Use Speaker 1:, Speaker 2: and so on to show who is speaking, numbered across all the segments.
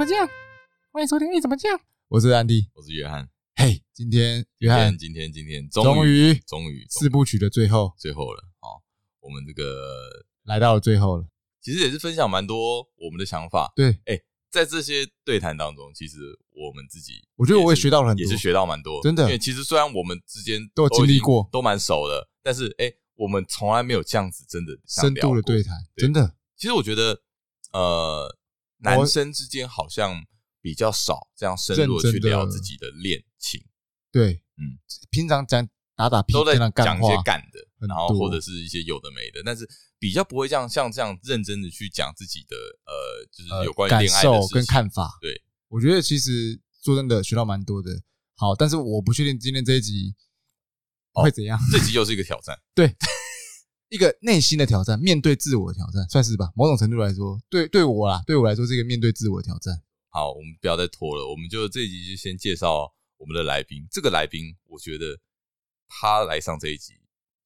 Speaker 1: 哎
Speaker 2: 欢迎收听《哎怎么这样》，我是安迪。
Speaker 1: 我是约翰。
Speaker 2: 嘿，今天约
Speaker 1: 今
Speaker 2: 翰
Speaker 1: 天今天今天
Speaker 2: 终
Speaker 1: 终于
Speaker 2: 于
Speaker 1: 终于
Speaker 2: 四部曲的最后
Speaker 1: 最后了哦。我们这个
Speaker 2: 来到了最后了，
Speaker 1: 其实也是分享蛮多我们的想法，哎
Speaker 2: 对
Speaker 1: 在这些对谈当中，其实我们自己
Speaker 2: 我觉得我也
Speaker 1: 是
Speaker 2: 学到了很多
Speaker 1: 也是学到蛮多，
Speaker 2: 真的
Speaker 1: 因为其实虽然我们之间
Speaker 2: 都有经历
Speaker 1: 已经
Speaker 2: 过
Speaker 1: 都蛮熟的，但是哎、我们从来没有这样子真的这样
Speaker 2: 深度
Speaker 1: 聊过
Speaker 2: 的对。谈，
Speaker 1: 对
Speaker 2: 真的
Speaker 1: 其实我觉得，呃，男生之间好像比较少这样深入地
Speaker 2: 认
Speaker 1: 去
Speaker 2: 真地
Speaker 1: 聊自己的恋情，
Speaker 2: 对，
Speaker 1: 嗯，
Speaker 2: 平常讲打打屁
Speaker 1: 都在
Speaker 2: 那
Speaker 1: 讲
Speaker 2: 干
Speaker 1: 一些
Speaker 2: 话，
Speaker 1: 干的，
Speaker 2: 很
Speaker 1: 然后或
Speaker 2: 多
Speaker 1: 者是一些有的没的，但是比较不会这样像这样认真的去讲自己的呃，就是有
Speaker 2: 呃，
Speaker 1: 关于
Speaker 2: 感
Speaker 1: 恋爱的
Speaker 2: 受
Speaker 1: 事情
Speaker 2: 跟看法。
Speaker 1: 对，
Speaker 2: 我觉得其实说真的学到蛮多的。好，但是我不确定今天这一集
Speaker 1: 哦
Speaker 2: 会怎样，
Speaker 1: 这集又是一个挑战，
Speaker 2: 一个内心的挑战，面对自我的挑战，算是吧。某种程度来说，对对我啦，对我来说是一个面对自我的挑战。
Speaker 1: 好，我们不要再拖了，我们就这一集就先介绍我们的来宾。这个来宾，我觉得他来上这一集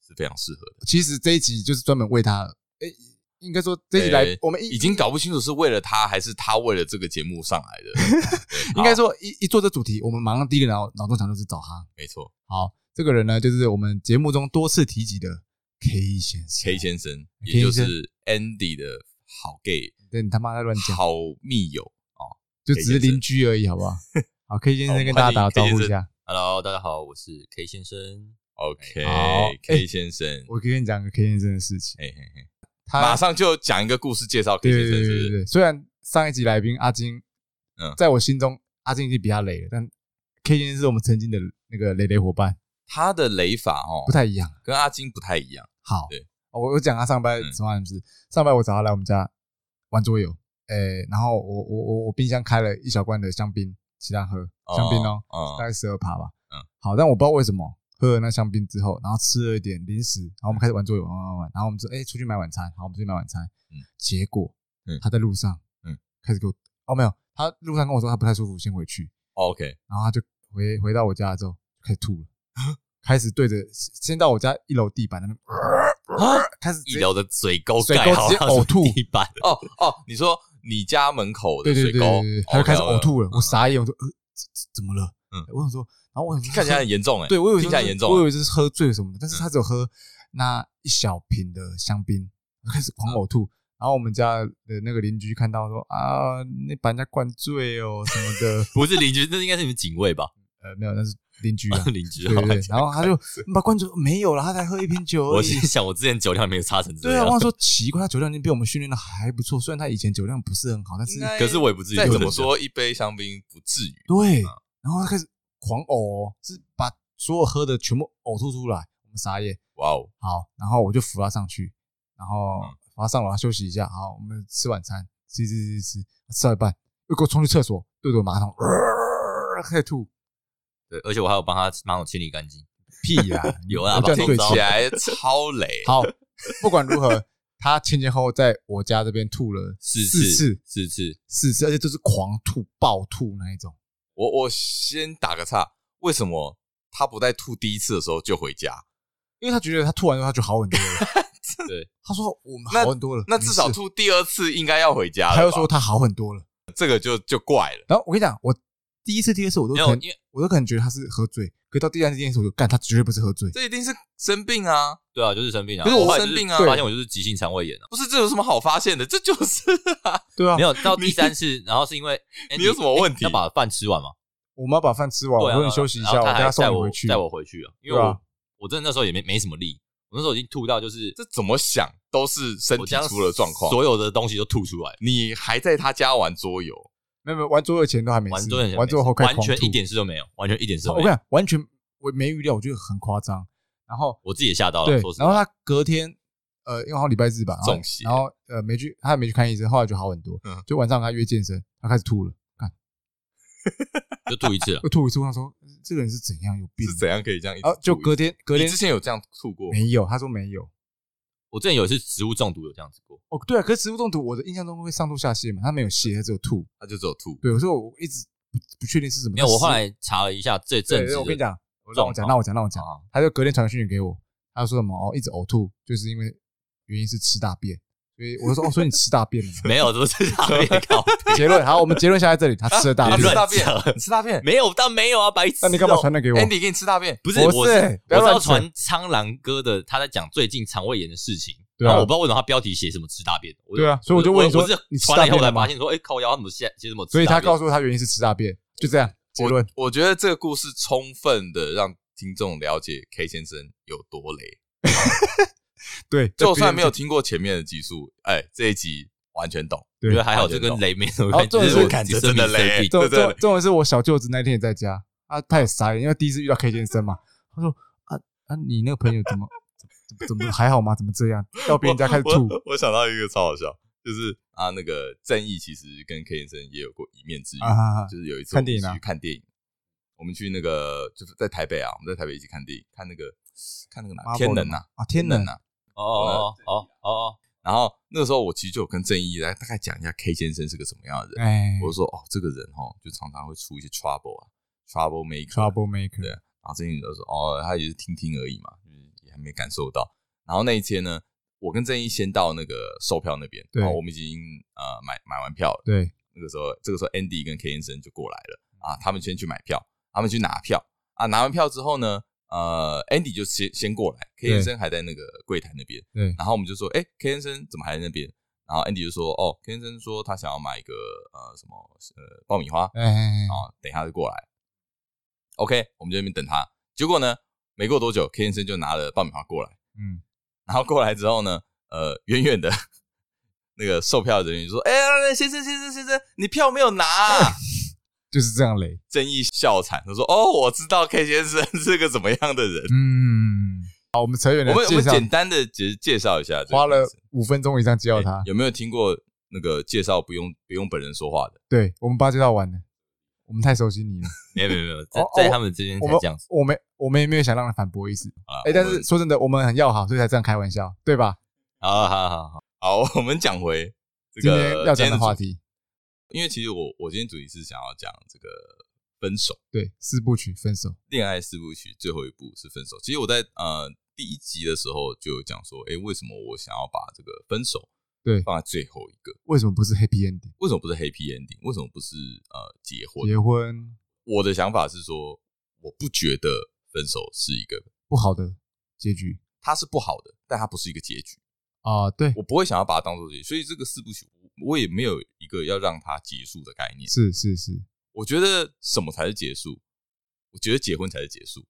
Speaker 1: 是非常适合的。
Speaker 2: 其实这一集就是专门为他，诶、应该说这一集来，
Speaker 1: 诶
Speaker 2: 我们一
Speaker 1: 已经搞不清楚是为了他，还是他为了这个节目上来 的。对
Speaker 2: 应该
Speaker 1: 好
Speaker 2: 说一一做这主题，我们马上第一个脑脑中想就是找他。
Speaker 1: 没错
Speaker 2: 好，这个人呢，就是我们节目中多次提及的 K 先生。
Speaker 1: ，K 先生，
Speaker 2: K
Speaker 1: 也就
Speaker 2: 先
Speaker 1: 是 Andy 的好 gay
Speaker 2: 对你他妈在乱讲，
Speaker 1: 好密友哦。
Speaker 2: 就
Speaker 1: K
Speaker 2: 只是
Speaker 1: 先生
Speaker 2: 邻居而已，好不好？好，K 先
Speaker 1: 好
Speaker 2: 生
Speaker 1: 我
Speaker 2: 跟
Speaker 1: 们
Speaker 2: 大家
Speaker 1: 欢迎
Speaker 2: 打个
Speaker 1: K
Speaker 2: 招
Speaker 1: 先
Speaker 2: 呼一
Speaker 1: 生
Speaker 2: 下。
Speaker 3: Hello，大家好，我是 K 先生。
Speaker 2: 哎好
Speaker 1: OK，K 先生，
Speaker 2: 我跟你讲个 K 先生的事情，
Speaker 1: 嘿嘿嘿，
Speaker 2: 他
Speaker 1: 马上就讲一个故事介绍 K
Speaker 2: 对
Speaker 1: 先
Speaker 2: 对
Speaker 1: 生，
Speaker 2: 对
Speaker 1: 是
Speaker 2: 对
Speaker 1: 不
Speaker 2: 对
Speaker 1: 是？
Speaker 2: 对，虽然上一集来宾阿金，
Speaker 1: 嗯
Speaker 2: 在我心中阿金已经比他累了，但 K 先生是我们曾经的那个累累伙伴，
Speaker 1: 他的雷法哦
Speaker 2: 不，太一样。
Speaker 1: 跟阿金不太一样。
Speaker 2: 好，
Speaker 1: 对
Speaker 2: 哦我我讲他上班
Speaker 1: 嗯
Speaker 2: 什么样子，上班我找他来我们家玩桌游，诶、然后我我我我冰箱开了一小罐的香槟，请他喝香槟哦，
Speaker 1: 哦
Speaker 2: 大概十二趴吧，
Speaker 1: 嗯，
Speaker 2: 好，但我不知道为什么喝了那香槟之后，然后吃了一点零食，然后我们开始玩桌游，玩玩玩玩，然后我们说，哎、出去买晚餐，好，我们出去买晚餐，
Speaker 1: 嗯，
Speaker 2: 结果，
Speaker 1: 嗯
Speaker 2: 他在路上，
Speaker 1: 嗯，
Speaker 2: 开始给我，哦，没有，他路上跟我说他不太舒服，先回去，
Speaker 1: OK，
Speaker 2: 然后他就回回到我家之后开始吐了。 开始对着先到我家一楼地板那边，
Speaker 1: 啊
Speaker 2: 开始直
Speaker 1: 一
Speaker 2: 接
Speaker 1: 楼的水沟
Speaker 2: 水
Speaker 1: 盖
Speaker 2: 沟
Speaker 1: 好
Speaker 2: 直接
Speaker 1: 像是
Speaker 2: 呕吐
Speaker 1: 地板。哦哦，你说你家门口的
Speaker 2: 对对
Speaker 1: 水
Speaker 2: 对对
Speaker 1: 沟
Speaker 2: 对，对，他就开始呕吐了，我
Speaker 1: 我
Speaker 2: 傻眼，我说呃，这这怎么了？
Speaker 1: 嗯
Speaker 2: 我想说，然后我想说
Speaker 1: 看起来很严重哎，
Speaker 2: 对我以为
Speaker 1: 听起来很严重
Speaker 2: 我以
Speaker 1: 啊，嗯
Speaker 2: 为这是喝醉什么的，但是他只有喝那一小瓶的香槟，开始
Speaker 1: 嗯
Speaker 2: 狂呕吐。然后我们家的那个邻居看到说啊，你把人家灌醉哦什么的，
Speaker 3: 不是邻居，那应该是你们警卫吧？，
Speaker 2: 呃，没有，那是邻居 啊
Speaker 3: 邻居
Speaker 2: 对
Speaker 3: 啊。
Speaker 2: 对对。然后他就你把灌醉没有了，他才喝一瓶酒而
Speaker 3: 我
Speaker 2: 已
Speaker 3: 心。想，我之前酒量没有差成这
Speaker 2: 对啊，我
Speaker 3: 样
Speaker 2: 想，说奇怪，他酒量已经被我们训练的还不错，虽然他以前酒量不是很好，但是
Speaker 1: 应该
Speaker 3: 可是我也不至于
Speaker 1: 再
Speaker 3: 就
Speaker 1: 怎
Speaker 3: 成
Speaker 1: 么
Speaker 3: 这样
Speaker 1: 说，一杯香槟不至于。
Speaker 2: 对，然后他开始狂呕、哦，是把所有喝的全部呕吐出来，我们傻眼。
Speaker 1: 哇哦，
Speaker 2: 好，然后我就扶他上去，然后
Speaker 1: 嗯
Speaker 2: 扶他上楼，他休息一下。好，我们吃晚餐，吃吃吃吃，吃到一半又给我冲去厕所，对着我马桶，呃开始吐
Speaker 3: 对，而且我还有帮他马桶清理干净。，
Speaker 2: 屁呀、啊
Speaker 3: 有啊
Speaker 2: 我叫你
Speaker 3: 把
Speaker 2: 对齐
Speaker 3: 冲澡。
Speaker 1: 起来超雷，
Speaker 2: 好，不管如何，他前前后后在我家这边吐了
Speaker 1: 四
Speaker 2: 四
Speaker 1: 次
Speaker 2: 次，
Speaker 1: 四次。
Speaker 2: 四次，而且就是狂吐、暴吐那一种。
Speaker 1: 我我先打个岔，为什么他不在吐第一次的时候就回家？
Speaker 2: 因为他觉得他吐完之后他就好很多了
Speaker 1: 对，
Speaker 2: 他说我们
Speaker 1: 那
Speaker 2: 好很多了，
Speaker 1: 那
Speaker 2: 没
Speaker 1: 至少
Speaker 2: 事
Speaker 1: 吐第二次应该要回家了吧。
Speaker 2: 他又说他好很多了。
Speaker 1: 这个就就怪了，
Speaker 2: 然后我跟你讲，我第一次、第二次我都
Speaker 3: 没
Speaker 2: 可
Speaker 3: 有，
Speaker 2: 能
Speaker 3: 因为
Speaker 2: 我都可能觉得他是喝醉，可到第三次、第四次我就干，他绝对不是喝醉。
Speaker 1: 这一定是生病啊！
Speaker 3: 对啊，就是生病啊。
Speaker 1: 可是我
Speaker 3: 后来就
Speaker 1: 生病啊
Speaker 3: 发现我就是急性肠胃炎啊。
Speaker 1: 不是这有什么好发现的？这就是啊，
Speaker 2: 对啊
Speaker 3: 没，有到第三次，然后是因为
Speaker 1: 你有什么问
Speaker 3: Andy，哎
Speaker 1: 题哦
Speaker 3: 要把饭吃完嘛？
Speaker 2: 我们要把饭吃完，
Speaker 3: 对
Speaker 2: 我
Speaker 3: 啊，
Speaker 2: 说你休息一下，
Speaker 3: 然
Speaker 2: 我
Speaker 3: 后他
Speaker 2: 等
Speaker 3: 还
Speaker 2: 下送
Speaker 3: 载
Speaker 2: 你
Speaker 3: 我
Speaker 2: 回去。
Speaker 3: 载我回去啊，因为
Speaker 2: 对啊
Speaker 3: 我我真的那时候也没没什么力，我那时候已经吐到就是
Speaker 1: 这怎么想都是身
Speaker 3: 我
Speaker 1: 体
Speaker 3: 将
Speaker 1: 出了状况。
Speaker 3: 所有的东西都吐出来。
Speaker 1: 你还在他家玩桌游，
Speaker 2: 没有没有，玩桌游前都还没
Speaker 3: 完
Speaker 2: 事，
Speaker 3: 全
Speaker 2: 玩桌游后开始
Speaker 3: 完
Speaker 2: 狂
Speaker 3: 全
Speaker 2: 吐哦
Speaker 3: 一。点事都没有，完全一点事都
Speaker 2: 我
Speaker 3: 没
Speaker 2: 跟你
Speaker 3: 有。
Speaker 2: 讲，完全我没预料，我觉得很夸张。然后
Speaker 3: 我自己也吓到了，
Speaker 2: 对
Speaker 3: 说，实
Speaker 2: 然后
Speaker 3: 话，
Speaker 2: 他隔天，呃，因为好像礼拜日吧，然后
Speaker 1: 中邪
Speaker 2: 然后呃没去，他也没去看医生，后来就好很多
Speaker 1: 嗯。
Speaker 2: 就晚上跟他约健身，他开始吐了，干
Speaker 3: 就吐一 次了。
Speaker 2: 又吐一次，我想说这个人是怎样有病
Speaker 1: 是？怎样可以这样一直吐？
Speaker 2: 然后嗯啊就隔天隔
Speaker 1: 你
Speaker 2: 天
Speaker 1: 之前有这样吐过？
Speaker 2: 没有，他说没有。
Speaker 3: 我之前有一次食物中毒有这样子过，
Speaker 2: 哦，对啊，可是食物中毒，我的印象中会上吐下泻嘛，他没有泻，他只有吐。
Speaker 1: 他就只有吐。？
Speaker 2: 对，我说我一直不不确定是什么。
Speaker 3: 没有，我后
Speaker 2: 但食
Speaker 3: 来查了一下这
Speaker 2: 物
Speaker 3: 阵子
Speaker 2: 对，
Speaker 3: 的，
Speaker 2: 我跟你讲，我让
Speaker 3: 状
Speaker 2: 我
Speaker 3: 况
Speaker 2: 讲，让我讲，让我讲。
Speaker 3: 啊，
Speaker 2: 他就隔天传讯息给我，他说什么哦，一直呕吐，就是因为原因是吃大便，所所以我就说，哦，所以你吃大便了吗
Speaker 1: 没有，怎么是大 便靠？
Speaker 2: 结论好，我们结论下在这里，他吃了大
Speaker 3: 你
Speaker 1: 啊
Speaker 3: 吃
Speaker 2: 便
Speaker 1: 乱，
Speaker 3: 大便
Speaker 1: 扯，
Speaker 3: 你吃 大便，
Speaker 1: 没有，但没有啊，白痴哦。
Speaker 2: 那你干嘛传染给我？
Speaker 3: Andy 给你吃大便，
Speaker 1: 不是，
Speaker 2: 不是
Speaker 1: 我是
Speaker 2: 不
Speaker 1: 我
Speaker 2: 要
Speaker 1: 是
Speaker 2: 乱
Speaker 1: 要传苍狼哥的，他在讲最近肠胃炎的事情，
Speaker 2: 对啊
Speaker 1: 然后我不知道为什么他标题写什么吃大便，我
Speaker 2: 对啊所以我就问你说
Speaker 1: 我是
Speaker 2: 你吃
Speaker 1: 传了以
Speaker 2: 大
Speaker 1: 后
Speaker 2: 便了
Speaker 1: 才
Speaker 2: 吗
Speaker 1: 发现说，哎，靠腰他怎么写写什么吃大
Speaker 2: 所以
Speaker 1: 便？
Speaker 2: 他告
Speaker 1: 诉
Speaker 2: 诉我他原因是吃大便，就这样结论。
Speaker 3: 我觉得这个故事充分的让听众了解 K 先生有多雷。
Speaker 2: 对，
Speaker 3: 就算没有
Speaker 2: 这
Speaker 3: 听过前面的集数，哎，这一集完全懂。
Speaker 2: 对
Speaker 1: 我觉得还好，这跟雷没什么
Speaker 2: 然
Speaker 1: 关
Speaker 2: 后
Speaker 1: 系，
Speaker 2: 重点
Speaker 1: 只
Speaker 2: 哦是
Speaker 1: 我
Speaker 3: 感
Speaker 1: 自
Speaker 3: 觉
Speaker 1: 己
Speaker 3: 真的
Speaker 1: 身体
Speaker 3: 雷
Speaker 1: 设计
Speaker 2: 这
Speaker 3: 对对
Speaker 2: 这这种是我小舅子那天也在家啊，他也傻眼，因为第一次遇到 K 先生嘛，他说啊啊，你那个朋友怎么怎么怎么还好吗？怎么这样？到别人家开始吐，
Speaker 3: 我我想到一个超好笑，就是啊，那个正义其实跟 K 先生也有过一面之缘，
Speaker 2: 啊哈哈
Speaker 3: 就是有一次
Speaker 2: 看电影啊
Speaker 3: 我们一起去看电影，我们去那个就是在台北啊，我们在台北一起看电影，看那个看那个哪
Speaker 2: Marvel
Speaker 3: 天能
Speaker 2: 的
Speaker 3: 呐、
Speaker 2: 吗啊，天
Speaker 3: 能
Speaker 2: 冷
Speaker 3: 呐、
Speaker 1: 哦哦哦哦哦哦，
Speaker 3: 然后那个时候我其实就有跟正义来大概讲一下 K 先生是个什么样的人，
Speaker 2: 哎
Speaker 3: 我就说哦，这个人哦，就常常会出一些 trouble 啊，trouble maker 啊
Speaker 2: ，Trouble
Speaker 3: 对
Speaker 2: Maker，
Speaker 3: 然后这些人就说哦，他也是听听而已嘛，就是也还没感受到。然后那一天呢，我跟郑毅先到那个售票那边，
Speaker 2: 对
Speaker 3: 然后我们已经呃买买完票了。
Speaker 2: 对，
Speaker 3: 那个时候，这个时候 Andy 跟 K 先生就过来了
Speaker 2: 嗯
Speaker 3: 啊，他们先去买票，他们去拿票啊，拿完票之后呢，呃，Andy 就先先过来，K
Speaker 2: 对
Speaker 3: 先生还在那个柜台那边，
Speaker 2: 对
Speaker 3: 然后我们就说，哎、k 先生怎么还在那边？然后 Andy 就说，哦，K 先生说他想要买一个呃什么呃爆米花，
Speaker 2: 哎哎，哎
Speaker 3: 啊，等一下就过来。OK，我们就在那边等他。结果呢，没过多久，K 先生就拿了爆米花过来。
Speaker 2: 嗯，
Speaker 3: 然后过来之后呢，呃，远远的那个售票人员就说：“哎、呀，先生，先生，先生，你票没有 拿、啊。
Speaker 2: 就是这样雷，”
Speaker 3: 正义笑惨，他说：“哦，我知道 K 先生 是个怎么样的人。
Speaker 2: 嗯，好，我们扯远了
Speaker 3: 我们我
Speaker 2: 介
Speaker 3: 们
Speaker 2: 绍，
Speaker 3: 简单的介介绍一下这个
Speaker 2: 花了
Speaker 3: 先生，
Speaker 2: 五分钟以上介绍他
Speaker 3: 哎，有没有听过那个介绍不用不用本人说话的？
Speaker 2: 对我们把他介绍完了，我们太熟悉你了，
Speaker 1: 没有没有没 有，在
Speaker 2: 哦哦
Speaker 1: 在他们之间
Speaker 2: 我
Speaker 1: 才
Speaker 2: 们
Speaker 1: 这样子
Speaker 2: 我们我们也没有想让人反驳意思，
Speaker 3: 啊，
Speaker 2: 哎，但
Speaker 3: 我们
Speaker 2: 是说真的，我们很要好，所以才这样开玩笑，对吧？
Speaker 1: 好好好好，
Speaker 3: 好，我们讲回这
Speaker 2: 今
Speaker 3: 个
Speaker 2: 天要讲的
Speaker 3: 主
Speaker 2: 话题，
Speaker 3: 因为其实我我今天主题是想要讲这个分手，
Speaker 2: 对，四部曲分手，
Speaker 3: 恋爱四部曲最后一部是分手。其实我在呃第一集的时候就有讲说，诶，为什么我想要把这个分手
Speaker 2: 对
Speaker 3: 放在最后一个？
Speaker 2: 为什么不是 Happy Ending？
Speaker 3: 为什么不是 happy ending？为什么不是呃结婚？
Speaker 2: 结婚
Speaker 3: 我的想法是说，我不觉得分手是一个
Speaker 2: 不好的结局
Speaker 3: 它是不好的，但它不是一个结局。
Speaker 2: 啊，对，
Speaker 3: 我不会想要把它当做结局，所以这个四部曲我也没有一个要让它结束的概念。
Speaker 2: 是是是，
Speaker 3: 我觉得什么才是结束？我觉得结婚才是结束。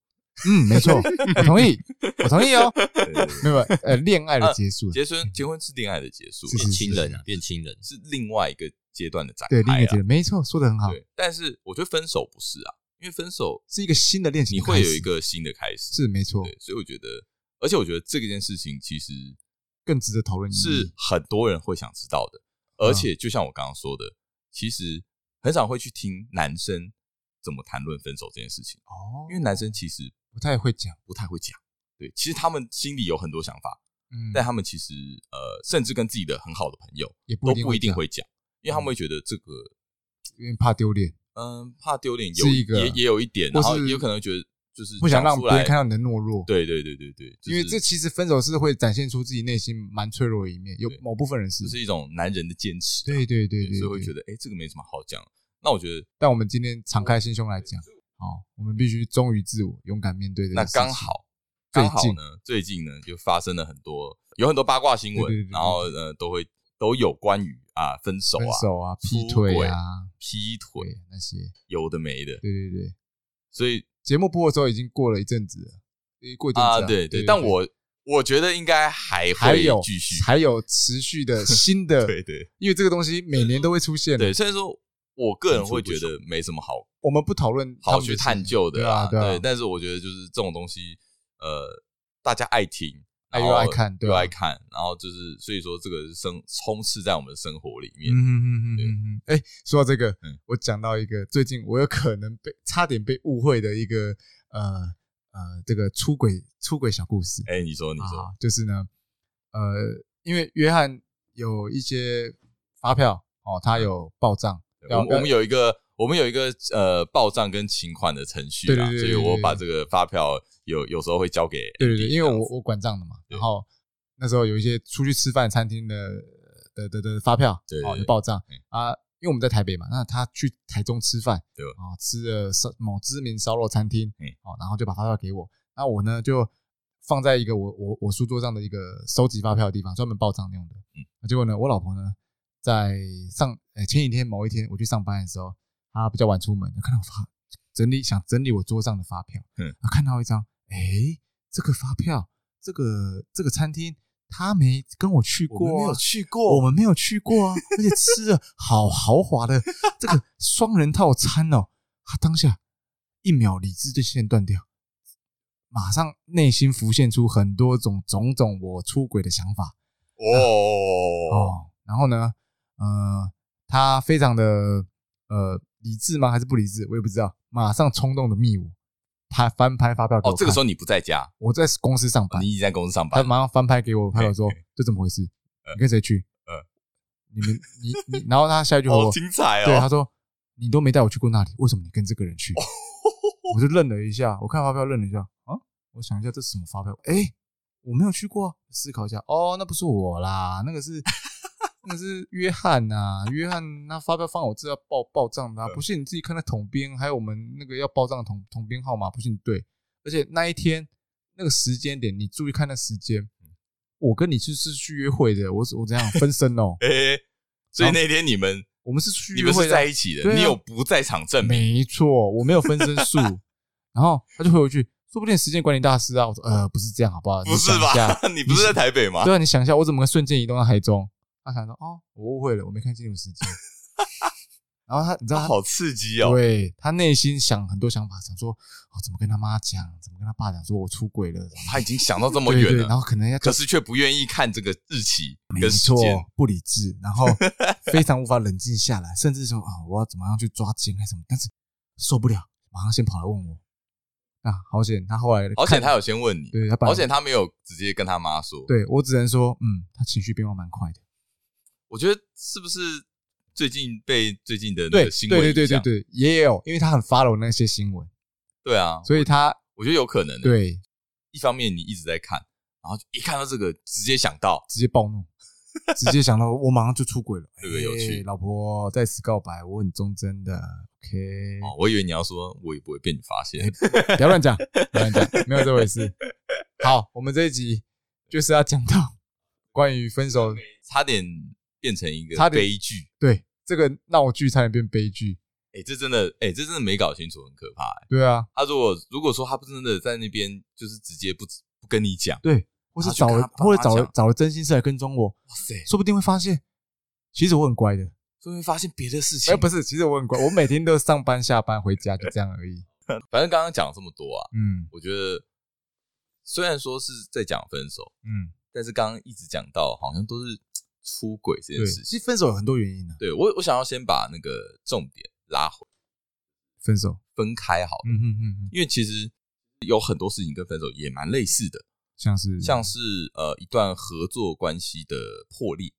Speaker 2: 嗯，没错，我同意，我同意哦，
Speaker 3: 对对 对啊
Speaker 2: 没有呃，恋爱的结束，
Speaker 3: 结婚结婚是恋爱的结束，
Speaker 2: 嗯是
Speaker 1: 变
Speaker 2: 是
Speaker 1: 亲人啊，变亲人，
Speaker 3: 是另外一个阶段的展开、
Speaker 2: 对，
Speaker 3: 啊。
Speaker 2: 另一个结论，没错，说的很好，
Speaker 3: 对但是我觉得分手不是啊，因为分手
Speaker 2: 是一个新的恋情
Speaker 3: 你
Speaker 2: 的
Speaker 3: 会
Speaker 2: 开始，
Speaker 3: 有一个新的开始，
Speaker 2: 是没错，
Speaker 3: 对，所以我觉得，而且我觉得这件事情其实
Speaker 2: 更值得讨论意义，
Speaker 3: 是很多人会想知道的，
Speaker 2: 嗯
Speaker 3: 而且就像我刚刚说的，其实很少会去听男生怎么谈论分手这件事情，
Speaker 2: 哦，
Speaker 3: 因为男生其实
Speaker 2: 不太会讲，
Speaker 3: 不太会讲。对，其实他们心里有很多想法，
Speaker 2: 嗯，
Speaker 3: 但他们其实呃，甚至跟自己的很好的朋友
Speaker 2: 也
Speaker 3: 都
Speaker 2: 不
Speaker 3: 不一定
Speaker 2: 讲，嗯
Speaker 3: 会讲，因为他们会觉得这个
Speaker 2: 因为怕丢脸，
Speaker 3: 嗯，怕丢脸有
Speaker 2: 是一个
Speaker 3: 也也有一点，
Speaker 2: 或
Speaker 3: 然后
Speaker 2: 是
Speaker 3: 也有可能觉得就是
Speaker 2: 不想
Speaker 3: 讲
Speaker 2: 让
Speaker 3: 出
Speaker 2: 别人
Speaker 3: 来
Speaker 2: 看到你的懦弱，。
Speaker 3: 对对对对对，就是
Speaker 2: 因为这其实分手是会展现出自己内心蛮脆弱的一面，有
Speaker 3: 对
Speaker 2: 某部分人是
Speaker 3: 这，是一种男人的坚持啊，
Speaker 2: 对对对对，
Speaker 3: 所以会觉
Speaker 2: 得。
Speaker 3: 得哎，这个没什么好讲。那我觉得
Speaker 2: 但我们今天敞开心胸来讲，好，我们必须忠于自我，勇敢面对这
Speaker 3: 那
Speaker 2: 件事情
Speaker 3: 刚，好啊
Speaker 2: 最
Speaker 3: 刚好
Speaker 2: 近
Speaker 3: 呢，最近呢就发生了很多有很多八卦新
Speaker 2: 对对
Speaker 3: 闻
Speaker 2: 对，对
Speaker 3: 然后呃都会都有关于啊分手
Speaker 2: 分
Speaker 3: 啊、
Speaker 2: 手啊、
Speaker 3: 出
Speaker 2: 劈腿
Speaker 3: 轨
Speaker 2: 啊，
Speaker 3: 劈腿
Speaker 2: 对那些，
Speaker 3: 有的没的，
Speaker 2: 对对对。
Speaker 3: 所以
Speaker 2: 节目播的时候已经过了一阵子了，诶过一阵子
Speaker 3: 啊
Speaker 2: 了
Speaker 3: 对
Speaker 2: 对，
Speaker 3: 但我我觉得应该还
Speaker 2: 还
Speaker 3: 会
Speaker 2: 有
Speaker 3: 继续，
Speaker 2: 还有持续 的新的，
Speaker 3: 对对
Speaker 2: 因为这个东西每年都会出现的，
Speaker 3: 对，虽然说我个人
Speaker 1: 层出
Speaker 3: 会
Speaker 1: 不
Speaker 3: 觉
Speaker 1: 穷
Speaker 3: 得没什么好
Speaker 2: 我们不讨论他
Speaker 3: 好
Speaker 2: 们
Speaker 3: 去
Speaker 2: 的事
Speaker 3: 探究的
Speaker 2: 对啊
Speaker 3: 对
Speaker 2: 对啊
Speaker 3: 但是我觉得就是这种东西，呃，大家爱听，
Speaker 2: 爱
Speaker 3: 然
Speaker 2: 又
Speaker 3: 后
Speaker 2: 爱看对
Speaker 3: 又
Speaker 2: 啊
Speaker 3: 爱看，然后就是所以说这个是生充斥在我们的生活里面。
Speaker 2: 嗯嗯嗯嗯嗯。哎、说到这个
Speaker 3: 嗯，
Speaker 2: 我讲到一个最近我有可能被差点被误会的一个呃呃这个出轨出轨小故事。
Speaker 3: 哎、你说你说，
Speaker 2: 啊，就是呢，呃，因为约翰有一些发票哦，他
Speaker 3: 嗯
Speaker 2: 有报账，
Speaker 3: 对
Speaker 2: 要
Speaker 3: 我们我们有一个我们有一个呃报账跟请款的程序
Speaker 2: 对
Speaker 3: 啦，
Speaker 2: 对对
Speaker 3: 所以
Speaker 2: 对对
Speaker 3: 我
Speaker 2: 对
Speaker 3: 把这个发票有有时候会交给
Speaker 2: 对对对，
Speaker 3: Andy
Speaker 2: 因为
Speaker 3: 这样
Speaker 2: 我
Speaker 3: 子
Speaker 2: 我管账的嘛，
Speaker 3: 对
Speaker 2: 然后那时候有一些出去吃饭餐厅的的的的发票，
Speaker 3: 对
Speaker 2: 哦
Speaker 3: 对
Speaker 2: 就报账
Speaker 3: 嗯
Speaker 2: 啊。因为我们在台北嘛，那他去台中吃饭，
Speaker 3: 对哦
Speaker 2: 啊，吃了烧某知名烧肉餐厅
Speaker 3: 嗯，
Speaker 2: 哦，然后就把发票给我，那我呢就放在一个我我我书桌上的一个收集发票的地方，专门报账用的。
Speaker 3: 嗯
Speaker 2: 那结果呢，我老婆呢在上呃前几天某一天我去上班的时候，她比较晚出门，她看到我发整理想整理我桌上的发票，
Speaker 3: 嗯，
Speaker 2: 她看到一张，诶，这个发票，这个这个餐厅。她没跟我去过、啊，
Speaker 3: 去
Speaker 2: 我们没有去过啊，而且吃了好豪华的这个双人套餐哦。他当下一秒理智就线断掉，马上内心浮现出很多种种种我出轨的想法
Speaker 3: 哦，
Speaker 2: 哦。然后呢，呃，他非常的呃理智吗？还是不理智？我也不知道。马上冲动的密我，他翻拍发票给我
Speaker 3: 哦，
Speaker 2: 看。
Speaker 3: 这个时候你不在家，
Speaker 2: 我在公司上班，
Speaker 3: 你已经在公司上
Speaker 2: 他
Speaker 3: 班，
Speaker 2: 马上翻拍给我，拍我说
Speaker 3: 嘿嘿
Speaker 2: 这怎么回事？
Speaker 3: 呃
Speaker 2: 你跟谁去？
Speaker 3: 呃
Speaker 2: 你们你你，然后他下一句回
Speaker 3: 好
Speaker 2: 我，
Speaker 3: 精彩
Speaker 2: 对他
Speaker 3: 哦！
Speaker 2: 说你都没带我去过那里，为什么你跟这个人 去？我就愣了一下，我看发票愣了一下啊，我想一下这是什么发票？哎，我没有去过啊，思考一下，哦，那不是我啦，那个是那个是约翰呐、约翰那发票放我这要报报账的、啊，
Speaker 3: 嗯？
Speaker 2: 不信你自己看那统编，还有我们那个要报账的统统编号码，不信你对，而且那一天那个时间点，你注意看那时间。我跟你去是去约会的，我是我怎样分身哦
Speaker 3: 哎，所以那天你们
Speaker 2: 我们是去
Speaker 3: 你
Speaker 2: 约
Speaker 3: 们
Speaker 2: 会
Speaker 3: 是
Speaker 2: 的啊
Speaker 3: 在一起的，
Speaker 2: 对啊
Speaker 3: 你有不在场证明？
Speaker 2: 没错，我没有分身 术。然后他就回我一句：“说不定时间管理大师啊。”我说：“呃，不是这样，好不好？
Speaker 3: 不是
Speaker 2: 你想一下
Speaker 3: 吧？你不是在台北吗？
Speaker 2: 对啊，你想一下，我怎么瞬间移动到台中？”他想说：“哦，我误会了，我没看清楚时间。” 然后他，你知道他，
Speaker 3: 好刺激哦！
Speaker 2: 对他内心想很多想法，想说：“哦，怎么跟他妈讲？怎么跟他爸讲？说我出轨了？”
Speaker 3: 他已经想到这么
Speaker 2: 对
Speaker 3: 远
Speaker 2: 对，然
Speaker 3: 了，
Speaker 2: 后可能要
Speaker 3: 可是却不愿意看这个日期
Speaker 2: 没
Speaker 3: 跟时
Speaker 2: 错
Speaker 3: 间。，
Speaker 2: 不理智，然 后非常无法冷静下来，甚至说啊，我要怎么样去抓奸还是什么，但是受不了，马上先跑来问我。啊，好险！他后来
Speaker 3: 好险
Speaker 2: 看
Speaker 3: 他有先问你，
Speaker 2: 对他本来
Speaker 3: 好险他没有直接跟他妈说。，
Speaker 2: 对我只能说，嗯，他情绪变化蛮快的。
Speaker 3: 我觉得是不是最近被最近的那
Speaker 2: 对
Speaker 3: 个新闻
Speaker 2: 对对对
Speaker 3: 影
Speaker 2: 对
Speaker 3: 响
Speaker 2: 对，也有，因为他很 follow 那些新闻，
Speaker 3: 对啊，
Speaker 2: 所以他
Speaker 3: 我觉得有可能。，
Speaker 2: 对
Speaker 3: 一方面你一直在看，然后一看到这个直接想到，
Speaker 2: 直接暴怒，直接想到我马上就出轨了。
Speaker 3: 这个有趣
Speaker 2: 哎老婆在此告白，我很忠贞的。OK，
Speaker 3: 哦，我以为你要说我也不会被你发现。
Speaker 2: 不要乱讲，不要乱讲，没有这回事。好，我们这一集就是要讲到关于分手，
Speaker 3: 差点变成一个
Speaker 2: 差点
Speaker 3: 悲剧。
Speaker 2: 对这个闹剧差点变悲剧。
Speaker 3: 哎、这真的，哎、这真的没搞清楚，很可怕、欸。
Speaker 2: 对啊，
Speaker 3: 他如果如果说他不真的在那边，就是直接不不跟你讲，
Speaker 2: 对，或是
Speaker 3: 然后去
Speaker 2: 找
Speaker 3: 跟
Speaker 2: 了
Speaker 3: 他，爸妈
Speaker 2: 或者找了
Speaker 3: 讲
Speaker 2: 找了真心事来跟踪我，
Speaker 3: 哇塞，
Speaker 2: 说不定会发现，其实我很乖的。
Speaker 3: 终于发现别的事情。
Speaker 2: 哎，不是，其实我很乖，我每天都上班下班回家就这样而已。
Speaker 3: 反正刚刚讲了这么多啊，
Speaker 2: 嗯
Speaker 3: 我觉得虽然说是在讲分手，
Speaker 2: 嗯，
Speaker 3: 但是刚刚一直讲到好像都是出轨这件
Speaker 2: 对，
Speaker 3: 事情。
Speaker 2: 其实分手有很多原因呢、啊
Speaker 3: 对我，我想要先把那个重点拉回
Speaker 2: 分手，
Speaker 3: 分开好了，
Speaker 2: 嗯哼哼哼，
Speaker 3: 因为其实有很多事情跟分手也蛮类似的，
Speaker 2: 像是
Speaker 3: 像是呃一段合作关系的破裂。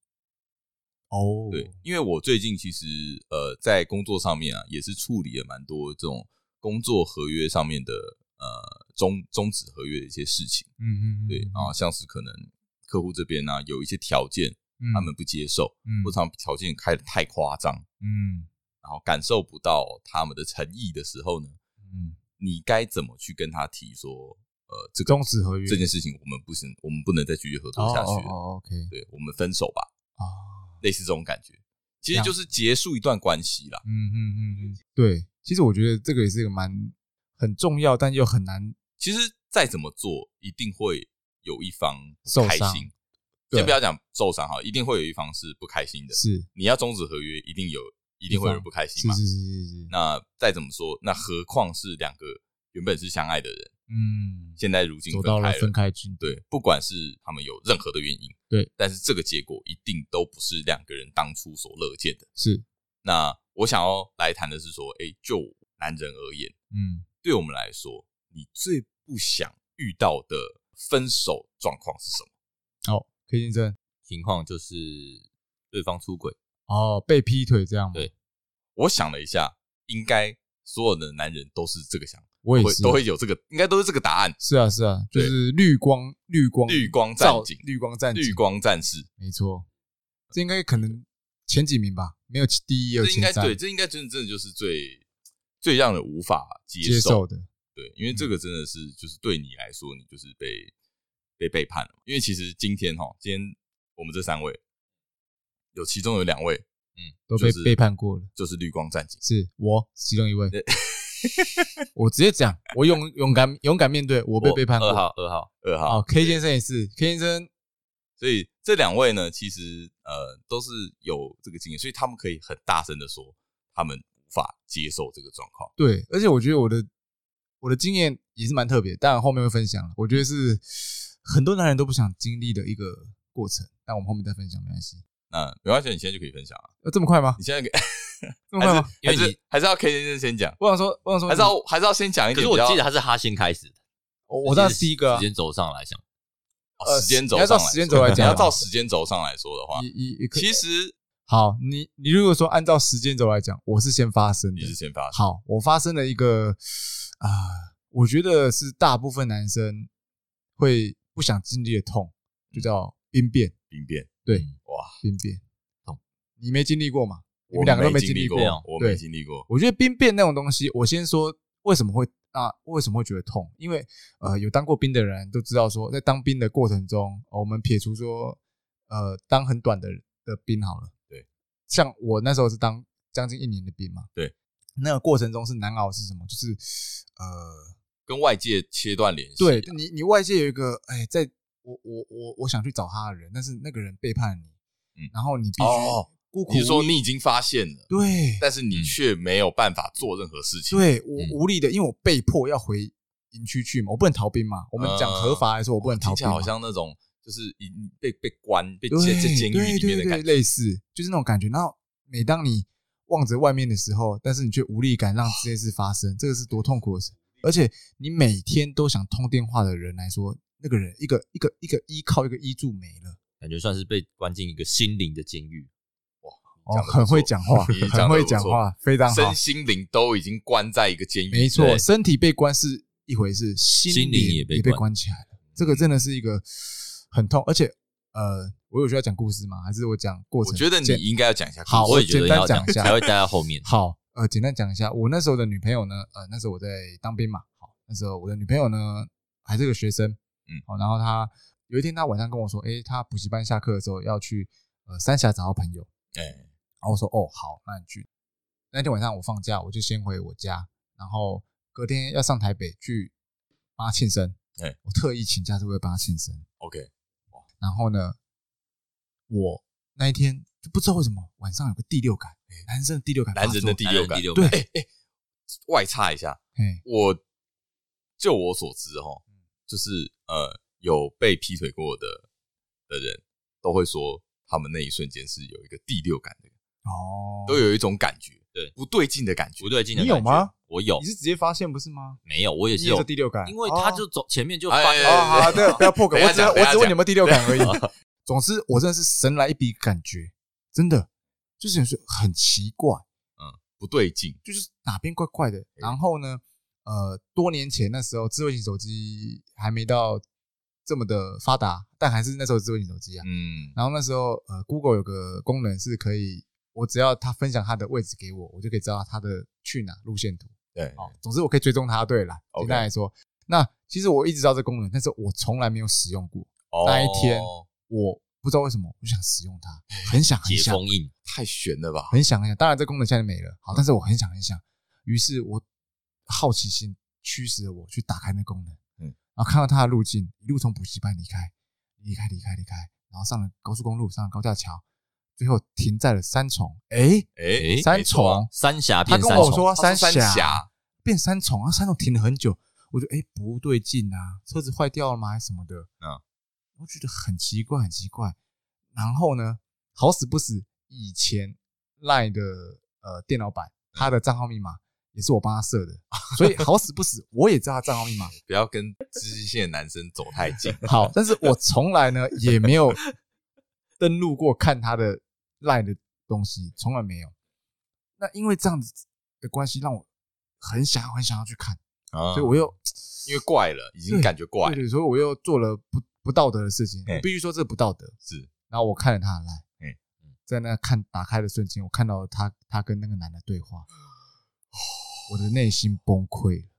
Speaker 2: 哦，
Speaker 3: 对，因为我最近其实呃在工作上面啊，也是处理了蛮多这种工作合约上面的呃终终止合约的一些事情。
Speaker 2: 嗯嗯，
Speaker 3: 对，然后像是可能客户这边呢、啊有一些条件他
Speaker 2: 他
Speaker 3: 们不接受，
Speaker 2: 嗯
Speaker 3: 或者他们条件开的太夸张，
Speaker 2: 嗯
Speaker 3: 然后感受不到他们的诚意的时候呢，
Speaker 2: 嗯，
Speaker 3: 你该怎么去跟他提说，呃，这个
Speaker 2: 终止合约
Speaker 3: 这件事情我们不行，我们不能再继续合作下去
Speaker 2: 哦
Speaker 3: 了，
Speaker 2: 哦哦，OK
Speaker 3: 对我们分手吧，
Speaker 2: 啊。
Speaker 3: 类似这种感觉，其实就是结束一段关系啦。
Speaker 2: 嗯嗯嗯嗯，对，其实我觉得这个也是一个蛮很重要，但又很难。
Speaker 3: 其实再怎么做，一定会有一方不
Speaker 2: 受
Speaker 3: 开
Speaker 2: 伤
Speaker 3: 心。
Speaker 2: 对
Speaker 3: 先不要讲受伤哈，一定会有一方是不开心的。
Speaker 2: 是
Speaker 3: 你要终止合约，一定有一定会有人不开心
Speaker 2: 是
Speaker 3: 嘛。
Speaker 2: 是是是是，
Speaker 3: 那再怎么说，那何况是两个原本是相爱的人，
Speaker 2: 嗯，
Speaker 3: 现在如今
Speaker 2: 走
Speaker 3: 分
Speaker 2: 到
Speaker 3: 开
Speaker 2: 了
Speaker 3: 了，
Speaker 2: 分开军，
Speaker 3: 对，不管是他们有任何的原因，
Speaker 2: 对，
Speaker 3: 但是这个结果一定都不是两个人当初所乐见的。
Speaker 2: 是，
Speaker 3: 那我想要来谈的是说，哎，就男人而言，
Speaker 2: 嗯
Speaker 3: 对我们来说，你最不想遇到的分手状况是什么？
Speaker 2: ，K 先生，
Speaker 1: 情况就是对方出轨，
Speaker 2: 哦，被劈腿这样吗？
Speaker 1: 对
Speaker 3: 我想了一下，应该所有的男人都是这个想，
Speaker 2: 我也
Speaker 3: 会
Speaker 2: 是，
Speaker 3: 都会有这个，应该都是这个答案。
Speaker 2: 是啊是啊，就
Speaker 3: 对
Speaker 2: 是绿光绿光
Speaker 3: 绿光战
Speaker 2: 照
Speaker 3: 警，
Speaker 2: 绿光战警
Speaker 3: 绿光战士，
Speaker 2: 没错，这应该可能前几名吧，没有第一也有
Speaker 3: 这应
Speaker 2: 前
Speaker 3: 该
Speaker 2: 三
Speaker 3: 对，这应该真的真的就是最最让人无法接
Speaker 2: 接受
Speaker 3: 受
Speaker 2: 的，
Speaker 3: 对，
Speaker 1: 嗯
Speaker 3: 因为这个真的是就是对你来说，你就是被被背叛了嘛。因为其实今天哈，今天我们这三位有其中有两位
Speaker 2: 都被
Speaker 3: 就是
Speaker 2: 背叛过了。
Speaker 3: 就是绿光战警，
Speaker 2: 是我其中一位， 我直接讲，我勇勇敢勇敢面对，我被背叛过
Speaker 3: 呃
Speaker 1: 二。号，二号，
Speaker 3: 二号
Speaker 2: 好，K 先生也是，K 先生
Speaker 3: 所以这两位呢，其实呃都是有这个经验，所以他们可以很大声的说，他们无法接受这个状况。
Speaker 2: 对，而且我觉得我的我的经验也是蛮特别，但后面会分享。我觉得是很多男人都不想经历的一个过程，但我们后面再分享没关系。
Speaker 3: 那没关系，你现在就可以分享啊。
Speaker 2: 要这么快吗
Speaker 3: 你？现在可以
Speaker 2: 这么快
Speaker 3: 还是
Speaker 2: 吗？
Speaker 1: 因
Speaker 3: 还
Speaker 1: 为
Speaker 3: 是
Speaker 1: 你嗯
Speaker 3: 还是要 K 先生先讲，
Speaker 2: 我想说，我想说，
Speaker 3: 还是要还是要先讲一
Speaker 1: 可是
Speaker 3: 点比
Speaker 1: 我
Speaker 3: 较。
Speaker 1: 记得他是他先开始的，
Speaker 2: 我我当然是第一个啊
Speaker 1: 时，间轴上来讲，
Speaker 2: 呃
Speaker 3: 时间轴
Speaker 2: 你要
Speaker 3: 上
Speaker 2: 照
Speaker 3: 来说，
Speaker 2: 时间轴来讲
Speaker 3: 你要
Speaker 1: 哦
Speaker 3: 照时间轴上来说的话，
Speaker 2: 一一一个
Speaker 3: 其实
Speaker 2: 好，你你如果说按照时间轴来讲，我是先发生的
Speaker 3: 你，是先发生，
Speaker 2: 好，我发生了一个啊、我觉得是大部分男生会不想经历的痛，就叫兵变。
Speaker 3: 兵变，
Speaker 2: 对，
Speaker 3: 嗯哇，
Speaker 2: 兵变
Speaker 1: 痛，
Speaker 2: 你没经历过吗？你
Speaker 3: 我
Speaker 2: 们两个都
Speaker 3: 没
Speaker 2: 经
Speaker 3: 历
Speaker 2: 过。
Speaker 1: 对啊
Speaker 3: 我
Speaker 2: 对
Speaker 3: 没经历过，
Speaker 2: 我觉得兵变那种东西，我先说为什么会啊，为什么会觉得痛？因为呃，有当过兵的人都知道说，在当兵的过程中，呃我们撇除说呃当很短的的兵好了，
Speaker 3: 对，
Speaker 2: 像我那时候是当将近一年的兵嘛，
Speaker 3: 对，
Speaker 2: 那个过程中是难熬是什么？就是呃，
Speaker 3: 跟外界切断联系，
Speaker 2: 对你你外界有一个哎，在我我我我想去找他的人，但是那个人背叛你，
Speaker 3: 嗯
Speaker 2: 然后你必须
Speaker 3: 哦
Speaker 2: 孤苦无
Speaker 3: 你是说
Speaker 2: 依
Speaker 3: 你已经发现了，
Speaker 2: 对
Speaker 3: 但是你
Speaker 1: 嗯
Speaker 3: 却没有办法做任何事情，
Speaker 2: 对我
Speaker 3: 嗯
Speaker 2: 无力的，因为我被迫要回营区去嘛，我不能逃兵嘛。我们讲合法来说，我不能逃
Speaker 3: 呃哦听起
Speaker 2: 兵
Speaker 3: 来
Speaker 2: 嘛，
Speaker 3: 好像那种就是已经被被关被
Speaker 2: 对
Speaker 3: 监在监狱
Speaker 2: 对
Speaker 3: 里面
Speaker 2: 对
Speaker 3: 的
Speaker 2: 对，
Speaker 3: 感觉，
Speaker 2: 类似就是那种感觉。然后每当你望着外面的时候，但是你却无力感让这件事发生，这个是多痛苦的事。而且你每天都想通电话的人来说，那个人一个一个一个依靠一个依柱没了，
Speaker 1: 感觉算是被关进一个心灵的监狱。
Speaker 2: 哦，
Speaker 3: 讲得不错
Speaker 2: 很会讲话，
Speaker 3: 你
Speaker 2: 很会讲话，非常好
Speaker 3: 身，心灵都已经关在一个监狱，
Speaker 2: 没错。
Speaker 1: 对
Speaker 2: 身体被关是一回事，心
Speaker 1: 心灵
Speaker 2: 灵
Speaker 1: 也被
Speaker 2: 也被
Speaker 1: 关
Speaker 2: 关起来了。这个真的是一个很痛，而且呃，我有需要讲故事吗？还是我讲过程？
Speaker 3: 我觉得你
Speaker 2: 简
Speaker 3: 应该要讲一下故事，
Speaker 2: 好
Speaker 1: 我也觉
Speaker 2: 简
Speaker 1: 得
Speaker 2: 单
Speaker 1: 要
Speaker 2: 讲一下
Speaker 1: 才会带到后 面。
Speaker 2: 好，呃，简单讲一下，我那时候的女朋友呢，呃，那时候我在当兵嘛，好，那时候我的女朋友呢还是个学生，
Speaker 3: 嗯
Speaker 2: 好，然后她有一天她晚上跟我说，诶，她补习班下课的时候要去呃三峡找她朋友，
Speaker 3: 哎，
Speaker 2: 然后我说哦好，那你去。那天晚上我放假，我就先回我家，然后隔天要上台北去帮她庆生，
Speaker 3: 哎
Speaker 2: 我特意请假是为了帮她庆生。
Speaker 3: OK，
Speaker 2: 然后呢，我那一天就不知道为什么晚上有个第六感，男生的第六感发
Speaker 3: 男
Speaker 2: 作，
Speaker 3: 人的第六感，
Speaker 1: 男人第六
Speaker 3: 对，
Speaker 1: 感
Speaker 3: 哎哎、外插一下，
Speaker 2: 嘿，
Speaker 3: 我就我所知哦，
Speaker 2: 嗯
Speaker 3: 就是呃，有被劈腿过的的人都会说，他们那一瞬间是有一个第六感的，
Speaker 2: 哦，
Speaker 3: 都有一种感觉，
Speaker 1: 对
Speaker 3: 不对劲的感觉，
Speaker 1: 不对劲的
Speaker 2: 你有
Speaker 1: 感觉
Speaker 2: 吗？
Speaker 1: 我有
Speaker 2: 你，是直接发现不是吗？
Speaker 1: 没有，我也
Speaker 2: 你
Speaker 1: 是
Speaker 2: 有
Speaker 1: 有
Speaker 2: 这，第六感，
Speaker 1: 因为他
Speaker 2: 哦
Speaker 1: 就走前面就
Speaker 3: 哎
Speaker 1: 翻
Speaker 3: 哎
Speaker 2: 哦，好好，
Speaker 3: 哎
Speaker 2: 对，不要破梗，
Speaker 3: 等一
Speaker 2: 我
Speaker 3: 下
Speaker 2: 只要
Speaker 3: 讲
Speaker 2: 我只问你有没有第六感而已
Speaker 1: 等一下。
Speaker 2: 总之，我真的是神来一笔感觉，真的就是有时候很奇怪，
Speaker 3: 不对劲，
Speaker 2: 就是哪边怪怪的。然后呢，呃，多年前那时候智慧型手机还没到这么的发达，但还是那时候智慧型手机啊。
Speaker 3: 嗯，
Speaker 2: 然后那时候呃，Google 有个功能是可以，我只要他分享他的位置给我，我就可以知道他的去哪路线图。
Speaker 3: 对，
Speaker 2: 哦，总之我可以追踪他。对了，
Speaker 3: OK
Speaker 2: 简单来说，那其实我一直知道这功能，但是我从来没有使用过。
Speaker 3: 哦
Speaker 2: 那一天我不知道为什么，我就想使用它，很想很
Speaker 1: 解
Speaker 2: 想
Speaker 1: 封印，
Speaker 3: 太悬了吧？
Speaker 2: 很想很想。当然这功能现在没了，好，但是我很想很想。于是我好奇心驱使了我去打开那功能，
Speaker 3: 嗯，
Speaker 2: 然后看到它的路径，一路从补习班离开，离开离开离开，然后上了高速公路，上了高架桥，最后停在了三重。哎，
Speaker 3: 哎、
Speaker 2: 三
Speaker 3: 没错啊
Speaker 2: 重
Speaker 1: 三峡
Speaker 2: 他
Speaker 1: 变
Speaker 2: 跟
Speaker 1: 三
Speaker 2: 我
Speaker 1: 重，
Speaker 2: 说
Speaker 3: 他说
Speaker 2: 三
Speaker 3: 三
Speaker 2: 峡
Speaker 3: 峡
Speaker 2: 变三重，然后三重停了很久，我觉得哎、诶不对劲啊，车子坏掉了吗？还是什么的？
Speaker 3: 嗯，
Speaker 2: 我觉得很奇怪，很奇怪。然后呢，好死不死，以前赖的呃电脑版，他的账号密码也是我帮他设的，所以好死不死，我也知道他账号密码。
Speaker 3: 不要跟知识线的男生走太 近，
Speaker 2: 好，但是我从来呢也没有 登录过看他的赖的东西，从来没有。那因为这样子的关系，让我很想要很想要去看，
Speaker 1: 嗯
Speaker 3: 啊
Speaker 2: 所以我又
Speaker 3: 因为怪了，已经
Speaker 2: 对
Speaker 3: 感觉怪
Speaker 2: 对
Speaker 3: 了，
Speaker 2: 对，所以我又做了不不道德的事情，
Speaker 3: 哎
Speaker 2: 我必须说这不道德。
Speaker 3: 是
Speaker 2: 然后我看了他的赖，
Speaker 3: 哎
Speaker 2: 嗯，在那看打开的瞬间，我看到他他跟那个男的对话，我的内心崩溃了。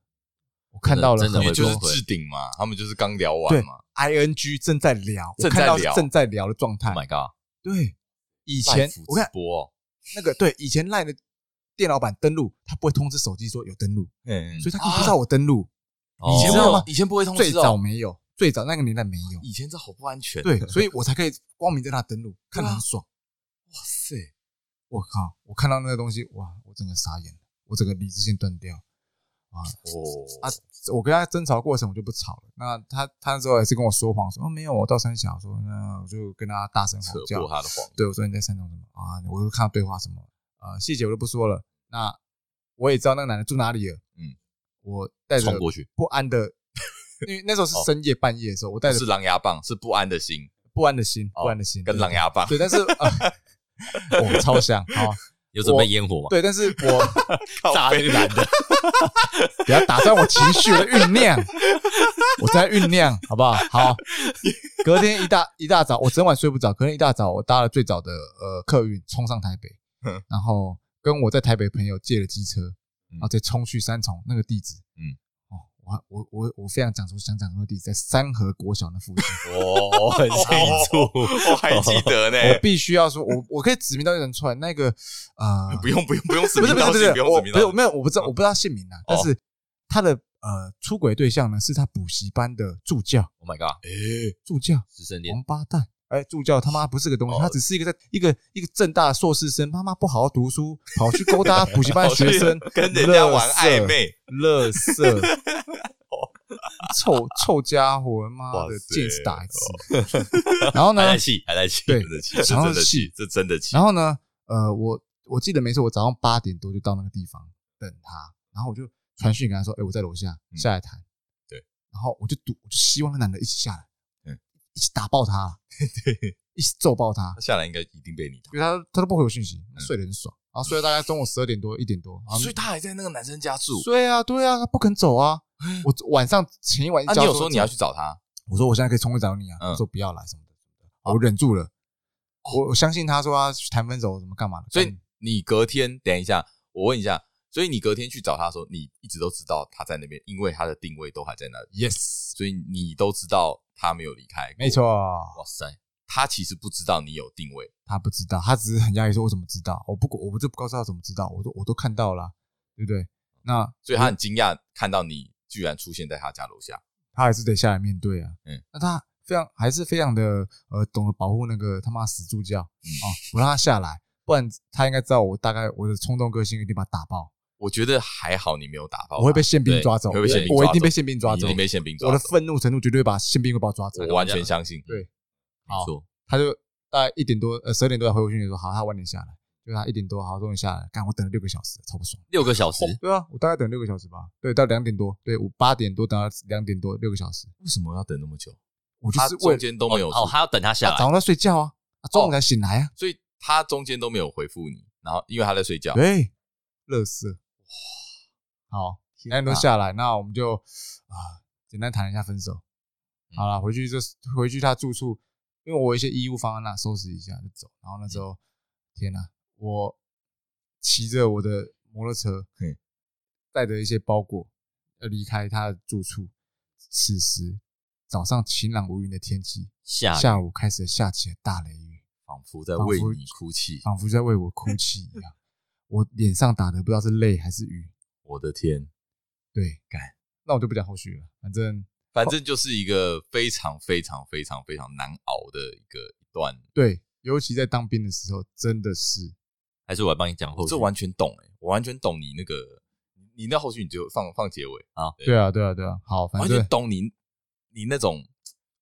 Speaker 2: 我看到了
Speaker 1: 哦真的
Speaker 2: 很
Speaker 3: 也
Speaker 1: 会
Speaker 3: 就是
Speaker 2: 多
Speaker 3: 置顶嘛，他们就是刚聊
Speaker 2: 对
Speaker 3: 完嘛。
Speaker 2: ing 正在聊，我
Speaker 3: 正在
Speaker 2: 看到是
Speaker 3: 聊
Speaker 2: 正在聊的状态
Speaker 1: Oh。my god！
Speaker 2: 对，以
Speaker 3: 以
Speaker 2: 前我看
Speaker 3: 播哦，
Speaker 2: 那个对以前赖的电脑版登录，他不会通知手机说有登录，
Speaker 3: 嗯，
Speaker 2: 所以他根本不知道我登录。以前
Speaker 1: 哦
Speaker 2: 知道吗
Speaker 3: 以前不会通
Speaker 2: 最
Speaker 3: 知
Speaker 2: 早
Speaker 3: 哦，
Speaker 2: 没有，最早那个年代没有。
Speaker 3: 以前这好不安全。
Speaker 2: 对，所以我才可以光明正大登录，看得
Speaker 3: 对
Speaker 2: 很
Speaker 3: 啊
Speaker 2: 爽。
Speaker 3: 哇塞，
Speaker 2: 我靠，我看到那个东西，哇，我整个傻眼了，我整个理智线断掉。
Speaker 3: 哦
Speaker 2: 啊，我跟他争吵的过程我就不吵了。那他他之后也是跟我说谎，说哦没有，我到三峡，我说那我就跟他大声吼
Speaker 3: 扯
Speaker 2: 叫
Speaker 3: 破，他的谎，
Speaker 2: 对我说你在山上什么啊？我就看到对话什么呃细节我就不说了。那我也知道那个男的住哪里了，
Speaker 3: 嗯，
Speaker 2: 我带着
Speaker 3: 冲过去，
Speaker 2: 不安 的，因为那时候是深夜半夜的时候，我带着
Speaker 3: 哦是狼牙棒，是不安的心，
Speaker 2: 不安的心，
Speaker 3: 哦
Speaker 2: 不安的心
Speaker 3: 跟狼 牙棒。
Speaker 2: 对，对但 是呃我超像好，
Speaker 1: 有准备烟火吗？
Speaker 2: 对，但是我。
Speaker 1: 炸 那个男的，
Speaker 2: 不要打断我情绪，我在酝酿，我在酝酿，好不好？好，隔天一大一大早，我整晚睡不着。隔天一大早，我搭了最早的呃客运冲上台北
Speaker 3: 嗯，
Speaker 2: 然后跟我在台北朋友借了机车，然后再冲去三重那个地址。
Speaker 3: 嗯
Speaker 2: 嗯，哦，我我我我非常讲出想讲出的地址，在三河国小那附近。
Speaker 1: 我很清楚，
Speaker 3: 我还记
Speaker 2: 哦
Speaker 3: 得
Speaker 2: 我
Speaker 3: 呢。
Speaker 2: 必须要说，我我可以指名道姓地出来。那个呃，
Speaker 3: 不用不用不用指
Speaker 2: 不
Speaker 3: 名
Speaker 2: 是不是
Speaker 3: 道
Speaker 2: 不
Speaker 3: 姓，
Speaker 2: 是
Speaker 3: 不用
Speaker 2: 我
Speaker 3: 指
Speaker 2: 不是
Speaker 3: 名道姓。
Speaker 2: 没有我不知道我不知道姓名啊，但是他的呃出轨对象呢是他补习班的助教，
Speaker 1: Oh my god！
Speaker 2: 诶，助教
Speaker 1: 师 生恋
Speaker 2: 王八蛋，哎，助教他妈不是个东西，
Speaker 3: 哦
Speaker 2: 他只是一个在一个一个正大的硕士生，他妈不好好读书，跑去勾搭补习班的学 生，
Speaker 3: 哦跟人家玩暧昧，
Speaker 2: 乐色。 臭臭家伙，妈
Speaker 3: 哇
Speaker 2: 的，
Speaker 3: 塞
Speaker 2: 见识打一次。 然后呢
Speaker 1: 还，在气，还在气，
Speaker 2: 对
Speaker 3: 真的气，这
Speaker 2: 然后
Speaker 3: 真的气
Speaker 2: 气，
Speaker 3: 这真的气
Speaker 2: 然。后呢，呃，我我记得没错，我早上八点多就到那个地方等他，然后我就传讯跟他说：“哎、我在楼下
Speaker 3: 嗯
Speaker 2: 下来谈。
Speaker 3: 对，
Speaker 2: 然后我就赌，我就希望那男的一起下来，
Speaker 3: 嗯
Speaker 2: 嗯，一起打爆他，啊
Speaker 3: 对，
Speaker 2: 一起揍爆他
Speaker 3: 他，下来应该一定被你打。
Speaker 2: 因为他他都不回我讯息，
Speaker 3: 嗯
Speaker 2: 睡得很爽，然后睡到大概中午十二点多一点多，然后
Speaker 3: 所以他还在那个男生家住。
Speaker 2: 睡啊，对啊，他不肯走啊。我晚上前一晚
Speaker 3: 哎啊，
Speaker 2: 就
Speaker 3: 你
Speaker 2: 叫
Speaker 3: 有说你要去找他？
Speaker 2: 我说我现在可以冲过去找你啊，
Speaker 3: 嗯哦
Speaker 2: 他说不要来什么的，我忍住了。我我相信他说他去谈分手什么干嘛的，
Speaker 3: 所以你隔天等一下，我问一下，所以你隔天去找他的时候，你一直都知道他在那边，因为他的定位都还在那里，
Speaker 2: yes，
Speaker 3: 所以你都知道他没有离开。
Speaker 2: 没。错，
Speaker 3: 哇塞，他其实不知道你有定位，
Speaker 2: 他不知道，他只是很压抑说：“我怎么知道？我不，我就不告诉他怎么知道，我都我都看到了啊、对不对？”那
Speaker 3: 所以他很惊讶看到你居然出现在他家楼下。
Speaker 2: 他还是得下来面对啊。
Speaker 3: 嗯，
Speaker 2: 那他非常还是非常的呃，懂得保护那个他妈死助教啊、
Speaker 3: 嗯
Speaker 2: 我让他下来，不然他应该知道我大概我的冲动个性一定把他打爆，
Speaker 3: 我觉得还好你没有打爆他，
Speaker 2: 我会被宪兵抓走，
Speaker 3: 对会被宪兵抓走
Speaker 2: 我一定被宪兵抓
Speaker 3: 你
Speaker 2: 走
Speaker 3: 一，定被宪兵抓
Speaker 2: 我
Speaker 3: 走。
Speaker 2: 的愤怒程度绝对把宪兵会把我抓走。
Speaker 3: 我完全相信。
Speaker 2: 对，
Speaker 3: 没错。
Speaker 2: 他就大概一点多呃十二点多才回我讯息说好，他晚点下来，就他一点多好终于下来，干我等了六个小时，超不爽。
Speaker 1: 六个小时，
Speaker 2: 对啊，我大概等六个小时吧，对，到两点多，对我八点多等到两点多，六个小时，
Speaker 3: 为什么要等那么久？
Speaker 2: 我就
Speaker 3: 他
Speaker 2: 是为
Speaker 3: 中
Speaker 2: 了
Speaker 3: 间都哦没有出
Speaker 1: 哦，他要等他下来，
Speaker 2: 早上在睡觉啊，啊中午才醒来啊，
Speaker 3: 所以他中间都没有回复你，然后因为他在睡觉，
Speaker 2: 对，乐色，哎好，两点多下来，那我们就啊简单谈一下分手，
Speaker 1: 嗯
Speaker 2: 好了，回去就回去他住处，因为我有一些衣物放在那，收拾一下就走，然后那时候天哪、我骑着我的摩托车
Speaker 3: 嘿，
Speaker 2: 带着一些包裹要离开他的住处，此时早上晴朗无云的天气，
Speaker 1: 下雨
Speaker 2: 下午开始下起了大雷雨。
Speaker 3: 仿佛在为你哭泣。
Speaker 2: 仿佛在为我哭泣一样。我脸上打的不知道是泪还是雨，
Speaker 3: 我的天，
Speaker 2: 对，干。那我就不讲后续了，反正
Speaker 3: 反正就是一个非常非常非常非常难熬的一个一段。
Speaker 2: 对，尤其在当兵的时候，真的是
Speaker 1: 还是我来帮你讲后续。
Speaker 3: 这完全懂哎、我完全懂你那个，你那后续你就放放结尾，对
Speaker 2: 对啊，对啊，对啊。好，反
Speaker 3: 完
Speaker 2: 正
Speaker 3: 全懂你你那种，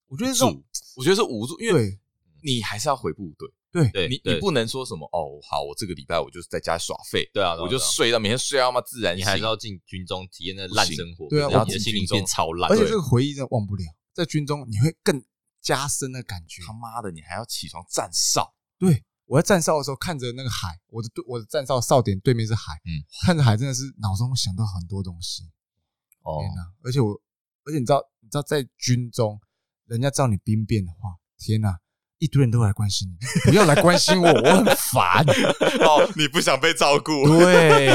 Speaker 2: 我觉得这
Speaker 3: 种
Speaker 2: 种
Speaker 3: 我觉得是无助，因为
Speaker 2: 对
Speaker 3: 你还是要回部队，
Speaker 2: 对
Speaker 1: 对
Speaker 3: 你
Speaker 1: 对
Speaker 3: 你不能说什么哦，好，我这个礼拜我就是在家耍废，
Speaker 1: 对啊，对啊
Speaker 3: 我就
Speaker 1: 对啊
Speaker 3: 睡到每天睡到嘛自然
Speaker 1: 你
Speaker 3: 醒，
Speaker 1: 还是要进军中体验那烂生活，
Speaker 2: 对啊
Speaker 1: 然后
Speaker 2: 我
Speaker 1: 你的
Speaker 3: 进
Speaker 1: 心
Speaker 3: 军
Speaker 1: 灵
Speaker 3: 中
Speaker 1: 变超烂，
Speaker 2: 而且
Speaker 1: 对
Speaker 2: 这个回忆真的忘不了，在军中你会更加深的感觉
Speaker 3: 他。妈的，你还要起床站哨，
Speaker 2: 对我在站哨的时候看着那个海，我的对我的站哨哨点对面是海，
Speaker 3: 嗯，
Speaker 2: 看着海真的是脑中会想到很多东西。
Speaker 3: 哦
Speaker 2: 天哪！啊而且我，而且你知道，你知道在军中，人家知道你兵变的话，天哪！一堆人都来关心你，不要来关心我，我很烦。
Speaker 3: 哦，你不想被 照顾，
Speaker 2: 对，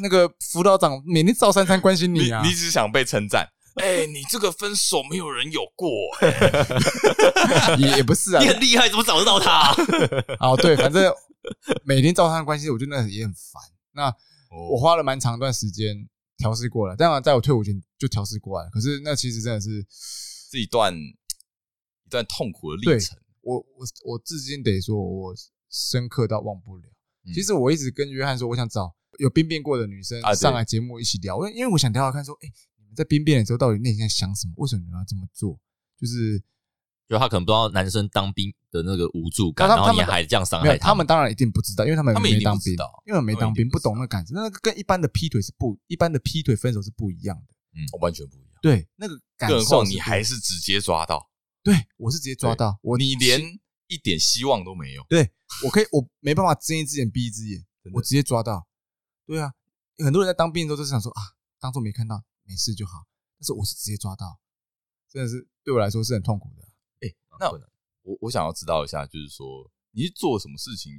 Speaker 2: 那个辅导长每天赵珊珊关心
Speaker 3: 你
Speaker 2: 啊，
Speaker 3: 你只想被称赞。 哎，你这个分手没有人有 过，
Speaker 2: 也也不是啊
Speaker 1: 你，很厉害，怎么找得到他？
Speaker 2: 哦对，反正每天赵珊珊关心，我觉得那也很烦。那我
Speaker 3: 哦
Speaker 2: 花了蛮长一段时间调试过来，当然在我退伍前就调试过来了，可是那其实真的是
Speaker 3: 是一段一段痛苦的
Speaker 2: 对
Speaker 3: 历程。
Speaker 2: 我我我至今得说，我深刻到忘不了。
Speaker 3: 嗯
Speaker 2: 其实我一直跟约翰说，我想找有兵变过的女生
Speaker 3: 啊对
Speaker 2: 上来节目一起聊，因为因为我想聊聊看，说，哎、你们在兵变的时候到底内心在想什么？为什么你们要这么做？就是
Speaker 1: 就他可能不知道男生当兵的那个无助
Speaker 2: 感
Speaker 1: 感，
Speaker 2: 那
Speaker 1: 然
Speaker 2: 他
Speaker 1: 后
Speaker 2: 们然后
Speaker 1: 你
Speaker 2: 你还
Speaker 1: 还这样伤
Speaker 3: 啊
Speaker 2: 没有，
Speaker 1: 害
Speaker 2: 他
Speaker 1: 们
Speaker 2: 们当然一定不知道，因为他们
Speaker 3: 他们一
Speaker 2: 没
Speaker 3: 定
Speaker 2: 当
Speaker 3: 不知
Speaker 2: 兵
Speaker 3: 道，
Speaker 2: 因为没
Speaker 3: 他们
Speaker 2: 当
Speaker 3: 一定
Speaker 2: 兵
Speaker 3: 不
Speaker 2: 不
Speaker 3: 知道
Speaker 2: 懂那感受，那个跟一般的劈腿是不一般的劈腿分手是不一样的。
Speaker 3: 我哦完全不一样。
Speaker 2: 对，那个感受
Speaker 3: 嗯更何况你
Speaker 2: 不
Speaker 3: 还
Speaker 2: 一
Speaker 3: 是直接抓到，
Speaker 2: 对我是直接抓
Speaker 3: 对
Speaker 2: 到我，
Speaker 3: 你连一点希望都没有。
Speaker 2: 我可以，我没办法睁一只眼闭一只眼
Speaker 3: 真，的
Speaker 2: 我直接抓到。对啊，很多人在当兵的时候就是想说啊，当做没看到，没事就好。但是我是直接抓到，真的是对我来说是很痛苦的。
Speaker 3: 那我我想要知道一下，就是说你是做什么事情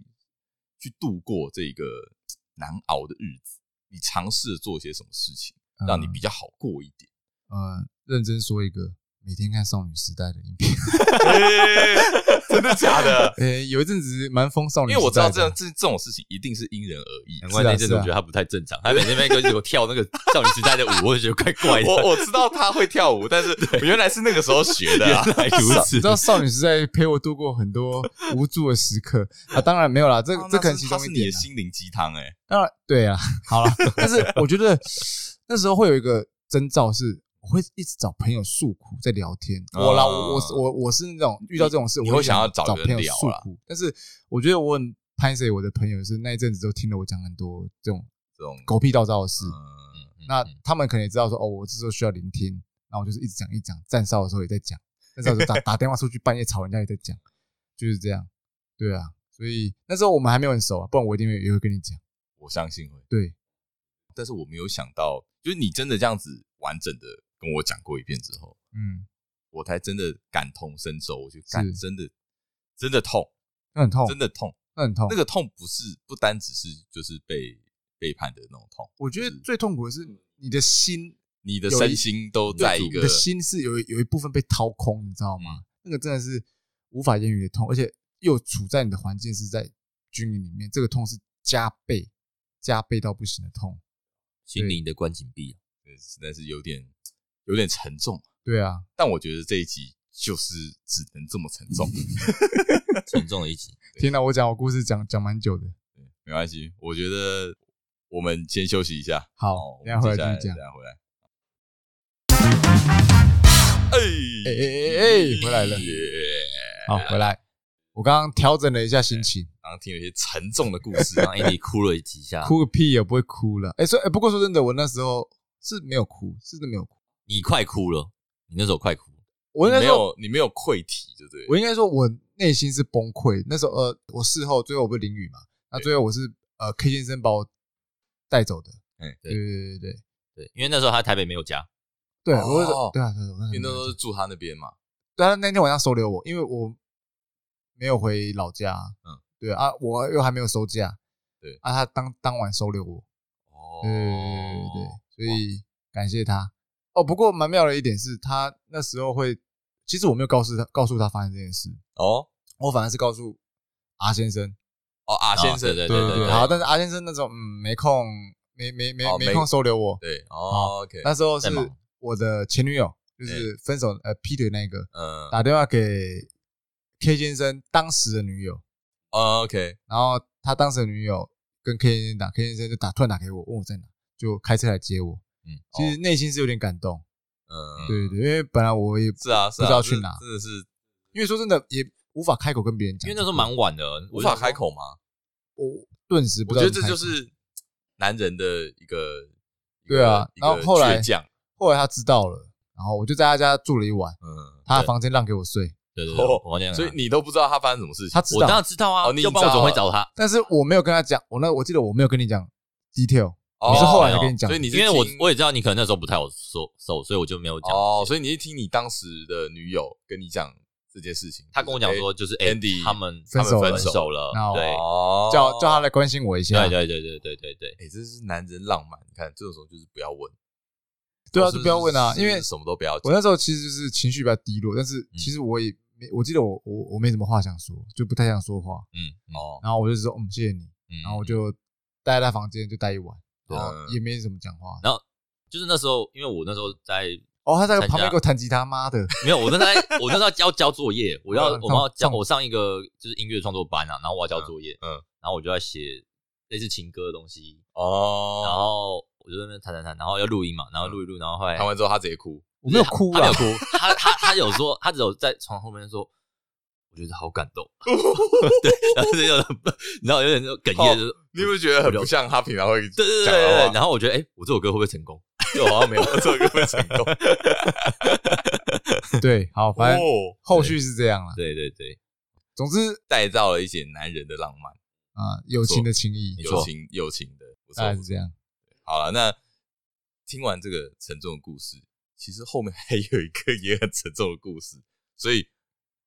Speaker 3: 去度过这个嘖难熬的日子？你尝试做些什么事情，
Speaker 2: 嗯
Speaker 3: 让你比较好过一点？
Speaker 2: 呃，认真说一个，每天看少女时代的影 片，
Speaker 3: 真的假 的？
Speaker 2: 呃，有一阵子蛮疯少女
Speaker 3: 因
Speaker 2: 时代的，
Speaker 3: 为我知道这这这种事情一定是因人而异
Speaker 1: 难。
Speaker 2: 是啊
Speaker 1: 怪那阵子
Speaker 2: 是啊
Speaker 1: 我觉得他不太正常，他每天在那边给我跳那个少女时代的舞，我就觉得怪怪的。
Speaker 3: 我我知道他会跳舞，但是原来是那个时候学的、啊。
Speaker 1: 原来如
Speaker 2: 你
Speaker 1: 此
Speaker 2: 知，道少女时代陪我度过很多无助的时刻 啊，当然没有啦，这
Speaker 3: 啊
Speaker 2: 这
Speaker 3: 那
Speaker 2: 可能
Speaker 3: 是
Speaker 2: 其
Speaker 3: 他
Speaker 2: 中
Speaker 3: 是
Speaker 2: 一
Speaker 3: 你的
Speaker 2: 点啦。
Speaker 3: 心灵鸡汤哎，
Speaker 2: 当然，对啊， 好 了，但是我觉得那时候会有一个征兆是，我会一直找朋友诉苦，在聊天。
Speaker 3: 啊
Speaker 2: 我啦，我我我我是那种遇到这种事，
Speaker 3: 你
Speaker 2: 我
Speaker 3: 会想要
Speaker 2: 找
Speaker 3: 找
Speaker 2: 朋
Speaker 3: 人
Speaker 2: 友
Speaker 3: 聊
Speaker 2: 诉
Speaker 3: 啦
Speaker 2: 苦，但是我觉得我很拍谁我的朋友是那一阵子都听了我讲很多这种
Speaker 3: 这种
Speaker 2: 狗屁倒灶的事，
Speaker 3: 嗯，
Speaker 2: 那他们可能也知道说，哦，我这时候需要聆听，那我就是一直讲一直讲，站哨的时候也在讲，站哨的时 候打打电话出去，半夜吵人家也在讲，就是这样，对啊，所以那时候我们还没有很熟啊，不然我一定会也会跟你讲，
Speaker 3: 我相信会。
Speaker 2: 对，
Speaker 3: 但是我没有想到，就是你真的这样子完整的跟我讲过一遍之后，
Speaker 2: 嗯，
Speaker 3: 我才真的感同身受，我就
Speaker 2: 是
Speaker 3: 感真的真的痛，
Speaker 2: 那很痛，
Speaker 3: 真的痛。
Speaker 2: 那很痛
Speaker 3: 那。个痛不是不单只是就是被背叛的那种痛，
Speaker 2: 我觉得最痛苦的是你的心，
Speaker 3: 你的
Speaker 2: 有一
Speaker 3: 身心都嗯在一
Speaker 2: 你
Speaker 3: 个嗯
Speaker 2: 的心是有有一部分被掏空，你知道吗？那个真的是无法言语的痛，而且又处在你的环境是在军营里面，这个痛是加倍、加倍到不行的痛。
Speaker 1: 心灵的关紧闭。啊
Speaker 3: 呃实在是有点有点沉重。
Speaker 2: 对啊，
Speaker 3: 但我觉得这一集就是只能这么沉重，
Speaker 2: 嗯
Speaker 1: 沉重的一集。
Speaker 2: 天哪，我讲我故事讲讲蛮久的。
Speaker 3: 没关系。我觉得我们先休息一下，哦
Speaker 2: 好，
Speaker 3: 我
Speaker 2: 等一下
Speaker 3: 们
Speaker 2: 回
Speaker 3: 接
Speaker 2: 来
Speaker 3: 下
Speaker 2: 继
Speaker 3: 来
Speaker 2: 续讲
Speaker 3: 等一。下回来。
Speaker 2: 哎哎哎哎
Speaker 3: 哎
Speaker 2: 回来了
Speaker 3: 耶
Speaker 2: 好，回来，我刚刚调整了一下心情，
Speaker 3: 然后听了一些沉重的故 事
Speaker 1: 然，后 Andy 哭了几下，
Speaker 2: 哭个屁也不会哭了。哎，所以哎，不过说真的，我那时候是没有哭，是真的没有哭。
Speaker 1: 你快哭了，你那时候快哭，
Speaker 2: 我应
Speaker 3: 你
Speaker 2: 该
Speaker 3: 没
Speaker 2: 说，
Speaker 3: 有你没有溃体，对不对？
Speaker 2: 我应该说，我内心是崩溃。那时候，呃，我事后最后我不是淋雨嘛，那最后我是呃 K 先生把我带走的。
Speaker 3: 嗯
Speaker 2: 对对对对
Speaker 1: 对，因为那时候他台北没有家，
Speaker 2: 对，
Speaker 3: 哦
Speaker 2: 我是对啊对啊，我
Speaker 3: 因为那时
Speaker 2: 时
Speaker 3: 候
Speaker 2: 候
Speaker 3: 是住他那边嘛，
Speaker 2: 对啊，那天晚上收留我，因为我没有回老家。嗯
Speaker 3: 嗯，
Speaker 2: 对啊，我又还没有收假。
Speaker 3: 对
Speaker 2: 啊，他当当晚收留我。
Speaker 3: 哦
Speaker 2: 对对对，所以感谢他。哦，不过蛮妙的一点是他那时候会，其实我没有告诉他告诉他发生这件事，
Speaker 3: 哦
Speaker 2: 我反而是告诉阿先生。
Speaker 3: 哦，阿先生，
Speaker 1: 哦对
Speaker 2: 对
Speaker 1: 对
Speaker 2: 对对，嗯好，但是阿先生那时候嗯没空，没没没
Speaker 3: 哦
Speaker 2: 没
Speaker 3: 没
Speaker 2: 空收留我。
Speaker 3: 对哦，OK，
Speaker 2: 那时候是
Speaker 1: 在忙
Speaker 2: 我的前女友，就是分手呃劈腿那个，
Speaker 3: 嗯
Speaker 2: 打电话给 K 先生当时的女友，
Speaker 3: 哦，OK，
Speaker 2: 然后他当时的女友跟 K 先生打，K 先生就打突然打给我，问我在哪，就开车来接我。
Speaker 3: 嗯，
Speaker 2: 其实内心是有点感动，
Speaker 3: 嗯，
Speaker 2: 对对，对，因为本来我也
Speaker 3: 是啊，是
Speaker 2: 不
Speaker 3: 啊
Speaker 2: 知道去哪
Speaker 3: 真的是
Speaker 2: 因为说真的也无法开口跟别人讲，
Speaker 1: 因为那时候蛮晚的，
Speaker 3: 无
Speaker 1: 我
Speaker 3: 法开，口吗？
Speaker 2: 我顿时不
Speaker 3: 我
Speaker 2: 知道
Speaker 3: 觉得
Speaker 2: 怎
Speaker 3: 这
Speaker 2: 么开口
Speaker 3: 就是男人的一个
Speaker 2: 对啊
Speaker 3: 一个
Speaker 2: 然后后来
Speaker 3: 倔强，
Speaker 2: 后来他知道了，然后我就在他家住了一晚，
Speaker 3: 嗯，
Speaker 2: 他的房间让给我睡，
Speaker 1: 对对对，
Speaker 3: 哦
Speaker 1: 我这样，
Speaker 3: 所以你都不知道他发生什么事情，
Speaker 2: 嗯他知
Speaker 1: 我
Speaker 2: 道
Speaker 1: 当然知道啊，
Speaker 3: 哦你已
Speaker 1: 要
Speaker 3: 经
Speaker 1: 不然我怎么会
Speaker 3: 知道
Speaker 1: 找他？
Speaker 2: 但是我没有跟他讲，我那我记得我没有跟你讲 detail，
Speaker 3: 哦
Speaker 2: 我是后来才
Speaker 1: 没有
Speaker 2: 跟你讲的，
Speaker 3: 所以你是
Speaker 1: 因为我
Speaker 3: 听哦
Speaker 1: 我也知道你可能那时候不太有收手，所以我就没有讲。
Speaker 3: 哦，所以你是听你当时的女友跟你讲这件事情。
Speaker 1: 他跟我讲说，就是哎
Speaker 3: Andy，
Speaker 1: 他们
Speaker 2: 分
Speaker 1: 他
Speaker 2: 手
Speaker 1: 们
Speaker 2: 了
Speaker 1: 分手了
Speaker 2: 那，
Speaker 1: 对
Speaker 3: 哦，
Speaker 2: 叫叫他来关心我一下。
Speaker 1: 对对对对对对对，
Speaker 3: 哎、这是男人浪漫。你看这种时候就是不要问，
Speaker 2: 对啊，
Speaker 3: 我是
Speaker 2: 就不要问啊，
Speaker 3: 哦是嗯
Speaker 2: 因为
Speaker 3: 什么都不要
Speaker 2: 我
Speaker 3: 讲。
Speaker 2: 那时候其实就是情绪比较低落，但是其实我也没，我记得我我我没什么话想说，就不太想说话。
Speaker 3: 嗯，哦，
Speaker 2: 然后我就说嗯，谢谢你，
Speaker 3: 嗯，
Speaker 2: 然后我就待在他房间就待一晚，
Speaker 3: 对
Speaker 2: 然后也没怎么讲话。
Speaker 1: 就是那时候，因为我那时候在
Speaker 2: 哦，他在
Speaker 1: 参加
Speaker 2: 旁边给我弹吉他，妈的，
Speaker 1: 没有，我那时候在我那时候要交交作业，我要
Speaker 2: 嗯
Speaker 1: 我们要交
Speaker 2: 放
Speaker 1: 我上一个就是音乐创作班啊，然后我要交作业，
Speaker 3: 嗯
Speaker 1: 嗯
Speaker 3: 嗯，
Speaker 1: 然后我就在写类似情歌的东西，然
Speaker 3: 哦，
Speaker 1: 后我就在那边弹弹弹，然后要录音嘛，然后录一录，然后后来
Speaker 3: 谈完之后他直接哭，
Speaker 2: 我没有哭
Speaker 1: 他 没
Speaker 2: 啊
Speaker 1: 有，哭，他他他有说，他只有在床后面说，我觉得好感 动， 对，然后就有点，然后有点哽咽，就是
Speaker 3: 你有没有觉得很不像他平常会
Speaker 1: 对对对
Speaker 3: 讲
Speaker 1: 对
Speaker 3: 的
Speaker 1: 对，
Speaker 3: 话
Speaker 1: 然后我觉得，哎，我这首歌会不会成功？
Speaker 3: 就好像 没有啊这个会成功？
Speaker 2: 对，好， 反正
Speaker 3: 哦，
Speaker 2: 后续是这样啦。
Speaker 1: 对对对，
Speaker 2: 总之
Speaker 3: 带到了一些男人的浪漫，
Speaker 2: 啊，友情的情谊，
Speaker 3: 友情友情的，不错
Speaker 2: 大概。是这样。
Speaker 3: 好了，那听完这个沉重的故事，其实后面 还有一个也很沉重的故事，所以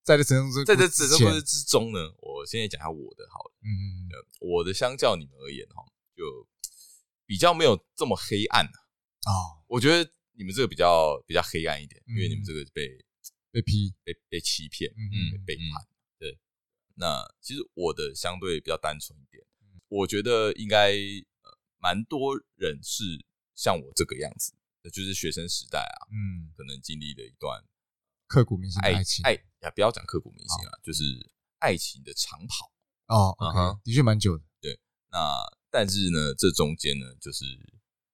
Speaker 2: 在这沉重之
Speaker 3: 在这沉重
Speaker 2: 前
Speaker 3: 故事之中呢，我现在讲下我的好了。
Speaker 2: 嗯嗯嗯，
Speaker 3: 呃我的相较你们而言哈，就比较没有这么黑暗、啊、
Speaker 2: 哦，
Speaker 3: 我觉得你们这个比较比较黑暗一点，因为你们
Speaker 2: 嗯
Speaker 3: 这个被
Speaker 2: 被批，
Speaker 3: 被被欺骗，
Speaker 2: 嗯
Speaker 3: 被背叛。对，那其实我的相对比较单纯一点，
Speaker 2: 嗯
Speaker 3: 我觉得应该呃蛮多人是像我这个样子，就是学生时代啊，
Speaker 2: 嗯，
Speaker 3: 可能经历了一段
Speaker 2: 刻骨铭心的
Speaker 3: 爱
Speaker 2: 爱情，
Speaker 3: 爱呀，不要讲刻骨铭心啊，就是爱情的长跑。
Speaker 2: 哦
Speaker 3: 嗯哼
Speaker 2: ，OK，的确蛮久的，
Speaker 3: 那但是呢，这中间呢，就是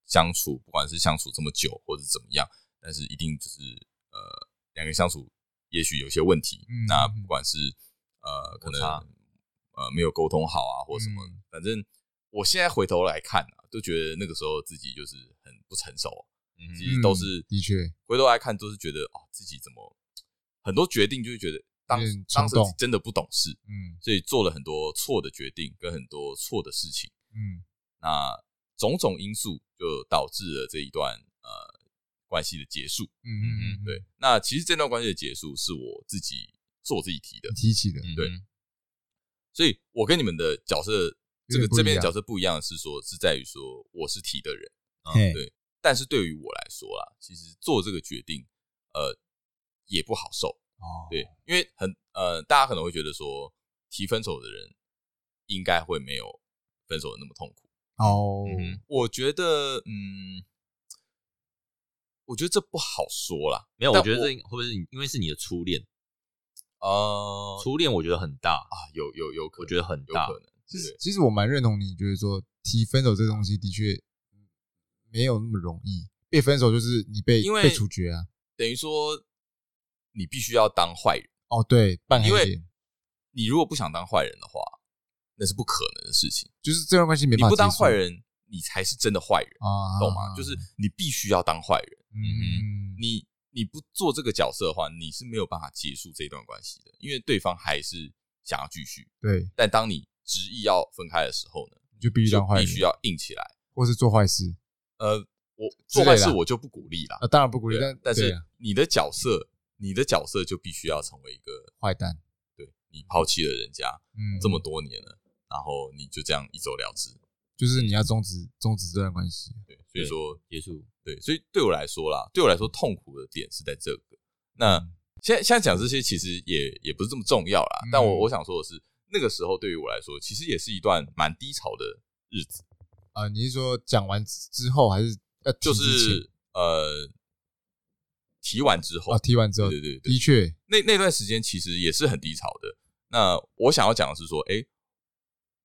Speaker 3: 相处，不管是相处这么久或者怎么样，但是一定就是呃，两个人相处也许有些问题，
Speaker 2: 嗯
Speaker 3: 那不管是呃，可
Speaker 1: 摩
Speaker 3: 能
Speaker 1: 擦
Speaker 3: 呃没有沟通好啊，或什么，
Speaker 2: 嗯
Speaker 3: 反正我现在回头来看啊，都觉得那个时候自己就是很不成熟、
Speaker 1: 嗯
Speaker 3: 其实都是、
Speaker 2: 嗯的确，
Speaker 3: 回头来看都是觉得哦，自己怎么很多决定就是觉得当
Speaker 2: 有点
Speaker 3: 当
Speaker 2: 冲
Speaker 3: 时
Speaker 2: 动
Speaker 3: 自己真的不懂事，
Speaker 2: 嗯
Speaker 3: 所以做了很多错的决定跟很多错的事情。
Speaker 2: 嗯
Speaker 3: 那种种因素就导致了这一段呃关系的结束。
Speaker 2: 嗯嗯嗯，
Speaker 3: 对，那其实这段关系的结束是我自己是我自己提的
Speaker 2: 你，提起的，
Speaker 1: 嗯
Speaker 3: 对所以我跟你们的角色这
Speaker 2: 有点
Speaker 3: 个
Speaker 2: 不一样
Speaker 3: 这边的角色不一样的是说是在于说我是提的人，
Speaker 2: 嘿
Speaker 3: 对但是对于我来说啊，其实做这个决定呃也不好受，
Speaker 2: 哦，
Speaker 3: 对，因为很呃大家可能会觉得说提分手的人应该会没有分手的那么痛苦。
Speaker 2: 哦，
Speaker 3: 嗯，我觉得，嗯，我觉得这不好说啦。
Speaker 1: 没有，
Speaker 3: 但
Speaker 1: 我觉得
Speaker 3: 我
Speaker 1: 这会不会是你因为是你的初恋？
Speaker 3: 呃，
Speaker 1: 初恋我觉得很大，
Speaker 3: 啊，有有有可能，
Speaker 1: 我觉得很
Speaker 3: 有
Speaker 1: 大
Speaker 3: 可能，
Speaker 2: 其实
Speaker 3: 对，
Speaker 2: 其实我蛮认同你，觉得说提分手这东西的确没有那么容易，被分手就是你被
Speaker 3: 因为
Speaker 2: 被处决啊，
Speaker 3: 等于说你必须要当坏人。
Speaker 2: 哦，对，半黑
Speaker 3: 因为
Speaker 2: 脸，
Speaker 3: 你如果不想当坏人的话，那是不可能的事情。
Speaker 2: 就是这段关系没
Speaker 3: 你
Speaker 2: 办法
Speaker 3: 不当
Speaker 2: 结束
Speaker 3: 坏人，你才是真的坏人，
Speaker 2: 啊，
Speaker 3: 懂吗？就是你必须要当坏人。
Speaker 2: 嗯，嗯
Speaker 3: 你你不做这个角色的话，你是没有办法结束这段关系的，因为对方还是想要继续。
Speaker 2: 对，
Speaker 3: 但当你执意要分开的时候呢，
Speaker 2: 你就必须
Speaker 3: 就
Speaker 2: 当坏
Speaker 3: 必
Speaker 2: 人，
Speaker 3: 须要硬起来。
Speaker 2: 或是做坏事
Speaker 3: 呃，我
Speaker 2: 之
Speaker 3: 做
Speaker 2: 类的
Speaker 3: 坏事我就不鼓励啦
Speaker 2: 啊，。当然不鼓励，
Speaker 3: 对
Speaker 2: 但
Speaker 3: 但
Speaker 2: 对
Speaker 3: 是
Speaker 2: 啊
Speaker 3: 你的角色，你的角色就必须要成为一个，
Speaker 2: 坏蛋，
Speaker 3: 对你抛弃了人家
Speaker 2: 嗯，
Speaker 3: 这么多年了，然后你就这样一走了之。
Speaker 2: 就是你要终止终止这段关系，
Speaker 3: 对，所以说，
Speaker 1: 结束，
Speaker 3: 对，所以对我来说啦，对我来说痛苦的点是在这个。那现在现在讲这些其实也也不是这么重要啦，
Speaker 2: 嗯
Speaker 3: 但我我想说的是，那个时候对于我来说，其实也是一段蛮低潮的日子。
Speaker 2: 啊，你是说讲完之之后还是要提
Speaker 3: 就
Speaker 2: 之前
Speaker 3: 是呃，提完之后
Speaker 2: 啊，，提完之后
Speaker 3: 对，对对对
Speaker 2: 的，确，
Speaker 3: 那那段时间其实也是很低潮的。那我想要讲的是说，哎、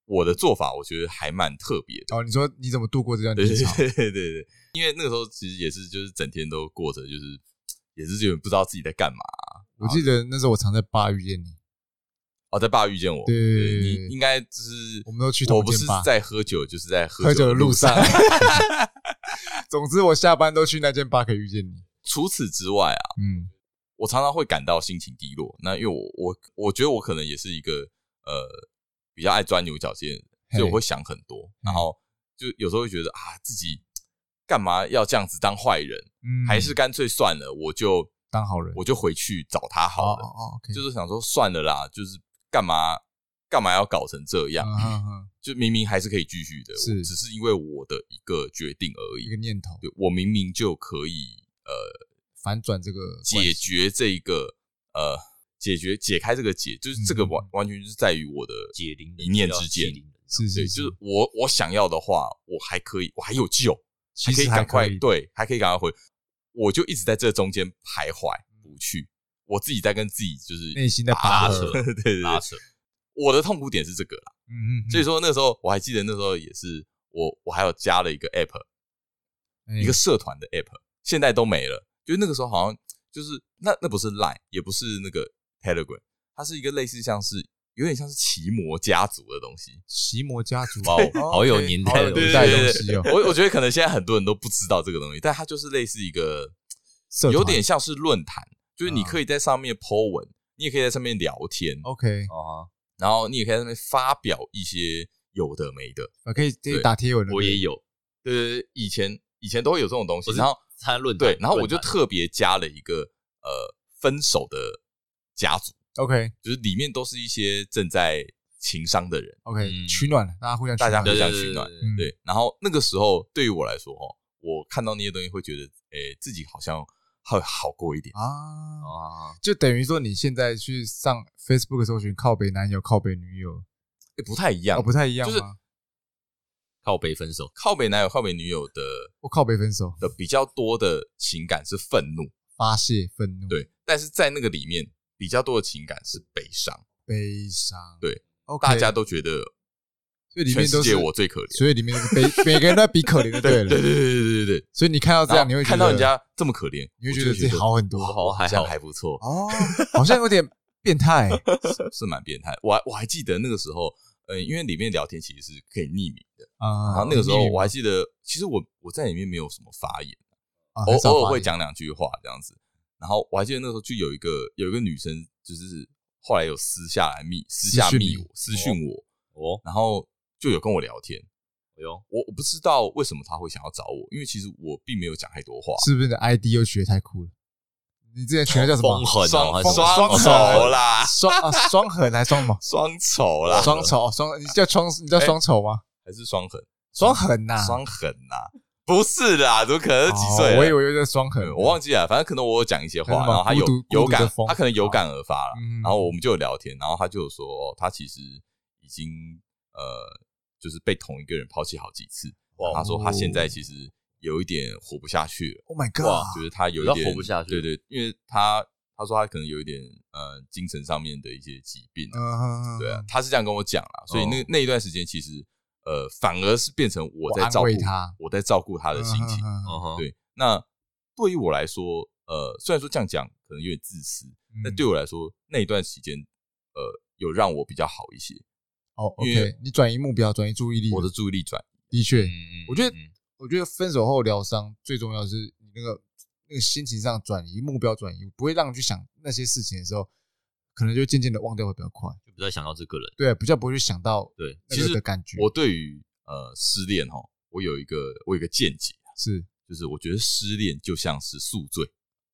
Speaker 3: 我的做法我觉得还蛮特别的。
Speaker 2: 哦，你说你怎么度过这段
Speaker 3: 对
Speaker 2: 低
Speaker 3: 对
Speaker 2: 潮？
Speaker 3: 对对对对，因为那个时候其实也是就是整天都过着就是也是有点不知道自己在干嘛
Speaker 2: 我记得那时候我常在吧遇见你，
Speaker 3: 哦，在爸遇见我，
Speaker 2: 对
Speaker 3: 你应该就是
Speaker 2: 我们都去
Speaker 3: 我
Speaker 2: 同
Speaker 3: 不
Speaker 2: 间
Speaker 3: 是
Speaker 2: 吧
Speaker 3: 在喝酒，就是在喝
Speaker 2: 喝酒的
Speaker 3: 路
Speaker 2: 路上。 总之，我下班都去那间吧可以遇见你。
Speaker 3: 除此之外啊，
Speaker 2: 嗯，
Speaker 3: 我常常会感到心情低落。那因为我我我觉得我可能也是一个呃比较爱钻牛角尖的人，
Speaker 2: 嘿嗯
Speaker 3: 所以我会想很多，然后就有时候会觉得啊自己干嘛要这样子当坏人，
Speaker 2: 嗯
Speaker 3: 还是干脆算了，我就
Speaker 2: 当好人。
Speaker 3: 我就回去找他
Speaker 2: 哦
Speaker 3: 好了。
Speaker 2: 哦，OK，
Speaker 3: 就是想说算了啦，就是干嘛干嘛要搞成这样？
Speaker 2: 嗯哼哼
Speaker 3: 就明明还是可以继续的，
Speaker 2: 是
Speaker 3: 我只是因为我的一个决定而
Speaker 2: 一个
Speaker 3: 已。
Speaker 2: 念头
Speaker 3: 对我明明就可以呃
Speaker 2: 反转这个
Speaker 3: 解决这个呃解决解开这个结，就是这个
Speaker 2: 嗯
Speaker 3: 完完全就是在于我的
Speaker 1: 解铃人
Speaker 3: 一念之间
Speaker 1: 要系铃人
Speaker 2: 是是
Speaker 3: 对，就是我我想要的话，我还可以，我还有救，
Speaker 2: 其
Speaker 3: 可
Speaker 2: 实
Speaker 3: 以赶
Speaker 2: 还
Speaker 3: 快
Speaker 2: 可以
Speaker 3: 对，还可以赶快回。我就一直在这中间徘徊不去，我自己在跟自己就是
Speaker 2: 嗯内心在
Speaker 3: 拔
Speaker 2: 拔
Speaker 3: 河，
Speaker 2: 河
Speaker 3: 对对对，
Speaker 1: 拉扯，
Speaker 3: 我的痛苦点是这个啦。
Speaker 2: 嗯嗯，
Speaker 3: 所以说那时候我还记得那时候也是我我还有加了一个 app，
Speaker 2: 以
Speaker 3: 一个社团的 app，现在都没了。就是那个时候好像就是那那不是 Line，也不是那个 Telegram，它是一个类似像是有点像是奇摩家族的东西。
Speaker 2: 奇摩家族，
Speaker 1: 哇哦好有 年代
Speaker 2: 好
Speaker 1: 哦
Speaker 2: 有
Speaker 3: 对
Speaker 2: 年代的
Speaker 3: 对
Speaker 2: 东
Speaker 3: 对
Speaker 2: 西哦，
Speaker 3: 我我觉得可能现在很多人都不知道这个东西，但它就是类似一个
Speaker 2: 社团
Speaker 3: 有点像是论坛，就是你可以在上面 po 文，你也可以在上面聊天，
Speaker 2: OK，
Speaker 3: 啊
Speaker 1: 哦，
Speaker 3: 然后你也可以在上面发表一些有的没的。
Speaker 2: 啊可以可以
Speaker 3: 对
Speaker 2: 打贴文了，
Speaker 1: 我也有
Speaker 3: 对对对，以前以前都会有这种东西
Speaker 1: 我，是
Speaker 3: 然后
Speaker 1: 参加论坛
Speaker 3: 对，然后我就
Speaker 1: 论坛
Speaker 3: 特别加了一个呃分手的家族，
Speaker 2: OK
Speaker 3: 就是里面都是一些正在情伤的人，
Speaker 2: OK，
Speaker 1: 嗯
Speaker 2: 取暖了，大家互相取
Speaker 3: 大家
Speaker 2: 暖
Speaker 3: 互
Speaker 1: 对
Speaker 3: 相
Speaker 1: 对
Speaker 3: 取
Speaker 1: 对
Speaker 3: 暖
Speaker 1: 对对
Speaker 2: 嗯
Speaker 3: 对。然后那个时候对于我来说，哦，我看到那些东西会觉得，诶，自己好像会好过一点。
Speaker 2: 啊，
Speaker 1: 哦，
Speaker 2: 就等于说你现在去上 Facebook 搜寻靠北男友、靠北女友，
Speaker 3: 诶不太一样，
Speaker 2: 哦，不太一样
Speaker 3: 就是
Speaker 2: 吗？
Speaker 1: 靠北分手，
Speaker 3: 靠北男友、靠北女友的
Speaker 2: 我靠北分手，
Speaker 3: 的比较多的情感是愤怒，
Speaker 2: 发泄愤怒，
Speaker 3: 对，但是在那个里面比较多的情感是悲伤，
Speaker 2: 悲伤，
Speaker 3: 对
Speaker 2: ，OK，
Speaker 3: 大家都觉得
Speaker 2: 所以里
Speaker 3: 全
Speaker 2: 面
Speaker 3: 世
Speaker 2: 都
Speaker 3: 界
Speaker 2: 是
Speaker 3: 我最可怜。
Speaker 2: 所以里面都是 悲，每个人都在比可怜就对
Speaker 3: 对对
Speaker 2: 了。
Speaker 3: 对对对对对，
Speaker 2: 所以你看到这
Speaker 3: 然
Speaker 2: 样，
Speaker 3: 后
Speaker 2: 你会觉
Speaker 3: 看
Speaker 2: 得
Speaker 3: 到人，家这么可怜，
Speaker 2: 你会
Speaker 3: 我
Speaker 2: 觉
Speaker 3: 就
Speaker 2: 得
Speaker 3: 得
Speaker 2: 自己好很多
Speaker 3: 好
Speaker 1: 还好
Speaker 3: 像还不错，
Speaker 2: 哦，好像有点变 态。
Speaker 3: 是是蛮变态。我还我还记得那个时候，嗯，因为里面聊天其实是可以匿名的，
Speaker 2: 啊
Speaker 3: 然后那个时候我还记得，其实我我在里面没有什么发言，
Speaker 2: 啊
Speaker 3: 偶
Speaker 2: 很少
Speaker 3: 偶尔
Speaker 2: 发
Speaker 3: 会
Speaker 2: 言
Speaker 3: 讲两句话这样子。然后我还记得那时候就有一个有一个女生，就是后来有私下来密私下
Speaker 2: 讯
Speaker 3: 密
Speaker 2: 你
Speaker 3: 我私讯我，
Speaker 1: 哦，
Speaker 3: 然后就有跟我聊天。
Speaker 1: 哎呦，
Speaker 3: 我我不知道为什么她会想要找我，因为其实我并没有讲太多话，
Speaker 2: 是不是你的 ID 又学太酷了？你之前取的叫什么
Speaker 1: 风？痕
Speaker 3: 双
Speaker 1: 哦，
Speaker 3: 双
Speaker 2: 双
Speaker 3: 丑啦，
Speaker 2: 双啊双痕还是双 毛？
Speaker 3: 双丑啦，
Speaker 2: 双丑哦双，你叫双你叫双丑吗？
Speaker 3: 还是双痕？
Speaker 2: 双痕呐，
Speaker 3: 哎双痕呐、不是啦，怎么可能？几岁
Speaker 2: 哦
Speaker 3: 了？
Speaker 2: 我以为叫双痕
Speaker 3: 嗯，我忘记了，反正可能我有讲一些
Speaker 2: 还是
Speaker 3: 话，
Speaker 2: 什么
Speaker 3: 然后他有
Speaker 2: 孤独
Speaker 3: 有
Speaker 2: 孤
Speaker 3: 感
Speaker 2: 独的风，
Speaker 3: 他可能有感而发了
Speaker 2: 嗯。
Speaker 3: 然后我们就有聊天，然后他就有说，哦他其实已经呃，就是被同一个人抛弃好几次。
Speaker 1: 哇哦
Speaker 3: 他说他现在其实有一点活不下去了，
Speaker 2: Oh my
Speaker 3: 哇
Speaker 2: god！，
Speaker 3: 就是他有
Speaker 1: 有
Speaker 3: 一
Speaker 1: 到
Speaker 3: 点
Speaker 1: 活不下去
Speaker 3: 对对，因为他他说他可能有一点呃精神上面的一些疾病啊，
Speaker 2: 嗯，
Speaker 3: 对啊，，他是这样跟我讲啦，所以那、
Speaker 1: 哦
Speaker 3: 那一段时间其实呃，反而是变成我在
Speaker 2: 我安
Speaker 3: 照顾
Speaker 2: 慰他
Speaker 3: 我在照顾
Speaker 2: 他
Speaker 3: 他的心情。
Speaker 1: 嗯哼，
Speaker 3: 对，那对于我来说，呃，虽然说这样讲可能有点自私，
Speaker 2: 嗯
Speaker 3: 但对我来说那一段时间，呃，有让我比较好一些，
Speaker 2: 哦
Speaker 3: 因为
Speaker 2: ，OK，你转移目标，转移注意力，
Speaker 3: 我的注意力转移。
Speaker 2: 的确，
Speaker 3: 嗯
Speaker 2: 我觉得我觉得分手后疗伤最重要的是你那个那个心情上转移目标转移，不会让你去想那些事情的时候，可能就渐渐的忘掉会比较快。
Speaker 1: 就不再想到这个人，
Speaker 2: 对，啊比较不会去想到
Speaker 1: 对，
Speaker 2: 那
Speaker 3: 其
Speaker 2: 个
Speaker 3: 实
Speaker 2: 的感觉。
Speaker 3: 我对于呃失恋哈，我有一个我有一个见解，
Speaker 2: 是
Speaker 3: 就是我觉得失恋就像是宿醉，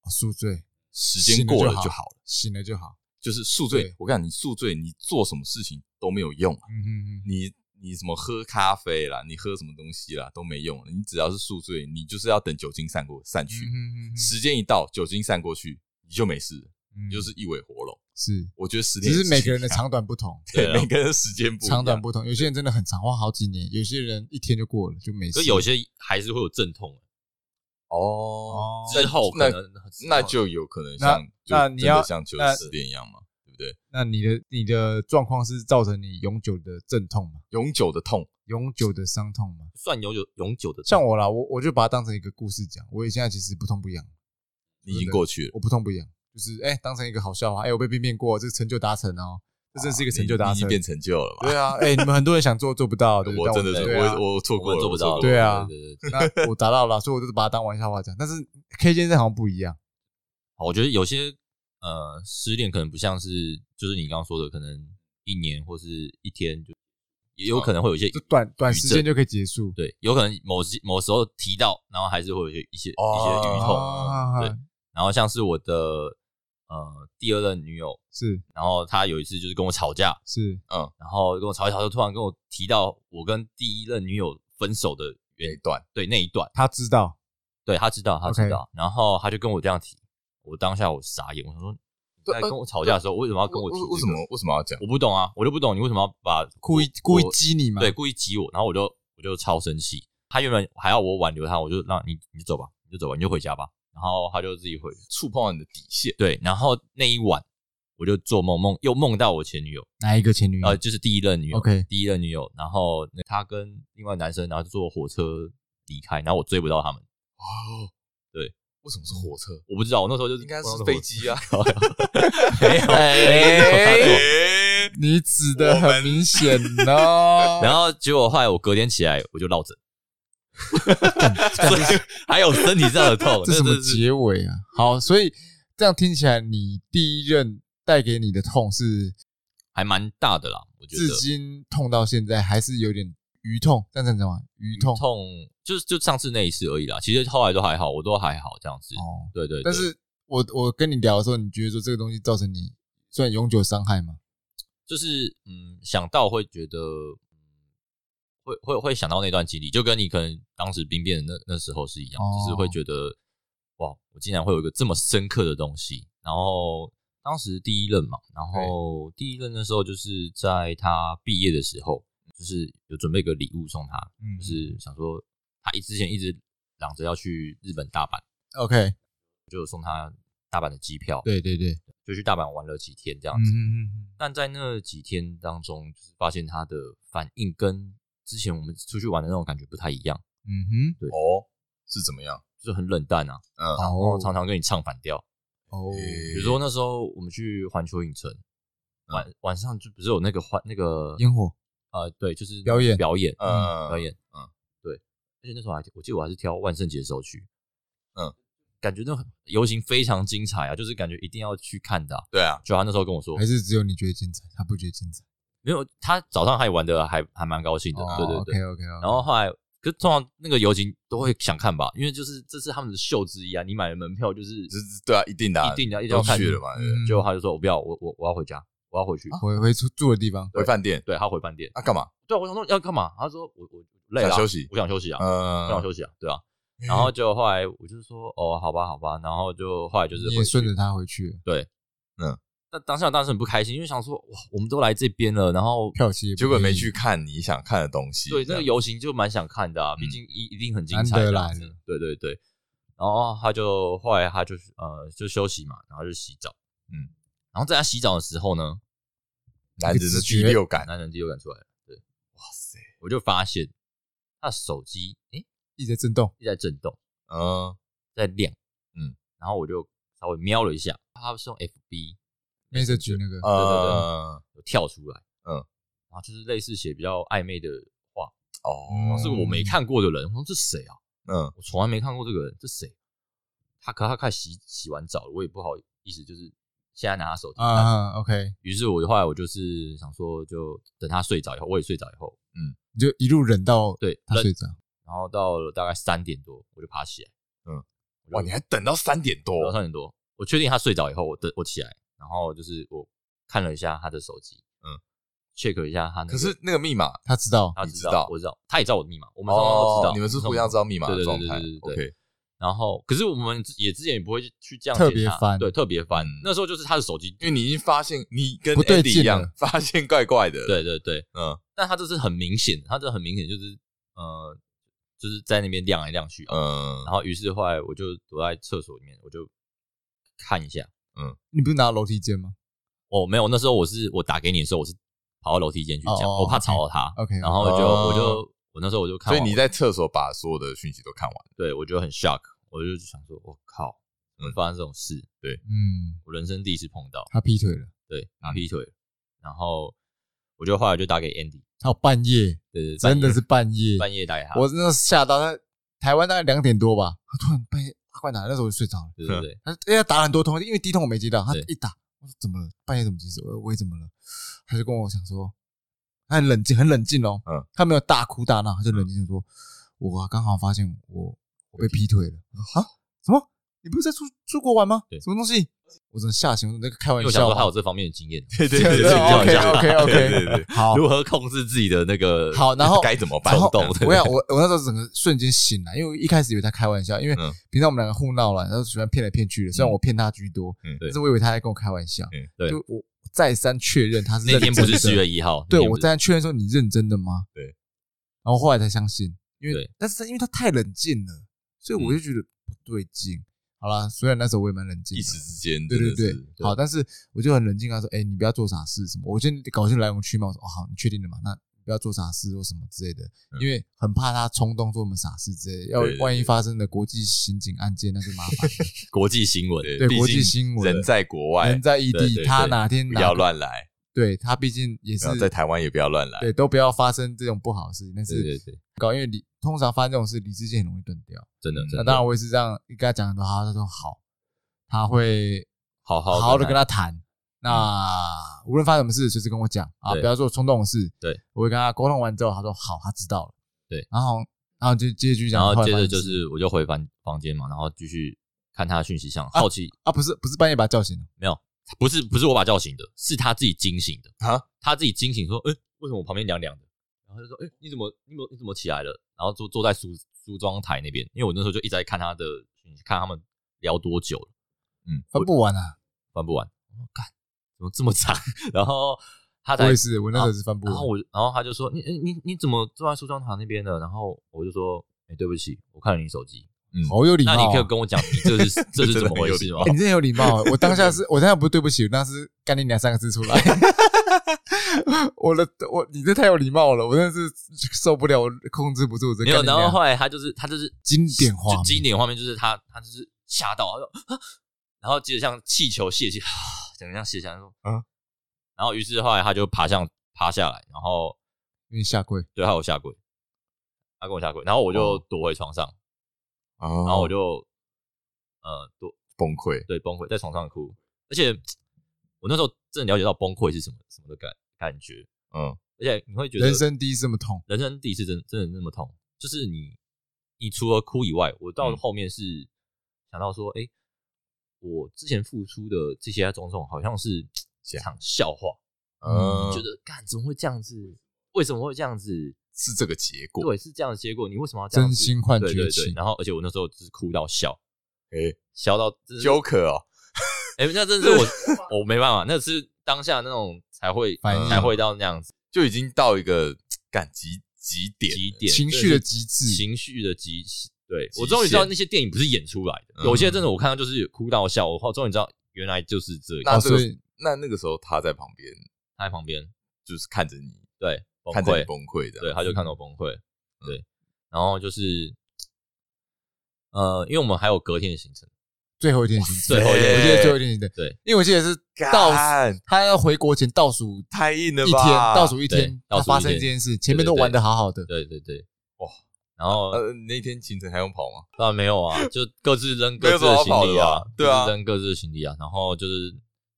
Speaker 2: 哦宿醉，
Speaker 3: 时间
Speaker 2: 醒了
Speaker 3: 过
Speaker 2: 就
Speaker 3: 了
Speaker 2: 好
Speaker 3: 就好了。
Speaker 2: 醒了就好。
Speaker 3: 就是宿醉
Speaker 2: 对，
Speaker 3: 我跟你讲，你宿醉，你做什么事情都没有用啊、
Speaker 2: 嗯嗯嗯，
Speaker 3: 你你什么喝咖啡啦，你喝什么东西啦都没用，你只要是宿醉，你就是要等酒精散过散去，
Speaker 2: 嗯
Speaker 3: 时间一到，酒精散过去，你就没事了，
Speaker 2: 嗯
Speaker 3: 你就是一尾活龙。
Speaker 2: 是，
Speaker 3: 我觉得十
Speaker 2: 只
Speaker 3: 天
Speaker 2: 是每个人的长短不同，
Speaker 3: 对
Speaker 1: 对啊
Speaker 3: 每个人的时间不一样
Speaker 2: 长短不同。有些人真的很长，花好几年；有些人一天就过了，就没
Speaker 1: 所以
Speaker 2: 事。
Speaker 1: 有些还是会有阵痛，啊
Speaker 3: 哦，
Speaker 2: 哦，
Speaker 1: 之后
Speaker 3: 那
Speaker 1: 可能
Speaker 3: 那就有可能像就
Speaker 2: 那你
Speaker 3: 真的
Speaker 2: 要
Speaker 3: 像酒
Speaker 2: 那
Speaker 3: 失恋一样嘛，对不对？
Speaker 2: 那你的你的状况是造成你永久的阵痛吗？
Speaker 3: 永久的痛，
Speaker 2: 永久的伤痛吗？
Speaker 1: 算永久永久的
Speaker 2: 像我啦，我我就把它当成一个故事讲。我也现在其实不痛不痒，
Speaker 3: 你已经过去了，
Speaker 2: 我不痛不痒，就是哎、当成一个好笑话。哎、我被病变过，这个成就达成哦，这真是一个成就
Speaker 3: 啊你
Speaker 2: 达
Speaker 3: 你已经
Speaker 2: 成。
Speaker 3: 变成就了嘛？
Speaker 2: 对啊，哎、你们很多人想做做不到，对不对
Speaker 3: 我真的
Speaker 2: 但
Speaker 3: 是
Speaker 2: 我对啊
Speaker 3: 我我错
Speaker 1: 痛
Speaker 3: 过了，
Speaker 1: 做不到
Speaker 3: 我错
Speaker 1: 了，
Speaker 3: 过了
Speaker 2: 对啊
Speaker 1: 对对对
Speaker 2: 那我达到了，所以我就是把它当玩笑话讲。但是 K 先生好像不一样，
Speaker 1: 好我觉得有些呃失恋可能不像是就是你刚刚说的，可能一年或是一天就也有
Speaker 3: 哦
Speaker 1: 可能会有一些
Speaker 2: 就短短时间就可以结束。
Speaker 1: 对，有可能某时某时候提到，然后还是会有一些一些、
Speaker 3: 哦
Speaker 1: 一些余
Speaker 2: 啊
Speaker 1: 痛。对，然后像是我的呃第二任女友，
Speaker 2: 是
Speaker 1: 然后她有一次就是跟我吵架，
Speaker 2: 是，
Speaker 1: 然后跟我吵一吵，就突然跟我提到我跟第一任女友分手的原段，对那一段，
Speaker 2: 他知道，
Speaker 1: 对他知道，他知
Speaker 2: OK
Speaker 1: 道然后他就跟我这样提，我当下我傻眼，我想说你
Speaker 3: 对
Speaker 1: 在
Speaker 3: 呃
Speaker 1: 跟我吵架的时候为什么要跟我
Speaker 3: 为
Speaker 1: 提、这个
Speaker 3: 为什么为什么要讲？
Speaker 1: 我不懂啊，我就不懂你为什么要把
Speaker 2: 故意
Speaker 1: 我
Speaker 2: 故意
Speaker 1: 我
Speaker 2: 激你嘛？
Speaker 1: 对，故意挤我，然后我就我就超生气。他原本还要我挽留他，我就让你你就走吧，你就走吧，你就回家吧。然后他就自己回。
Speaker 3: 触碰到你的底线，
Speaker 1: 对，然后那一晚我就做梦，梦又梦到我前女友，
Speaker 2: 哪一个前女友
Speaker 1: 呃，就是第一任女友
Speaker 2: OK
Speaker 1: 第一任女友。然后那他跟另外男生，然后就坐火车离开，然后我追不到他们。
Speaker 3: 哦，
Speaker 1: 对，
Speaker 3: 为什么是火车？
Speaker 1: 我不知道，我那时候就是
Speaker 3: 应该是
Speaker 1: 梦到
Speaker 3: 飞机 啊！
Speaker 1: 火车，没有，没有。
Speaker 3: 哎
Speaker 2: 你指的很明显 哦。
Speaker 1: 然后结果后来我隔天起来我就落枕，
Speaker 2: 干
Speaker 1: 所以还有身体上的痛，
Speaker 2: 这什么
Speaker 1: 真的是
Speaker 2: 结尾啊？好，所以这样听起来，你第一任带给你的痛是
Speaker 1: 还蛮大的啦，我觉得
Speaker 2: 至今痛到现在，还是有点余痛？这样这样讲吗？余痛
Speaker 1: 痛就是就上次那一次而已啦。其实后来都还好，我都还好这样子。
Speaker 2: 哦。
Speaker 1: 对对对
Speaker 2: 但是我我跟你聊的时候，你觉得说这个东西造成你算永久伤害吗？
Speaker 1: 就是嗯，想到会觉得，嗯，会会会想到那段经历，就跟你可能当时兵变的那那时候是一样，
Speaker 2: 哦
Speaker 1: 就是会觉得哇，我竟然会有一个这么深刻的东西。然后当时第一任嘛，然后第一任的时候就是在他毕业的时候，就是有准备个礼物送他，
Speaker 2: 嗯
Speaker 1: 就是想说他一之前一直嚷着要去日本大阪。
Speaker 2: OK，
Speaker 1: 就送他大阪的机票，
Speaker 2: 对对对，
Speaker 1: 就去大阪玩了几天这样
Speaker 2: 嗯
Speaker 1: 子。
Speaker 2: 嗯
Speaker 1: 但在那几天当中，就是发现他的反应跟之前我们出去玩的那种感觉不太一样，
Speaker 2: 嗯
Speaker 3: 哦，是怎么样？
Speaker 1: 就是很冷淡啊，
Speaker 3: 嗯，
Speaker 2: 哼，
Speaker 1: 然后
Speaker 2: 哦
Speaker 1: 常常跟你唱反调。
Speaker 2: 哦，
Speaker 1: 比如说那时候我们去环球影城，晚晚上就不是有那个环那个
Speaker 2: 烟火
Speaker 1: 呃，对，就是
Speaker 2: 表演
Speaker 1: 表演，
Speaker 3: 嗯
Speaker 1: 表演，
Speaker 3: 嗯
Speaker 1: 嗯，对。而且那时候还我记得我还是挑万圣节的时候去，
Speaker 3: 嗯，
Speaker 1: 感觉那很游行非常精彩啊，就是感觉一定要去看的啊、
Speaker 3: 对啊，
Speaker 1: 就他那时候跟我说
Speaker 2: 还，是只有你觉得精彩，他不觉得精彩。
Speaker 1: 没有，他早上还玩的还还蛮高兴的，
Speaker 2: 哦
Speaker 1: 对对对。
Speaker 2: ，OK OK。
Speaker 1: 然后后来，可是通常那个游行都会想看吧，因为就是这是他们的秀之一啊。你买的门票就是
Speaker 3: 这这对啊，一定的啊，
Speaker 1: 一定的啊一定要
Speaker 3: 都
Speaker 1: 看
Speaker 3: 去了哦嘛，对不对
Speaker 2: 嗯
Speaker 1: 结果他就说我不要，我我我要回家，我要回去。
Speaker 2: 啊回回住住的地方，
Speaker 3: 回饭店
Speaker 1: 对他回饭店，
Speaker 3: 啊，干嘛？
Speaker 1: 对我想说要干嘛？他说我我累了啊，
Speaker 3: 想休息
Speaker 1: 我想休息啊，我想
Speaker 3: 嗯，
Speaker 1: 休息啊，对啊。然
Speaker 2: 嗯
Speaker 1: 后就后来我就说哦，好吧好吧，然后就后来就是
Speaker 2: 你
Speaker 1: 回
Speaker 2: 也
Speaker 1: 去
Speaker 2: 顺着他回去了，
Speaker 1: 那当下当时很不开心，因为想说哇，我们都来这边了，然后
Speaker 2: 票期也不
Speaker 3: 结果
Speaker 2: 便
Speaker 3: 没
Speaker 2: 宜
Speaker 3: 去看你想看的东西，
Speaker 1: 对，
Speaker 3: 这
Speaker 1: 那个
Speaker 3: 样
Speaker 1: 游行就蛮想看的、啊，毕竟一一定很精彩
Speaker 2: 难
Speaker 1: 的
Speaker 2: 得
Speaker 1: 样
Speaker 2: 来
Speaker 1: 子
Speaker 2: 了。
Speaker 1: 对对对，然后他就后来他就呃就休息嘛，然后就洗澡，
Speaker 3: 嗯，
Speaker 1: 然后在他洗澡的时候呢，
Speaker 3: 男人的第六感，
Speaker 1: 男人第六感出来了，对
Speaker 3: 哇塞，
Speaker 1: 我就发现他的手机诶
Speaker 2: 一直在震动，
Speaker 1: 一直在震动，
Speaker 3: 嗯，
Speaker 1: 在亮，
Speaker 3: 嗯，
Speaker 1: 然后我就稍微瞄了一下，他是用 FB
Speaker 2: 没在举那个，
Speaker 3: 呃，
Speaker 1: 有跳出来，
Speaker 3: 嗯，
Speaker 1: 然后就是类似写比较暧昧的话，
Speaker 3: 哦，
Speaker 1: 是我
Speaker 2: 嗯
Speaker 1: 没看过的人，我说这谁啊？
Speaker 3: 嗯，
Speaker 1: 我从来没看过这个人，这谁？他可他快洗洗完澡了，我也不好意思，就是现在拿他手机看。
Speaker 2: 啊，OK，
Speaker 1: 于、是我后来我就是想说，就等他睡着以后，我也睡着以后，
Speaker 2: 你就一路忍到
Speaker 1: 对，
Speaker 2: 他
Speaker 1: 那
Speaker 2: 睡着，
Speaker 1: 然后到了大概三点多，我就爬起来，
Speaker 3: 哇，你还等到三点
Speaker 1: 等到
Speaker 3: 多，
Speaker 1: 三点多，我确定他睡着以后，我等我起来，然后就是我看了一下他的手机，
Speaker 3: 嗯
Speaker 1: 嗯，check 了一下他那个、
Speaker 3: 可是那个密码，
Speaker 2: 他知道，
Speaker 1: 他
Speaker 3: 你
Speaker 1: 知
Speaker 3: 知道
Speaker 1: 我知道，他也知道我的密码，我们双方都知道，
Speaker 3: 哦，你们是互相知道密码的
Speaker 1: 对对
Speaker 3: 状
Speaker 1: 对
Speaker 3: 态
Speaker 1: 对对对
Speaker 3: ，OK，
Speaker 1: 然后，可是我们也之前也不会去这样
Speaker 2: 特
Speaker 1: 检
Speaker 2: 别
Speaker 1: 查
Speaker 2: 翻
Speaker 1: 对，特别翻
Speaker 3: 嗯。
Speaker 1: 那时候就是他的手机，
Speaker 3: 因为你已经发现你跟
Speaker 2: 不对
Speaker 3: Andy
Speaker 2: 劲
Speaker 3: 一样
Speaker 2: 了，
Speaker 3: 发现怪怪的，，
Speaker 1: 对对对，
Speaker 3: 嗯
Speaker 1: 但他这是很明显，他这很明显就是呃，就是在那边亮来亮去。呃
Speaker 3: 嗯
Speaker 1: 然后于是后来我就躲在厕所里面，我就看一下。
Speaker 2: 你不是拿楼梯间吗
Speaker 1: 哦，没有，那时候我是我打给你的时候，我是跑到楼梯间去讲，
Speaker 2: 哦哦
Speaker 1: 我怕吵到他。
Speaker 2: ？OK，
Speaker 1: 然后就
Speaker 3: 哦
Speaker 1: 我就我那时候我就看
Speaker 3: 所
Speaker 1: 完，
Speaker 3: 以你在厕所把所有的讯息都看完了，
Speaker 1: 对我就很 shock，我就想说，我靠，怎么
Speaker 3: 嗯
Speaker 1: 发生这种事？
Speaker 2: 嗯，
Speaker 1: 我人生第一次碰到，
Speaker 2: 他劈腿了，
Speaker 1: 对，打劈腿。然后我就后来就打给 Andy，
Speaker 2: 他半夜
Speaker 1: 对对，
Speaker 2: 真
Speaker 1: 半
Speaker 2: 的
Speaker 1: 夜
Speaker 2: 是半夜，
Speaker 1: 半夜打啊给他，
Speaker 2: 我真的吓到他，台湾大概两点多吧，他突然半夜他快打，那时候我就睡着了，
Speaker 1: 对对对，
Speaker 2: 他哎他打了很多通，因为第一通我没接到，他
Speaker 1: 对
Speaker 2: 一打，我说怎么了？半夜怎么接手？我也怎么了？他就跟我讲说，他很冷静，很冷静哦，
Speaker 3: 嗯，
Speaker 2: 他没有大哭大闹，他就冷静地说，我刚好发现我我被劈腿了。我说啊，什么？你不是在出出国玩吗？
Speaker 1: 对
Speaker 2: 什么东西？我真的吓醒，我那个开
Speaker 1: 因
Speaker 2: 玩
Speaker 1: 为我想
Speaker 2: 笑
Speaker 1: 说
Speaker 2: 嘛，
Speaker 1: 他有这方面的经验，
Speaker 3: 对对
Speaker 2: 对
Speaker 3: 对
Speaker 2: 对
Speaker 1: 请教一
Speaker 2: ，OK
Speaker 1: 下
Speaker 2: OK
Speaker 3: 对对
Speaker 2: OK，
Speaker 3: 对，
Speaker 2: 好
Speaker 1: 如何控制自己的那个
Speaker 2: 好，然后
Speaker 3: 该怎么办
Speaker 2: 然？后
Speaker 1: 冲动对
Speaker 2: 我想我我那时候整个瞬间醒来，因为我一开始以为他开玩笑，因为
Speaker 3: 嗯
Speaker 2: 平常我们两个互闹了，然后喜欢骗来骗去的，虽然我骗他居多，
Speaker 3: 嗯
Speaker 1: 对
Speaker 2: 但是我以为他在跟我开玩笑，
Speaker 3: 嗯
Speaker 1: 对
Speaker 2: 就我再三确认他是
Speaker 1: 那天不是
Speaker 2: 认真
Speaker 1: 四
Speaker 2: 的
Speaker 1: 月一号，
Speaker 2: 对
Speaker 1: 那天不
Speaker 2: 我
Speaker 1: 是
Speaker 2: 再三确认说你认真的吗？
Speaker 3: 对，
Speaker 2: 然后后来才相信，因为
Speaker 1: 对嗯
Speaker 2: 但是因为他太冷静了，所以我就觉得不对劲。好啦，虽然那时候我也蛮冷静
Speaker 3: 一
Speaker 2: 的，
Speaker 3: 时之间
Speaker 2: 对
Speaker 3: 真的
Speaker 2: 对
Speaker 3: 是，
Speaker 2: 对，好，但是我就很冷静跟他说：“哎、你不要做傻事什么。”我先搞清楚来龙去脉，我说：“哦，好，你确定了吗？那你不要做傻事或什么之类的，因为很怕他冲动做什么傻事之类的，要
Speaker 3: 嗯对对对
Speaker 2: 万一发生了国际刑警案件，那就麻烦 了。
Speaker 1: 国际新闻，
Speaker 3: 对
Speaker 2: 对
Speaker 3: 毕
Speaker 2: 国际
Speaker 3: 竟
Speaker 2: 新闻
Speaker 3: 人在国外
Speaker 2: 人，在异
Speaker 1: 对
Speaker 2: 地，
Speaker 1: 对
Speaker 2: 他
Speaker 1: 对
Speaker 2: 哪天
Speaker 3: 不
Speaker 2: 哪
Speaker 3: 要
Speaker 2: 个，
Speaker 3: 乱来，
Speaker 2: 对他毕竟也是
Speaker 3: 然后在台湾也不要乱来。
Speaker 2: 对，都不要发生这种不好的事情。但
Speaker 1: 对
Speaker 2: 是
Speaker 1: 对对，
Speaker 2: 搞，因为理通常发生这种事，理智线很容易断掉。
Speaker 1: 真的
Speaker 3: 嗯，
Speaker 1: 真
Speaker 2: 那
Speaker 1: 的
Speaker 2: 当然，我也是这样跟他讲很多，他他说好，他会
Speaker 1: 好好
Speaker 2: 好好的跟
Speaker 1: 他
Speaker 2: 他谈。那无论发生什么事，随时跟我讲啊，
Speaker 1: 对
Speaker 2: 不要做冲动的事。
Speaker 1: 对，
Speaker 2: 我会跟他沟通完之后，他说好，他知道了。
Speaker 1: 对，
Speaker 2: 然后然后就接续讲，
Speaker 1: 然后
Speaker 2: 来
Speaker 1: 接
Speaker 2: 发
Speaker 1: 着
Speaker 2: 生
Speaker 1: 就
Speaker 2: 什么事
Speaker 1: 是我就回房房间嘛，然后继续看他的讯息箱，好奇
Speaker 2: 啊，不是不是半夜把他叫醒了，
Speaker 1: 没有，不是不是我把他叫醒的，是他自己惊醒的
Speaker 3: 啊，
Speaker 1: 他自己惊醒说，哎，为什么我旁边凉凉的？然后就说，哎，你怎么你怎么你怎么起来了？然后坐坐在梳梳妆台那边，因为我那时候就一直在看他的讯息，看他们聊多久了，
Speaker 2: 翻不完啊。
Speaker 1: 翻不完，我说干怎么这么长？ 然后他
Speaker 2: 我
Speaker 1: 才
Speaker 2: 也是，我那时候也是翻不
Speaker 1: 然后
Speaker 2: 完。
Speaker 1: 我，然后他就说：“你你你你怎么坐在梳妆台那边的？”然后我就说：“哎、对不起，我看了你手机。
Speaker 3: 嗯，
Speaker 2: 好有礼貌
Speaker 1: 那
Speaker 2: 啊，
Speaker 1: 你可以跟我讲，你这 是这是
Speaker 3: 真
Speaker 1: 怎
Speaker 3: 的
Speaker 1: 么
Speaker 3: 很
Speaker 1: 回
Speaker 3: 有
Speaker 1: 事
Speaker 3: 礼
Speaker 1: 吗
Speaker 3: 貌
Speaker 2: 欸？”你真的有礼 貌欸。我当下是，我当下不是对不起，我当时是干你娘三个字出来。 我的我，你这太有礼貌了，我真的是受不了，我控制不住我这
Speaker 1: 没
Speaker 2: 干
Speaker 1: 有。
Speaker 2: 你
Speaker 1: 然后
Speaker 2: 娘。
Speaker 1: 后来他就是他就是
Speaker 2: 经典画
Speaker 1: 就
Speaker 2: 面
Speaker 1: 经典画面就是他他就是吓到，他就啊，然后接着像气球泄气，啊整个像泄气，他说
Speaker 3: 嗯
Speaker 1: 嗯，然后于是后来他就爬上爬下来，然后
Speaker 2: 因为下跪，
Speaker 1: 对他有下跪，他跟我下跪，然后我就
Speaker 3: 哦
Speaker 1: 躲回床上，
Speaker 3: 然
Speaker 1: 然后
Speaker 3: 后
Speaker 1: 我就呃躲
Speaker 3: 崩溃，
Speaker 1: 对，崩溃在床上哭，而且我那时候真的了解到崩溃是什么什么的感感觉，
Speaker 3: 嗯，
Speaker 1: 而且你会觉得
Speaker 2: 人生第一次这么痛。
Speaker 1: 人生第一次真真的那么痛，就是你你除了哭以外，我到
Speaker 3: 嗯
Speaker 1: 后面是想到说，哎、我之前付出的这些种种好像是
Speaker 3: 这样
Speaker 1: 场笑话，
Speaker 3: 嗯
Speaker 1: 你觉得干怎么会这样子？为什么会这样子？
Speaker 3: 是这个结果，
Speaker 1: 对，是这样的结果，你为什么要这样
Speaker 2: 真
Speaker 1: 子？
Speaker 2: 心换
Speaker 1: 对对
Speaker 2: 绝
Speaker 1: 对
Speaker 2: 情，
Speaker 1: 然后而且我那时候就是哭到笑，
Speaker 3: 哎
Speaker 1: 笑到真的是
Speaker 3: ，Joker 哦，
Speaker 1: 哎、那真的是我，我没办法，那是当下那种才会
Speaker 2: 反应
Speaker 1: 才会到那样子
Speaker 3: 就已经到一个感极极点了，
Speaker 1: 极点，
Speaker 2: 情绪的极致
Speaker 1: 真是情绪的极致。对
Speaker 3: 嗯极
Speaker 1: 我终于知道
Speaker 3: 限
Speaker 1: 那些电影不是演出来的，
Speaker 3: 嗯
Speaker 1: 有些真的我看到就是哭到笑，我终于知道原来就是这样。
Speaker 3: 那
Speaker 2: 哦
Speaker 3: 这个
Speaker 2: 所以
Speaker 3: 那那个时候他在旁边，
Speaker 1: 他在旁边，
Speaker 3: 就是看着你
Speaker 1: 对，崩
Speaker 3: 看着你
Speaker 1: 溃，
Speaker 3: 崩溃啊嗯的，嗯
Speaker 1: 对，他就看到我崩溃，对，然后就是，呃，因为我们还有隔天的行程，
Speaker 2: 最后一天行程，
Speaker 1: 最后一天
Speaker 2: 我记得最后一天行程，
Speaker 1: 对，
Speaker 2: 因为我记得是倒数，
Speaker 3: 干
Speaker 2: 他要回国前倒数
Speaker 3: 太硬了吧，
Speaker 2: 一天，倒数一
Speaker 1: 对
Speaker 2: 天，
Speaker 1: 倒数
Speaker 2: 他
Speaker 1: 一天
Speaker 2: 发生这件事，前面都玩的好好的，
Speaker 1: 对对对，
Speaker 3: 哇，
Speaker 1: 然后
Speaker 3: 呃，那天行程还用跑吗？
Speaker 1: 当然没有 啊，就各自扔各自
Speaker 3: 没有什么好
Speaker 1: 行
Speaker 3: 跑的
Speaker 1: 李啊
Speaker 3: 吧，对啊
Speaker 1: 各自扔各自的行李啊，然后就是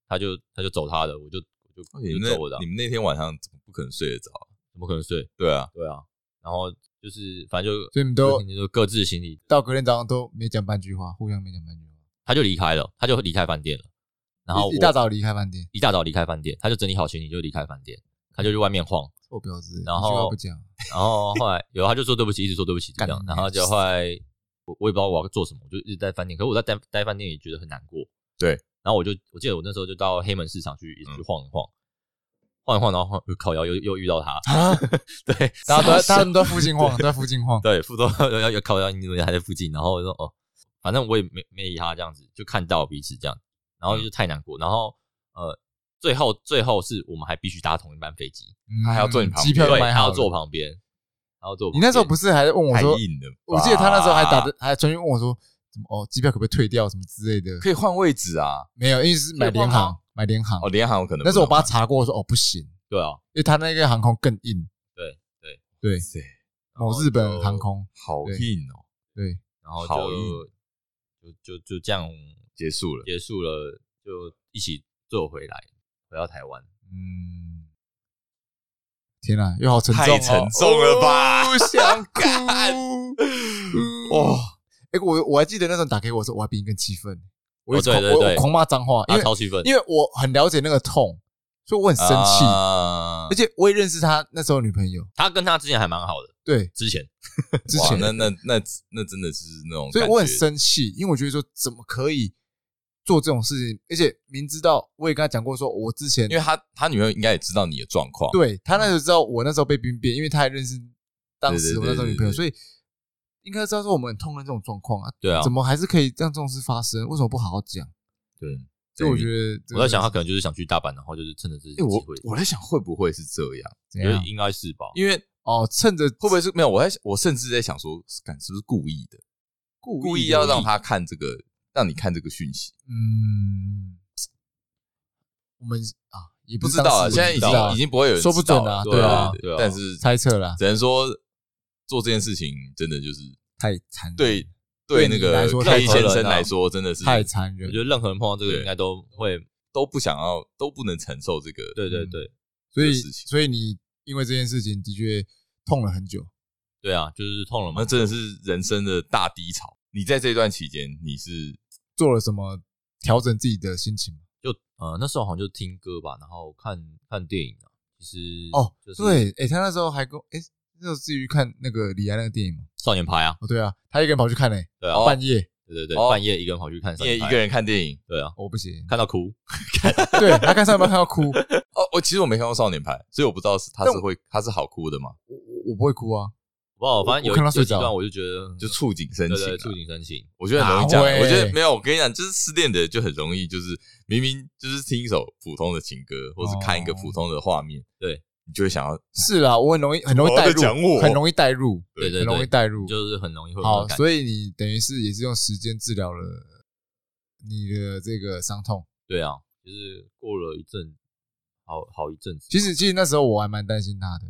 Speaker 1: 他就他就走他的，我就我就我
Speaker 3: 你
Speaker 1: 就
Speaker 3: 们
Speaker 1: 走我的啊
Speaker 3: 那你，们那天晚上怎么不可能睡得着？
Speaker 1: 怎么可能睡？
Speaker 3: 对啊，
Speaker 1: 对啊，然后就是反正就
Speaker 2: 所以你们都
Speaker 1: 就就各自行李，
Speaker 2: 到隔天早上都没讲半句话，互相没讲半句话，
Speaker 1: 他就离开了，他就离开饭店了，然后
Speaker 2: 一一
Speaker 1: 我
Speaker 2: 大早离开饭店，
Speaker 1: 一大早离开饭店，他就整理好行李就离开饭店，他就去外面晃，
Speaker 2: 臭婊子，
Speaker 1: 然
Speaker 2: 一句
Speaker 1: 后
Speaker 2: 话 不讲，
Speaker 1: 然后后来有他就说对不起，一直说对不起这
Speaker 2: 干
Speaker 1: 样
Speaker 2: 你，
Speaker 1: 然后就后来我我也不知道我要做什么，我就一直在饭店，可是我在待待饭店也觉得很难过。
Speaker 3: 对，
Speaker 1: 然后我就我记得我那时候就到黑门市场去一直
Speaker 3: 嗯
Speaker 1: 去晃一晃，晃一晃，然后晃烤窑又又遇到他，
Speaker 2: 啊，
Speaker 1: 对，
Speaker 2: 大家都在，大家都在附近晃，都在附近晃，
Speaker 1: 对，附中 要要烤窑还在附近，然后我就说哦，反正我也没没理他这样子，就看到彼此这样，然
Speaker 2: 嗯
Speaker 1: 后就太难过，然后呃。最后，最后是我们还必须搭同一班飞机，
Speaker 2: 嗯
Speaker 3: 他还要坐你旁边
Speaker 2: 机票
Speaker 1: 对，
Speaker 2: 都
Speaker 1: 他
Speaker 2: 买
Speaker 1: 要
Speaker 2: 好
Speaker 1: 坐
Speaker 2: 了。
Speaker 1: 旁边，他要坐旁
Speaker 2: 你
Speaker 1: 边。
Speaker 2: 那时候不是还问我
Speaker 3: 太
Speaker 2: 说，
Speaker 3: 硬了吧。
Speaker 2: 我记得他那时候还打的，还传讯问我说，怎么哦，机票可不可以退掉什么之类的？
Speaker 3: 可以换位置啊。
Speaker 2: 没有，因为是买联
Speaker 1: 可以换
Speaker 2: 航
Speaker 1: 吗，
Speaker 2: 买联航
Speaker 3: 哦，。联航我可能
Speaker 2: 那时候我
Speaker 3: 不能
Speaker 2: 爸查过，我说哦不行，
Speaker 1: 对啊，
Speaker 2: 因为他那个航空更硬。
Speaker 1: 对对
Speaker 2: 对
Speaker 3: 买，塞
Speaker 2: 某日本航空，
Speaker 3: 好
Speaker 2: 对
Speaker 3: 硬哦。
Speaker 2: 对，
Speaker 1: 然后
Speaker 3: 好
Speaker 1: 就就就就这样
Speaker 3: 结束了，
Speaker 1: 结束了，就一起坐回来，回到台湾。
Speaker 2: 嗯，天啊，又好沉重、哦，
Speaker 1: 啊
Speaker 3: 太沉重了吧
Speaker 2: 哦不想
Speaker 3: 干
Speaker 2: 哭。
Speaker 3: 哇！
Speaker 2: 哎，我我还记得那时候打给我的时候，我还比你更气愤，我一直
Speaker 1: 哦对
Speaker 2: 狂
Speaker 1: 对
Speaker 2: 我
Speaker 1: 对
Speaker 2: 我狂骂脏话，因
Speaker 1: 他
Speaker 2: 为
Speaker 1: 超气愤，
Speaker 2: 因为我很了解那个痛，所以我很生气，
Speaker 3: 啊
Speaker 2: 而且我也认识他那时候的女朋友，
Speaker 1: 呃他跟他之前还蛮好的，
Speaker 2: 对，
Speaker 1: 之前
Speaker 2: 之
Speaker 3: 哇
Speaker 2: 前
Speaker 3: 那那那那真的是那种感觉，
Speaker 2: 所以我很生气，因为我觉得说怎么可以做这种事情，而且明知道我也跟他讲过，说我之前
Speaker 3: 因为他他女朋友应该也知道你的状况，
Speaker 2: 对他那时候知道我那时候被兵变，因为他还认识当时我那时候女朋友，
Speaker 3: 对对对对对
Speaker 2: 所以应该知道说我们很痛恨这种状况啊，
Speaker 1: 对啊
Speaker 2: 怎，么还是可以让这种事发生？为什么不好好讲？
Speaker 1: 对，
Speaker 2: 所以我觉得这个
Speaker 1: 我在想他可能就是想去大阪，然后就是趁着这些机
Speaker 3: 诶我
Speaker 1: 会，
Speaker 3: 我在想会不会是这样，
Speaker 2: 怎
Speaker 1: 觉得
Speaker 2: 样
Speaker 1: 应该是吧，
Speaker 3: 因为
Speaker 2: 哦，趁着
Speaker 3: 会不会是没有？我在我甚至在想说，敢是不是故意的，
Speaker 2: 故
Speaker 3: 故意要让他看这个，让你看这个讯息？
Speaker 2: 嗯，我们啊也
Speaker 3: 不
Speaker 2: 是
Speaker 3: 知道啊，
Speaker 2: 当事
Speaker 3: 现在
Speaker 2: 人
Speaker 3: 已
Speaker 2: 不知道
Speaker 3: 经
Speaker 2: 啊
Speaker 3: 已经不会有人
Speaker 2: 说不
Speaker 3: 知道
Speaker 2: 准啊
Speaker 3: 了
Speaker 2: 对
Speaker 1: 啊
Speaker 3: 对
Speaker 1: 对啊
Speaker 3: 但是
Speaker 2: 猜测啦，
Speaker 3: 只能说做这件事情真的就是
Speaker 2: 太残忍
Speaker 3: 对
Speaker 2: 嗯对
Speaker 3: 对
Speaker 2: 你
Speaker 3: 那个
Speaker 2: 来说
Speaker 1: 太
Speaker 3: 黑先
Speaker 1: 残
Speaker 3: 生
Speaker 1: 忍啊
Speaker 3: 来说，真的是
Speaker 2: 太残忍
Speaker 1: 我觉，得任何人碰到这个
Speaker 3: 对
Speaker 1: 应该都会，
Speaker 3: 都不想要，都不能承受这个。
Speaker 1: 对对
Speaker 2: 嗯
Speaker 1: 对
Speaker 2: 所以
Speaker 3: 这个事情
Speaker 2: 所以你因为这件事情的确痛了很久，
Speaker 1: 对啊，就是痛了嘛
Speaker 3: 那，真的是人生的大低潮。你在这段期间，你是
Speaker 2: 做了什么调整自己的心情吗？
Speaker 1: 就呃那时候好像就听歌吧，然后看看电影啊，其实
Speaker 2: 哦，
Speaker 1: 就是
Speaker 2: 对，哎、他那时候还跟哎、那时候至于看那个李安那个电影嘛，
Speaker 1: 少年派啊，
Speaker 2: 哦，对啊，他一个人跑去看嘞、
Speaker 1: 对啊，
Speaker 2: 半夜，
Speaker 1: 对对对，
Speaker 3: 哦
Speaker 1: 半夜一个人跑去看少
Speaker 3: 你也
Speaker 1: 年
Speaker 3: 一
Speaker 1: 派，
Speaker 3: 个人看电影
Speaker 1: 对啊，
Speaker 2: 哦我、不行，
Speaker 1: 看到哭，
Speaker 2: 对他看上半看到哭，我
Speaker 3: 哦。我其实我没看过《少年派》，所以我不知道是他
Speaker 2: 但
Speaker 3: 是会他是好哭的嘛，
Speaker 2: 我我不会哭 啊，
Speaker 1: 不好，反正有
Speaker 2: 我看到
Speaker 1: 有
Speaker 2: 睡
Speaker 1: 几
Speaker 2: 着
Speaker 1: 段我就觉得
Speaker 3: 就触景生
Speaker 1: 嗯对
Speaker 3: 情
Speaker 1: 对
Speaker 3: 啊。
Speaker 1: 触景生情，
Speaker 3: 我觉得很容易这样。
Speaker 2: 哪会
Speaker 3: 我觉得没有，我跟你讲，就是失恋的就很容易，就是明明就是听一首普通的情歌，或是看一个普通的画面，
Speaker 1: 对
Speaker 3: 你就会想要
Speaker 2: 是啦，我很容易很
Speaker 1: 哦
Speaker 2: 容易带
Speaker 3: 我在讲
Speaker 2: 入，
Speaker 3: 我
Speaker 2: 很容易带入，
Speaker 1: 对对
Speaker 2: 很容易
Speaker 1: 对，
Speaker 2: 带入。
Speaker 1: 就是很容易会有那
Speaker 2: 好
Speaker 1: 种，感觉，
Speaker 2: 所以你等于是也是用时间治疗了你的这个伤痛。
Speaker 1: 对啊，就是过了一阵，好好一阵子，
Speaker 2: 其实其实那时候我还蛮担心他的，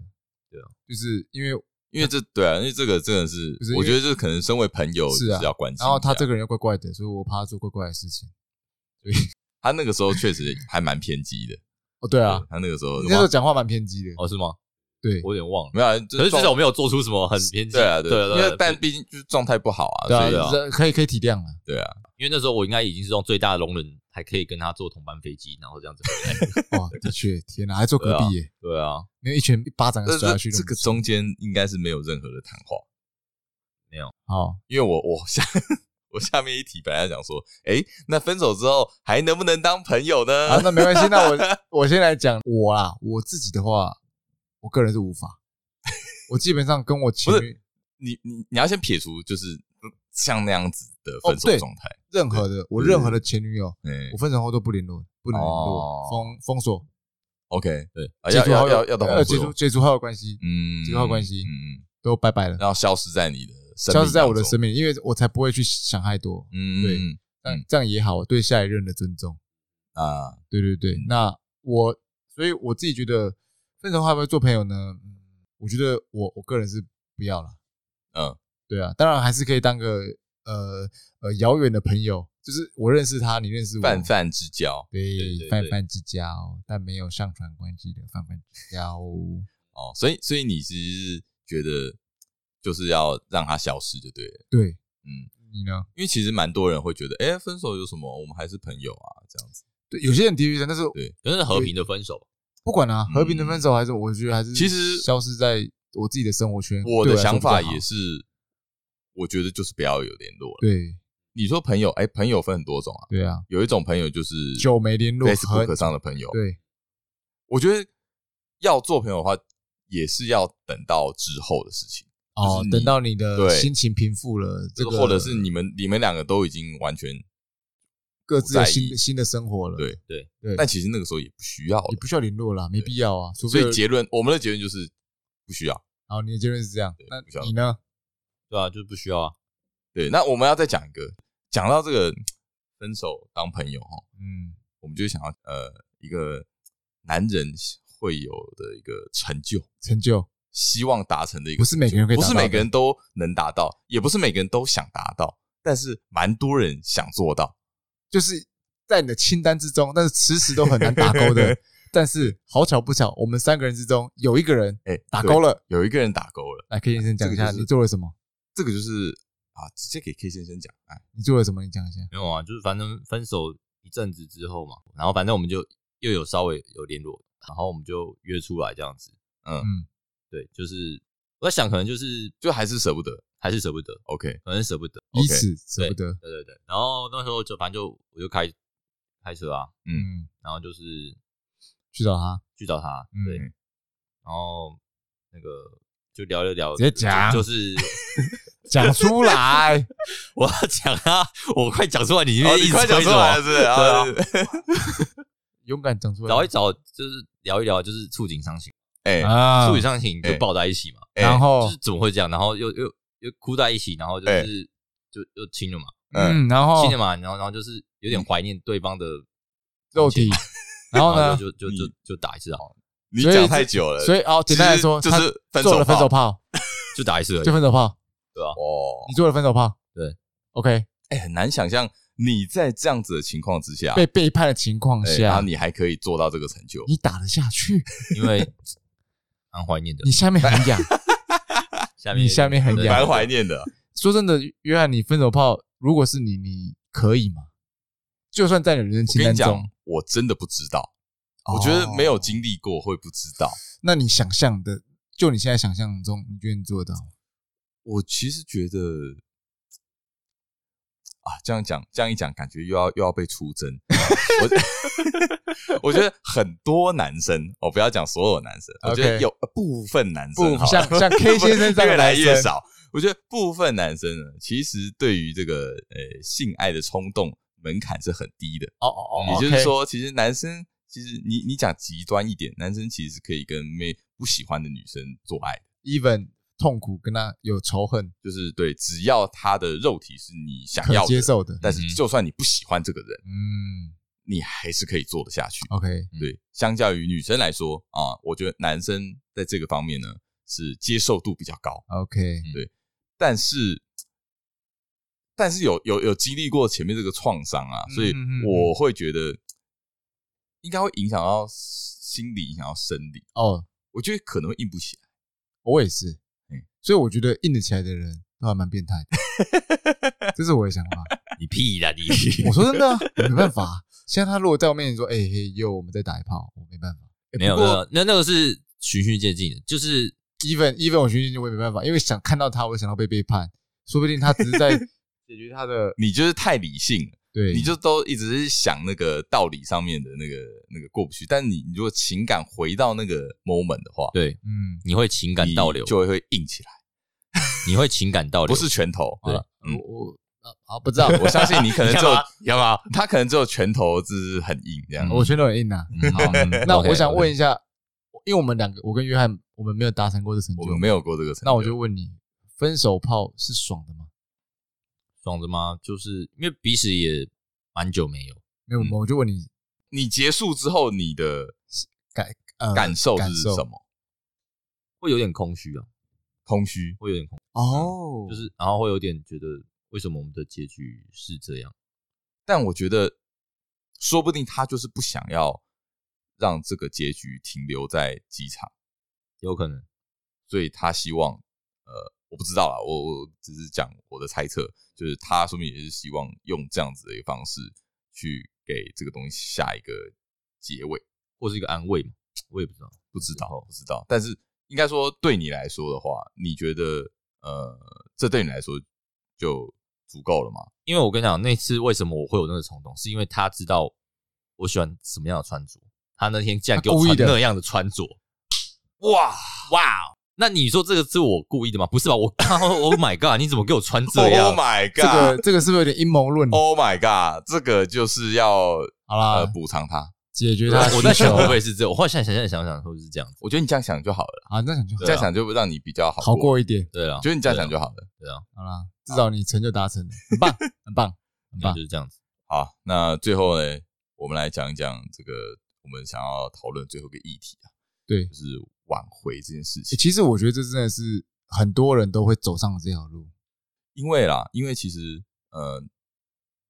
Speaker 1: 对啊，
Speaker 2: 就是因为
Speaker 3: 因为这对啊，因为这个真的是
Speaker 2: 不是，
Speaker 3: 我觉得这可能身为朋友
Speaker 2: 是
Speaker 3: 就
Speaker 2: 啊
Speaker 3: 是要关心一下。
Speaker 2: 然后他这个人又怪怪的，所以我怕他做怪怪的事情。
Speaker 3: 他那个时候确实还蛮偏激的，
Speaker 2: 哦，对啊
Speaker 3: 对，他那个时候
Speaker 2: 你那时候讲话蛮偏激的，
Speaker 1: 哦是吗？
Speaker 2: 对，
Speaker 1: 我有点忘了，
Speaker 3: 没有啊，
Speaker 1: 可
Speaker 3: 可
Speaker 1: 是至少我没有做出什么很偏激，
Speaker 3: 对啊，
Speaker 1: 对
Speaker 3: 啊因为
Speaker 1: 对，
Speaker 3: 但毕竟就是状态不好啊，
Speaker 2: 对
Speaker 3: 所以
Speaker 2: 啊，这可以可以体谅了。
Speaker 3: 对啊，
Speaker 1: 因为那时候我应该已经是用最大的容忍，还可以跟他坐同班飞机，然后这样子回来。
Speaker 2: 哇，的确，天哪，还坐隔壁耶，
Speaker 1: 对啊，
Speaker 2: 没有一拳一巴掌给
Speaker 3: 但
Speaker 2: 摔下去
Speaker 3: 是
Speaker 2: 那
Speaker 3: 呃这
Speaker 2: 种。
Speaker 3: 个中间应该是没有任何的谈话，
Speaker 2: 好，
Speaker 3: 因为我我下我下面一题本来想说，哎，那分手之后还能不能当朋友呢？
Speaker 2: 好，那没关系，那 我我先来讲我啊，我自己的话，我个人是无法，我基本上跟我情
Speaker 3: 不
Speaker 2: 侣
Speaker 3: 你你你要先撇除就是嗯像那样子的
Speaker 2: 哦
Speaker 3: 分手
Speaker 2: 对
Speaker 3: 状态，
Speaker 2: 任何的我任何的前女友，
Speaker 3: 嗯
Speaker 2: 我分手后都不联络，不能联络
Speaker 3: 哦，
Speaker 2: 封封锁，
Speaker 3: ，OK，对，啊
Speaker 2: 解
Speaker 3: 要
Speaker 2: 除好
Speaker 3: 要
Speaker 2: 友
Speaker 3: 要要到
Speaker 2: 呃
Speaker 3: 封
Speaker 2: 解
Speaker 3: 锁
Speaker 2: 除，解除好友关系，
Speaker 3: 嗯，
Speaker 2: 解除好友关系
Speaker 3: 嗯嗯，
Speaker 2: 都拜拜了，
Speaker 3: 然后消失在你的生命
Speaker 2: 消失在我的
Speaker 3: 当中
Speaker 2: 生命，因为我才不会去想太多，
Speaker 3: 嗯，
Speaker 2: 对
Speaker 3: 嗯
Speaker 2: 但这样也好，我对下一任的尊重。
Speaker 3: 啊，
Speaker 2: 对对对，
Speaker 3: 嗯
Speaker 2: 那我所以我自己觉得分手后还不会做朋友呢？嗯我觉得我我个人是不要了。
Speaker 3: 嗯，
Speaker 2: 对啊，当然还是可以当个呃呃遥远的朋友，就是我认识他，你认识我，
Speaker 3: 泛泛之交
Speaker 1: 对
Speaker 2: 对
Speaker 1: 对
Speaker 2: 泛泛之交，但没有上传关系的泛泛之交。
Speaker 3: 哦，所以所以你其实是觉得就是要让它消失就对了，
Speaker 2: 对
Speaker 3: 嗯，
Speaker 2: 你呢？
Speaker 3: 因为其实蛮多人会觉得，哎，分手有什么？我们还是朋友啊，这样子。
Speaker 2: 对，有些人的确是，但是
Speaker 1: 可是和平的分手，
Speaker 2: 不管啊，
Speaker 3: 嗯
Speaker 2: 和平的分手还是我觉得还是
Speaker 3: 其实
Speaker 2: 消失在我自己的生活圈。
Speaker 3: 我
Speaker 2: 对啊
Speaker 3: 的
Speaker 2: 来说
Speaker 3: 想法
Speaker 2: 比较好
Speaker 3: 也是，我觉得就是不要有联络了。
Speaker 2: 对
Speaker 3: 你说朋友，哎，朋友分很多种啊，
Speaker 2: 对啊，
Speaker 3: 有一种朋友就是
Speaker 2: 久没联络很
Speaker 3: Facebook 上的朋友，
Speaker 2: 对
Speaker 3: 我觉得要做朋友的话，也是要等到之后的事情。
Speaker 2: 哦
Speaker 3: 就是，你
Speaker 2: 等到你的
Speaker 3: 对
Speaker 2: 心情平复了，这
Speaker 3: 这个
Speaker 2: 个
Speaker 3: 或者是你们你们两个都已经完全，
Speaker 2: 各自有
Speaker 3: 不在意
Speaker 2: 新的新的生活了，
Speaker 3: 对
Speaker 1: 对
Speaker 2: 对，
Speaker 3: 但其实那个时候也不需要了
Speaker 2: 也不需要联络啦，没必要啊。除
Speaker 3: 所
Speaker 2: 非
Speaker 3: 以结论，我们的结论就是不需要。
Speaker 2: 好，你的结论是这样
Speaker 3: 对，不需
Speaker 2: 那
Speaker 3: 要
Speaker 2: 你呢？
Speaker 1: 对啊，就是不需要啊。
Speaker 3: 对，那我们要再讲一个，讲到这个嗯分手当朋友哈，
Speaker 2: 嗯，
Speaker 3: 我们就想要呃一个男人会有的一个成就，
Speaker 2: 成就
Speaker 3: 希望达成的一个
Speaker 2: 不是每个人可以
Speaker 3: 不
Speaker 2: 达到
Speaker 3: 是
Speaker 2: 的，
Speaker 3: 每个人都能达到，也不是每个人都想达到，但是蛮多人想做到。
Speaker 2: 就是在你的清单之中，但是迟迟都很难打勾 的。但是好巧不巧，我们三个人之中有一个人
Speaker 3: 哎，
Speaker 2: 打勾了。
Speaker 3: 有一个人打勾了，
Speaker 2: 来，K 先生讲一
Speaker 3: 这
Speaker 2: 下
Speaker 3: 个就是
Speaker 2: 你做了什么？
Speaker 3: 这个就是啊，直接给 K 先生讲，哎，
Speaker 2: 你做了什么？你讲一下。
Speaker 1: 没有啊，就是反正分手一阵子之后嘛，然后反正我们就又有稍微有联络，然后我们就约出来这样子。
Speaker 2: 嗯，
Speaker 1: 对，就是我在想，可能就是
Speaker 3: 就还是舍不得
Speaker 1: 还是舍不得，
Speaker 3: ，OK，
Speaker 1: 可能舍不得。
Speaker 2: 以此舍不得。
Speaker 1: 对对对，然后那时候就反正就我就开开车啊，
Speaker 2: 嗯，
Speaker 1: 然后就是
Speaker 2: 去找他，
Speaker 1: 去找他，
Speaker 2: 嗯
Speaker 1: 对，然后那个就聊一聊，
Speaker 2: 直接讲啊
Speaker 1: 就就是
Speaker 2: 讲出 来。
Speaker 1: 我要讲啊，我快讲出来，你
Speaker 3: 哦
Speaker 1: 一
Speaker 3: 你
Speaker 1: 直
Speaker 3: 快讲
Speaker 1: 推
Speaker 3: 出
Speaker 1: 着我
Speaker 3: 来了是不是？啊，对对对
Speaker 2: 勇敢讲出来。
Speaker 1: 找一找，就是聊一聊，就是触景伤情，
Speaker 3: 哎
Speaker 2: 啊
Speaker 1: 触景伤情就
Speaker 3: 哎
Speaker 1: 抱在一起嘛，
Speaker 3: 哎
Speaker 2: 然后
Speaker 1: 就是怎么会这样？然后又又又哭在一起，然后就
Speaker 3: 哎
Speaker 1: 是就又亲了嘛，
Speaker 2: 嗯，然后
Speaker 1: 亲了嘛，然后然后就是有点怀念对方的
Speaker 2: 肉体，然后呢？
Speaker 1: 就就就
Speaker 3: 嗯
Speaker 1: 就就打一次好了，
Speaker 3: 你
Speaker 2: 所以
Speaker 3: 讲
Speaker 2: 这
Speaker 3: 太久了，
Speaker 2: 所以哦，简单来说，
Speaker 3: 就
Speaker 2: 他
Speaker 3: 是分
Speaker 2: 做
Speaker 3: 手
Speaker 2: 了分手
Speaker 3: 炮
Speaker 2: 炮，
Speaker 1: 就打一次而已
Speaker 2: 就。分手炮，
Speaker 3: 哦，
Speaker 2: 你做了分手炮。
Speaker 1: 对
Speaker 2: ，OK，
Speaker 3: 哎，很难想象你在这样子的情况之下，
Speaker 2: 被背叛的情况
Speaker 3: 哎然后
Speaker 2: 下，
Speaker 3: 你还可以做到这个成就，
Speaker 2: 你打得下去？
Speaker 1: 因为蛮怀念的
Speaker 2: 你。下面很 痒。
Speaker 1: 下
Speaker 2: 你下面很
Speaker 1: 对啊
Speaker 2: 痒
Speaker 3: 蛮怀念的。
Speaker 2: 说真的，约翰，你分手炮，如果是你，你可以吗？就算在你的人生
Speaker 3: 我
Speaker 2: 清
Speaker 3: 跟
Speaker 2: 单
Speaker 3: 你讲
Speaker 2: 中，，
Speaker 3: 我真的不知道，我觉得没
Speaker 2: 有。
Speaker 3: 有经历过会不知道。
Speaker 2: 那你想象的，就你现在想象中，你觉得你做得到吗？
Speaker 3: 我其实觉得啊，这样讲，这样一讲，感觉又要又要被出征。我 我觉得很多男生，哦我不要讲所有男生，我觉得
Speaker 2: OK
Speaker 3: 有呃部分男生
Speaker 2: 不
Speaker 3: 好了，
Speaker 2: 像像 K 先生这样的
Speaker 3: 越来越
Speaker 2: 男生
Speaker 3: 少。我觉得部分男生呢，其实对于这个呃性爱的冲动门槛是很低的。
Speaker 2: 哦哦
Speaker 3: 也就是，说，其实男生其实你你讲极端一点，男生其实可以跟没不喜欢的女生做爱。
Speaker 2: ，even 痛苦跟他有仇恨
Speaker 3: 就是对，只要他的肉体是你想
Speaker 2: 可
Speaker 3: 要的
Speaker 2: 接，受的，
Speaker 3: 但是
Speaker 1: 嗯哼
Speaker 3: 就算你不喜欢这个人，
Speaker 2: 嗯
Speaker 3: 你还是可以做得下去。
Speaker 2: ，OK，
Speaker 3: 对，相较于女生来说啊，我觉得男生在这个方面呢是接受度比较高，
Speaker 2: OK，
Speaker 3: 但是但是有有有经历过前面这个创伤啊，所以
Speaker 2: 嗯嗯嗯
Speaker 3: 我会觉得应该会影响到心理，影响到生理，
Speaker 2: 哦，
Speaker 3: 我觉得可能会硬不起来。
Speaker 2: 我也是
Speaker 3: 嗯，
Speaker 2: 所以我觉得硬得起来的人都还蛮变态的，这是我的想法。
Speaker 1: 你屁啦你！
Speaker 2: 我说真的啊，我没办法。现在他如果在我面前说，哎嘿哟，我们在打一炮，我没办法。哎
Speaker 1: 没有没有，那那个是循序渐进的，就是。
Speaker 2: even even 我寻求我也没办法，因为想看到他，我想到被背叛，说不定他只是在 解决他的
Speaker 3: 你就是太理性了。
Speaker 2: 对，
Speaker 3: 你就都一直是想那个道理上面的那个那个过不去，但你你如果情感回到那个 moment 的话，
Speaker 1: 对，
Speaker 2: 嗯，
Speaker 1: 你会情感
Speaker 3: 你
Speaker 1: 倒流，
Speaker 3: 就会会硬起来，
Speaker 1: 你会情感倒流，
Speaker 3: 不是拳头。
Speaker 1: 对
Speaker 3: 好了嗯
Speaker 2: 我我啊好不知道，
Speaker 3: 我相信 你可能
Speaker 1: 你干
Speaker 3: 只有
Speaker 1: 嘛你干嘛？
Speaker 3: 他可能只有拳头就是很硬这样。
Speaker 2: 我全都很硬呐。
Speaker 1: 嗯好，
Speaker 2: 那我想问
Speaker 1: 一
Speaker 2: 一下，因为我们两个，我跟约翰，我们没有达成过这成就
Speaker 3: 我，们没有过这个成就，
Speaker 2: 那我就问你，分手炮是爽的吗？
Speaker 1: 爽的吗？就是因为彼此也蛮久没有，
Speaker 2: 没有，
Speaker 3: 嗯
Speaker 2: 我就问你，
Speaker 3: 你结束之后你的
Speaker 2: 呃，
Speaker 3: 感受
Speaker 2: 感
Speaker 3: 是
Speaker 2: 受
Speaker 3: 什么？
Speaker 1: 会有点空虚啊，
Speaker 3: 空虚，
Speaker 1: 会有点空，
Speaker 3: 嗯
Speaker 2: 哦，
Speaker 1: 就是然后会有点觉得为什么我们的结局是这样？
Speaker 3: 但我觉得说不定他就是不想要让这个结局停留在机场。
Speaker 1: 有可能
Speaker 3: 所以他希望，呃，我不知道啦，我我只是讲我的猜测，就是他说明也是希望用这样子的一个方式去给这个东西下一个结尾，
Speaker 1: 或是一个安慰嘛，我也不知道。
Speaker 3: 不知道，不知道。但是应该说，对你来说的话，你觉得，呃，这对你来说就足够了吗？
Speaker 1: 因为我跟你讲，那次为什么我会有那个冲动，是因为他知道我喜欢什么样的穿着，他那天竟然给我
Speaker 2: 他故
Speaker 1: 穿
Speaker 2: 意的
Speaker 1: 那样的穿着，哇哇！那你说这个是我故意的吗？不是吧？我 ，Oh my god！你怎么给我穿这
Speaker 3: o
Speaker 1: 样
Speaker 3: h？my 哦 Oh
Speaker 2: 这个
Speaker 3: god！
Speaker 2: 这个是不是有点阴谋论？
Speaker 3: Oh my god！这个就是要
Speaker 2: 好
Speaker 3: 呃
Speaker 2: 啦，
Speaker 3: 补偿他。
Speaker 2: 解决他的
Speaker 1: 我
Speaker 2: 需
Speaker 1: 我在想
Speaker 2: 求
Speaker 1: 会不会是这样？我后来想想想想想，会不会是这样子？
Speaker 3: 我觉得你这样想就好了啦，
Speaker 2: 啊，那想就好
Speaker 3: 这样想就让你比较好
Speaker 2: 好
Speaker 3: 过。
Speaker 2: 过一点，
Speaker 1: 对啊，啊
Speaker 3: 我觉得你这样想就好了。
Speaker 2: 好啦，至少你成就达成了，很 棒，很棒，很
Speaker 1: 那
Speaker 2: 棒
Speaker 1: 就。是这样子。
Speaker 2: 啊
Speaker 3: 好，那最后呢，我们来讲一讲这个我们想要讨论最后一个议题啊，
Speaker 2: 对
Speaker 3: 就，是挽回这件事
Speaker 2: 欸
Speaker 3: 情。
Speaker 2: 其实我觉得这真的是很多人都会走上这条路。
Speaker 3: 因为啦，因为其实呃，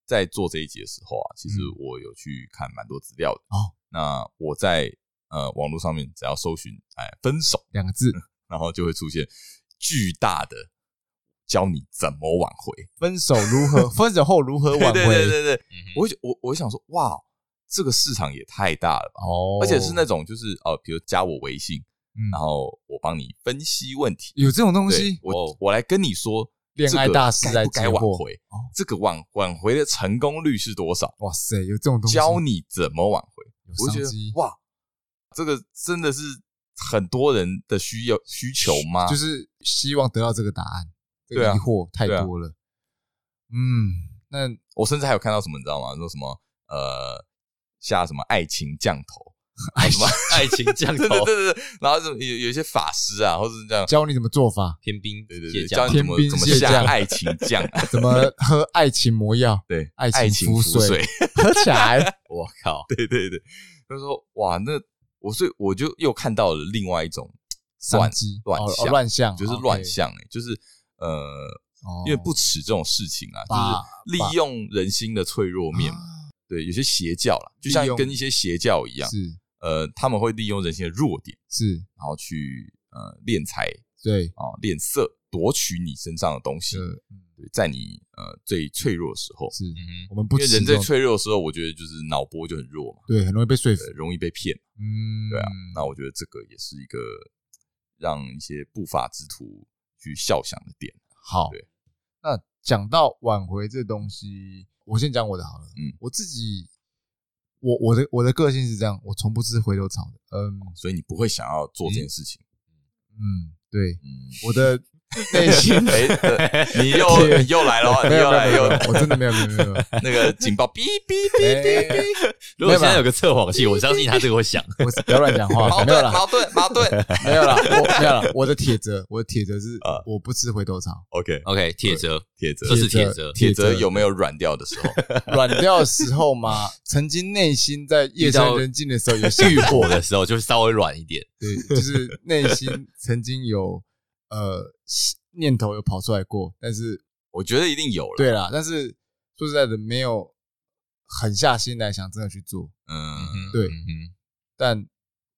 Speaker 3: 在做这一集的时候啊，其实
Speaker 2: 嗯
Speaker 3: 我有去看蛮多资料的。
Speaker 2: 哦，
Speaker 3: 那我在呃网络上面只要搜寻哎分手，
Speaker 2: 两个字，
Speaker 3: 然后就会出现巨大的教你怎么挽回。
Speaker 2: 分手如何，分手后如何挽
Speaker 3: 对对
Speaker 2: 回？
Speaker 3: 对对对，
Speaker 1: 嗯哼
Speaker 3: 我会觉我我想说，哇，这个市场也太大了吧！
Speaker 2: 哦
Speaker 3: 而且是那种就是呃，比如加我微信，
Speaker 2: 嗯
Speaker 3: 然后我帮你分析问题，
Speaker 2: 有这种东
Speaker 3: 对
Speaker 2: 西，
Speaker 3: 我
Speaker 1: 哦
Speaker 3: 我来跟你说，
Speaker 2: 恋爱
Speaker 3: 这个
Speaker 2: 大师
Speaker 3: 该
Speaker 2: 在
Speaker 3: 不该
Speaker 2: 解
Speaker 3: 挽
Speaker 2: 惑
Speaker 3: 回
Speaker 2: 哦，
Speaker 3: 这个挽挽回的成功率是多少？
Speaker 2: 哇塞，有这种东西，
Speaker 3: 教你怎么挽回，
Speaker 2: 哦有
Speaker 3: 我就觉
Speaker 2: 商
Speaker 3: 得
Speaker 2: 机，
Speaker 3: 哇，这个真的是很多人的需要需求吗？
Speaker 2: 就是希望得到这个答案。这
Speaker 3: 对
Speaker 2: 个
Speaker 3: 啊
Speaker 2: 疑惑太
Speaker 3: 对啊
Speaker 2: 多了。嗯，那
Speaker 3: 我甚至还有看到什么，你知道吗？说什么呃，下什么爱情降头，
Speaker 1: 爱 情爱情降
Speaker 3: 对对
Speaker 2: 哦
Speaker 1: 头，
Speaker 3: 对对对，然后什么有有一些法师啊，或者是这样，
Speaker 2: 教你怎么做法，
Speaker 1: 天兵
Speaker 3: 对对
Speaker 1: 借
Speaker 3: 对，
Speaker 1: 降
Speaker 3: 教你怎么
Speaker 2: 啊天兵
Speaker 3: 怎么
Speaker 2: 蟹
Speaker 3: 下
Speaker 2: 将
Speaker 3: 爱情 降，，
Speaker 2: 怎么喝爱情魔药
Speaker 3: 对，
Speaker 2: 爱情
Speaker 3: 爱情
Speaker 2: 浮
Speaker 3: 浮
Speaker 2: 水
Speaker 3: 水，
Speaker 2: 喝起来。
Speaker 1: 我靠，
Speaker 3: 对对对，他说哇，那我所以我就又看到了另外一种
Speaker 2: 商
Speaker 3: 乱
Speaker 2: 机
Speaker 3: 乱
Speaker 2: 哦
Speaker 3: 象
Speaker 2: 哦乱象
Speaker 3: 就是
Speaker 2: 哦
Speaker 3: 乱
Speaker 2: ，OK
Speaker 3: 象哎、就是呃，
Speaker 2: 哦
Speaker 3: 因为不耻这种事情啊，
Speaker 2: 把
Speaker 3: 就是利用人心的脆弱面嘛，
Speaker 2: 啊
Speaker 3: 对，有些邪教啦，就
Speaker 2: 利
Speaker 3: 像
Speaker 2: 用
Speaker 3: 跟一些邪教一样，
Speaker 2: 是
Speaker 3: 呃，他们会利用人性的弱点，
Speaker 2: 是，
Speaker 3: 然后去呃敛财
Speaker 2: 对，
Speaker 3: 啊、敛色，夺取你身上的东西，
Speaker 2: 呃嗯
Speaker 3: 对，在你呃最脆弱的时候，
Speaker 2: 是
Speaker 1: 嗯
Speaker 2: 我们
Speaker 3: 因
Speaker 2: 不哦
Speaker 3: 为
Speaker 2: 吃
Speaker 3: 人
Speaker 2: 这
Speaker 3: 最
Speaker 2: 种
Speaker 3: 脆弱的时候，我觉得就是脑波就很弱嘛，
Speaker 2: 对，很容易被说服
Speaker 3: 对，。容易被骗。
Speaker 2: 嗯，
Speaker 3: 对啊，那我觉得这个也是一个让一些不法之徒去笑想的点。
Speaker 2: 好
Speaker 3: 对。
Speaker 2: 那讲到挽回这东西，我先讲我的好了。
Speaker 3: 嗯，
Speaker 2: 我自己，我我的我的个性是这样，我从不吃回头草的。嗯
Speaker 3: 所以你不会想要做这件事情。
Speaker 2: 嗯，对，
Speaker 3: 嗯，
Speaker 2: 我的内 心
Speaker 3: 哎，对你又
Speaker 2: 对
Speaker 3: 你又来了哦，你
Speaker 2: 没有
Speaker 3: 又来
Speaker 2: 没有
Speaker 3: 又
Speaker 2: 没有，我真的没有没有没有没 有。
Speaker 3: 那个警报，哔哔 哔哔
Speaker 2: 哎
Speaker 3: 哔，
Speaker 1: 如果现在有个测谎器，我相信他这个会响。
Speaker 2: 我是不要乱讲话，
Speaker 3: 矛
Speaker 2: 哦没有
Speaker 3: 盾
Speaker 2: 啦，
Speaker 3: 矛盾矛 盾。
Speaker 2: 没有啦，我没有啦。我的铁则，我的铁则是
Speaker 3: 啊
Speaker 2: 我不吃回头草，
Speaker 3: OK，
Speaker 1: OK，铁 则，
Speaker 3: 铁泽
Speaker 1: 这是
Speaker 2: 铁
Speaker 1: 铁
Speaker 2: 则
Speaker 1: 则，
Speaker 3: 铁泽有没有软掉的时候？
Speaker 2: 软掉的时候 嘛，曾经内心在夜深人静的时候有想
Speaker 1: 遇火的时候就稍微软一点。
Speaker 2: 对，就是内心曾经有呃念头有跑出来过，但是
Speaker 3: 我觉得一定有了。
Speaker 2: 对啦，但是说实在的，没有狠下心来想真的去做。
Speaker 3: 嗯，
Speaker 1: 嗯
Speaker 2: 对
Speaker 1: 哼
Speaker 2: 但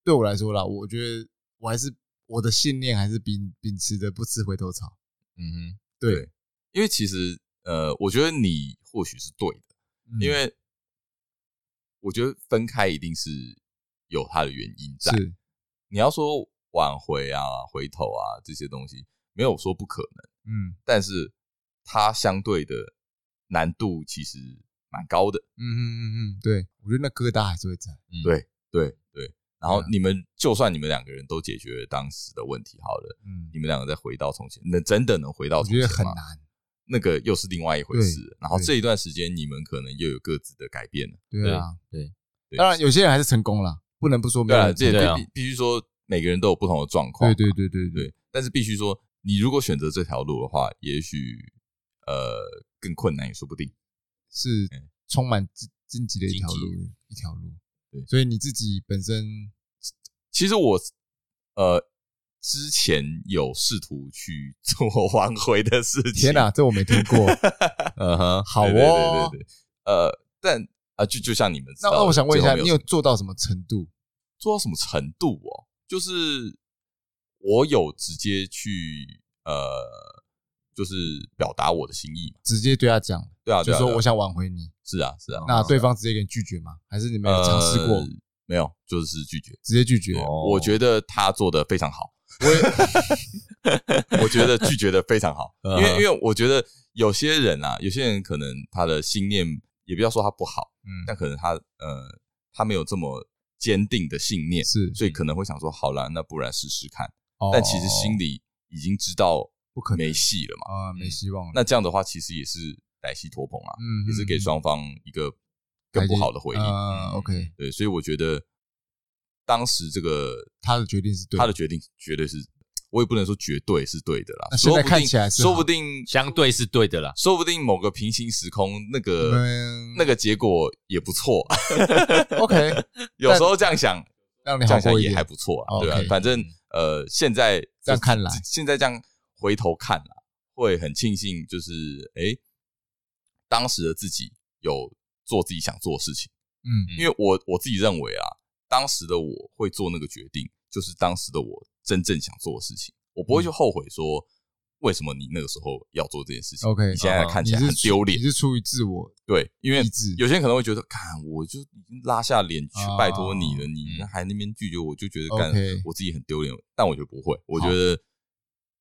Speaker 2: 对我来说啦，我觉得我还是我的信念还是秉秉持着不吃回头草。
Speaker 1: 嗯哼，
Speaker 2: 对，
Speaker 3: 因为其实呃，我觉得你或许是对的，
Speaker 2: 嗯
Speaker 3: 因为我觉得分开一定是有它的原因在。
Speaker 2: 是
Speaker 3: 你要说挽回啊、回头啊这些东西，没有说不可能，
Speaker 2: 嗯
Speaker 3: 但是它相对的难度其实蛮高的。
Speaker 2: 嗯嗯嗯嗯，对我觉得那疙瘩还是会在。
Speaker 1: 嗯
Speaker 3: 对对对，然后
Speaker 2: 对啊
Speaker 3: 你们就算你们两个人都解决了当时的问题好了，
Speaker 2: 嗯
Speaker 3: 你，们两个再回到从前，能真的能回到
Speaker 2: 我
Speaker 3: 从
Speaker 2: 觉
Speaker 3: 前
Speaker 2: 得很
Speaker 3: 吗？
Speaker 2: 难。
Speaker 3: 那个又是另外一回
Speaker 2: 对
Speaker 3: 事。然后
Speaker 2: 对
Speaker 3: 这一段时间，你们可能又有各自的改变了。
Speaker 2: 对啊，
Speaker 1: 对
Speaker 3: 对
Speaker 2: 当然有些人还是成功了，不能不说没
Speaker 3: 对
Speaker 2: 有
Speaker 3: 啊，
Speaker 2: 人
Speaker 3: 这也
Speaker 2: 成
Speaker 1: 对
Speaker 2: 功
Speaker 1: 啊
Speaker 3: 必必必须说，每个人都有不同的状况
Speaker 2: 嗯对
Speaker 3: 嘛。
Speaker 2: 对对对对
Speaker 3: 对，但是必须说，你如果选择这条路的话，也许呃更困难也说不定。
Speaker 2: 是
Speaker 3: 嗯
Speaker 2: 充满荆荆棘的一条
Speaker 1: 荆
Speaker 2: 路，一条路。
Speaker 3: 对
Speaker 2: 所以你自己本身
Speaker 3: 其实我呃之前有试图去做挽回的事情，
Speaker 2: 天哪、这我没听 过。
Speaker 1: 嗯哼，
Speaker 2: 好
Speaker 3: 对，
Speaker 2: 哦
Speaker 3: 对对对，对呃，但啊、就就像你们知
Speaker 2: 那
Speaker 3: 道的，
Speaker 2: 那我想问一
Speaker 3: 最
Speaker 2: 下，
Speaker 3: 后没
Speaker 2: 你有做到什么程度？
Speaker 3: 做到什么程度哦？就是我有直接去呃，就是表达我的心意嘛。
Speaker 2: 直接对他讲，
Speaker 3: 对啊，
Speaker 2: 就
Speaker 3: 对啊
Speaker 2: 说
Speaker 3: 对啊
Speaker 2: 我想挽回你，
Speaker 3: 是啊是啊，
Speaker 2: 那对方直接给你拒绝吗？还是你们有尝试过
Speaker 3: 呃没有？就是拒绝。
Speaker 2: 直接拒绝
Speaker 3: 对？
Speaker 1: 哦
Speaker 3: 我觉得他做的非常好，
Speaker 2: 我也
Speaker 3: 我觉得拒绝的非常好，因
Speaker 1: 嗯哼
Speaker 3: 为因为我觉得有些人啊，有些人可能他的信念也不要说他不好，
Speaker 2: 嗯
Speaker 3: 但可能他呃他没有这么坚定的信念，
Speaker 2: 是，
Speaker 3: 所以可能会想说，好啦，那不然试试看。
Speaker 2: 哦
Speaker 3: 但其实心里已经知道
Speaker 2: 不可能
Speaker 3: 没戏了嘛。
Speaker 2: 啊没希望了。
Speaker 3: 那这样的话，其实也是歹戏拖棚啊，
Speaker 2: 嗯
Speaker 3: 也是给双方一个更不好的回应。嗯
Speaker 2: 啊，OK，
Speaker 3: 对，所以我觉得当时这个
Speaker 2: 他的决定是对的
Speaker 3: 他的决定绝对是，我也不能说绝对是对的啦，
Speaker 2: 那现
Speaker 3: 说
Speaker 2: 在
Speaker 3: 不
Speaker 2: 看
Speaker 3: 定
Speaker 2: 起来是好
Speaker 3: 说不定
Speaker 1: 相对是对的啦。
Speaker 3: 说不定某个平行时空那个
Speaker 2: 嗯
Speaker 3: 呃那个结果也不错，啊
Speaker 2: OK，
Speaker 3: 有时候这样想
Speaker 2: 让你哎
Speaker 3: 这
Speaker 2: 好
Speaker 3: 样想
Speaker 2: 过一
Speaker 3: 也还
Speaker 2: 点。
Speaker 3: 不错
Speaker 2: 好
Speaker 3: 啊，对啊
Speaker 2: ，OK，嗯
Speaker 3: 反正呃现在
Speaker 2: 这样看来
Speaker 3: 现在这样回头看啦，会很庆幸，就是诶，当时的自己有做自己想做的事情，
Speaker 2: 嗯
Speaker 3: 因为我我自己认为啊，当时的我会
Speaker 2: 嗯
Speaker 3: 做那个决定，就是当时的我真正想做的事情，我不会去后悔说为什么你那个时候要做这件事情
Speaker 2: OK，啊
Speaker 3: 你现在
Speaker 1: 嗯
Speaker 3: 看
Speaker 2: 你
Speaker 3: 起来
Speaker 2: 是
Speaker 3: 很丢脸
Speaker 2: 你，是出于自我
Speaker 3: 对，因为
Speaker 2: 意志
Speaker 3: 有些人可能会觉得，看我就已经拉下脸去
Speaker 2: 啊嗯
Speaker 3: 拜托你了，你还那边拒绝我，就觉得干
Speaker 2: OK
Speaker 3: 我自己很丢脸。但我觉得不会，我觉得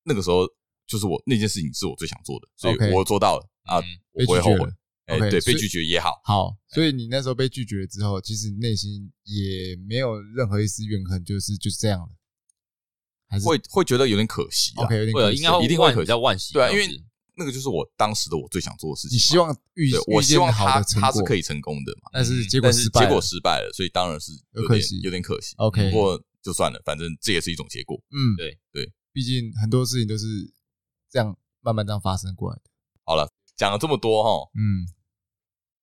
Speaker 3: 那个时候就是我那件事情是我最想做的，所以
Speaker 2: OK
Speaker 3: 我做到了啊
Speaker 1: 嗯，
Speaker 3: 我不会后
Speaker 2: 被拒
Speaker 3: 悔
Speaker 2: 绝了。
Speaker 3: 哎，
Speaker 2: OK，
Speaker 3: 对，
Speaker 2: 所
Speaker 3: 被
Speaker 2: 以
Speaker 3: 拒绝也好，
Speaker 2: 好，所以你那时候被拒绝了之后，其实你内心也没有任何一丝怨恨，就是就是这样了，还是
Speaker 3: 会会觉得有点可惜啊
Speaker 2: OK。有点
Speaker 1: 会啊
Speaker 2: 可
Speaker 1: 应
Speaker 2: 惜
Speaker 1: 该
Speaker 3: 一定会
Speaker 1: 万
Speaker 3: 可惜
Speaker 1: 比较惋惜。
Speaker 3: 对啊，因
Speaker 1: 这样
Speaker 3: 为
Speaker 1: 子
Speaker 3: 那个就是我当时的我最想做的事情嘛。
Speaker 2: 你希望遇
Speaker 3: 对，我
Speaker 2: 遇
Speaker 3: 希
Speaker 2: 见
Speaker 3: 望
Speaker 2: 好
Speaker 3: 他
Speaker 2: 的成
Speaker 3: 他
Speaker 2: 果，
Speaker 3: 是可以成功的嘛，嗯
Speaker 2: 但是结果
Speaker 3: 但是
Speaker 2: 失败了，
Speaker 3: 结果失败了，所以当然是
Speaker 2: 有
Speaker 3: 有
Speaker 2: 可
Speaker 3: 点
Speaker 2: 惜
Speaker 3: 有点可惜。
Speaker 2: OK
Speaker 3: 不过就算了，反正这也是一种结果。
Speaker 2: 嗯，
Speaker 1: 对
Speaker 3: 对，
Speaker 2: 毕竟很多事情都是这样慢慢这样发生过来的，
Speaker 3: 讲了这么多哈，
Speaker 2: 嗯，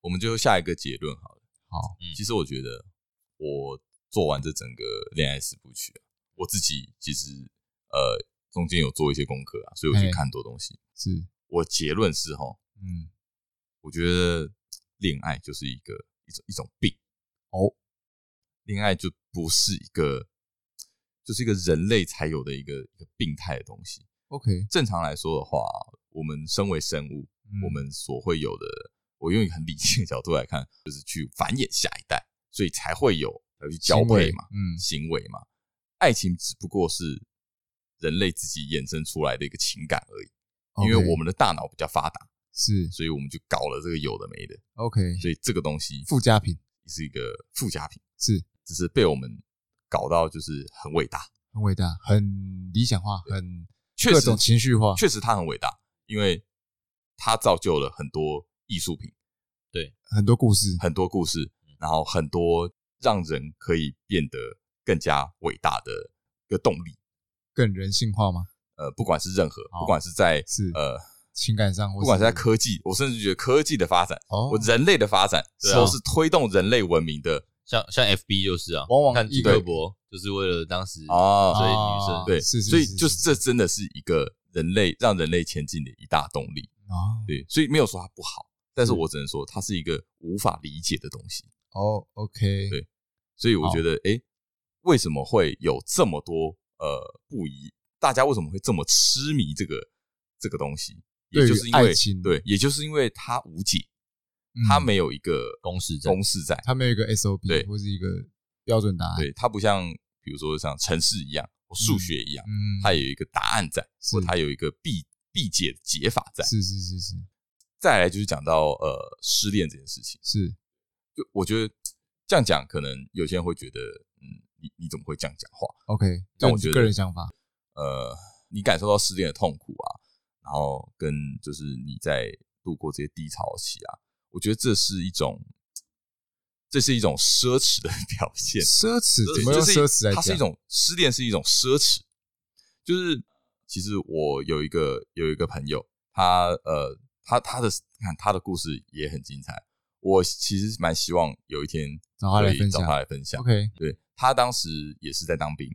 Speaker 3: 我们就下一个结论好了。
Speaker 2: 好，
Speaker 1: 嗯
Speaker 3: 其实我觉得我做完这整个恋爱四部曲啊，我自己其实呃中间有做一些功课啊，所以我去
Speaker 2: 嘿
Speaker 3: 看很多东西。
Speaker 2: 是，
Speaker 3: 我结论是哈，
Speaker 2: 嗯，
Speaker 3: 我觉得恋爱就是一个一种一种病
Speaker 2: 哦，
Speaker 3: 恋爱就不是一个就是一个人类才有的一个一个病态的东西。
Speaker 2: OK，
Speaker 3: 正常来说的话，我们身为生物，
Speaker 2: 嗯
Speaker 3: 我们所会有的，我用一个很理性的角度来看，就是去繁衍下一代，所以才会有要去交
Speaker 2: 行为
Speaker 3: 配嘛，
Speaker 2: 嗯
Speaker 3: 行为嘛。爱情只不过是人类自己衍生出来的一个情感而已，因为
Speaker 2: OK，
Speaker 3: 我们的大脑比较发达，
Speaker 2: 是
Speaker 3: 所以我们就搞了这个有的没的，
Speaker 2: OK
Speaker 3: 所以这个东西
Speaker 2: 附加品
Speaker 3: 是一个附加品，
Speaker 2: 是
Speaker 3: 只是被我们搞到就是很伟大，
Speaker 2: 很伟大，很理想化，很
Speaker 3: 确
Speaker 2: 各
Speaker 3: 实
Speaker 2: 种情绪化，
Speaker 3: 确实它很伟大，因为它造就了很多艺术品。
Speaker 2: 很多故事，
Speaker 3: 很多故事，
Speaker 2: 嗯
Speaker 3: 然后很多让人可以变得更加伟大的一个动力。
Speaker 2: 更人性化吗？
Speaker 3: 呃，不管是任何，
Speaker 2: 好
Speaker 3: 不管是在
Speaker 2: 哦是
Speaker 3: 呃，
Speaker 2: 情感上或，
Speaker 3: 不管是在科技，我甚至觉得科技的发展，
Speaker 2: 哦
Speaker 3: 我人类的发展，
Speaker 1: 对啊
Speaker 3: 都是推动人类文明的
Speaker 1: 像像 FB 就是啊，
Speaker 2: 往往
Speaker 1: 看
Speaker 2: 一
Speaker 1: 朱
Speaker 2: 个
Speaker 1: 克伯就是为了当时
Speaker 3: 啊
Speaker 1: 所以女生
Speaker 2: 啊
Speaker 3: 对，
Speaker 2: 是是
Speaker 3: 所以
Speaker 2: 是
Speaker 3: 就是这真的是一个人类让人类前进的一大动力。
Speaker 2: 哦
Speaker 3: 对，所以没有说它不好，但是
Speaker 2: 是
Speaker 3: 我只能说它是一个无法理解的东西。
Speaker 2: 哦，OK，
Speaker 3: 对所
Speaker 2: 哦
Speaker 3: 以我觉得，诶，为什么会有这么多呃不一？大家为什么会这么痴迷这个这个东西？也
Speaker 2: 对于
Speaker 3: 就是因为
Speaker 2: 爱情
Speaker 3: 对，也就是因为它无解，
Speaker 2: 嗯
Speaker 3: 它没有一个
Speaker 1: 公式在
Speaker 3: 公式在，
Speaker 2: 他们有一个 SOP，
Speaker 3: 对
Speaker 2: 或是一个标准答案，
Speaker 3: 对，它不像比如说像城市一样，或数学一样，
Speaker 2: 嗯，
Speaker 3: 它有一个答案在，
Speaker 2: 是
Speaker 3: 或它有一个必必解的解法在。
Speaker 2: 是是是是
Speaker 3: 再来就是讲到呃失恋这件事情，
Speaker 2: 是，
Speaker 3: 就我觉得这样讲，可能有些人会觉得，嗯，你你怎么会这样讲话？
Speaker 2: OK，这
Speaker 3: 但我
Speaker 2: 你
Speaker 3: 觉得
Speaker 2: 个人想法，
Speaker 3: 呃，你感受到失恋的痛苦啊，然后跟就是你在度过这些低潮期啊，我觉得这是一种，这是一种奢侈的 表现。
Speaker 2: 奢侈怎
Speaker 3: 对
Speaker 2: 么用
Speaker 3: 就
Speaker 2: 奢侈
Speaker 3: 是
Speaker 2: 来讲？
Speaker 3: 它是一种失恋，是一种奢侈。就是其实我有一个有一个朋友，他呃，他他的你看他的故事也很精彩。我其实蛮希望有一天
Speaker 2: 找他来
Speaker 3: 可以
Speaker 2: 分
Speaker 3: 找
Speaker 2: 享
Speaker 3: 他来分享。
Speaker 2: OK，
Speaker 3: 对他当时也是在当兵，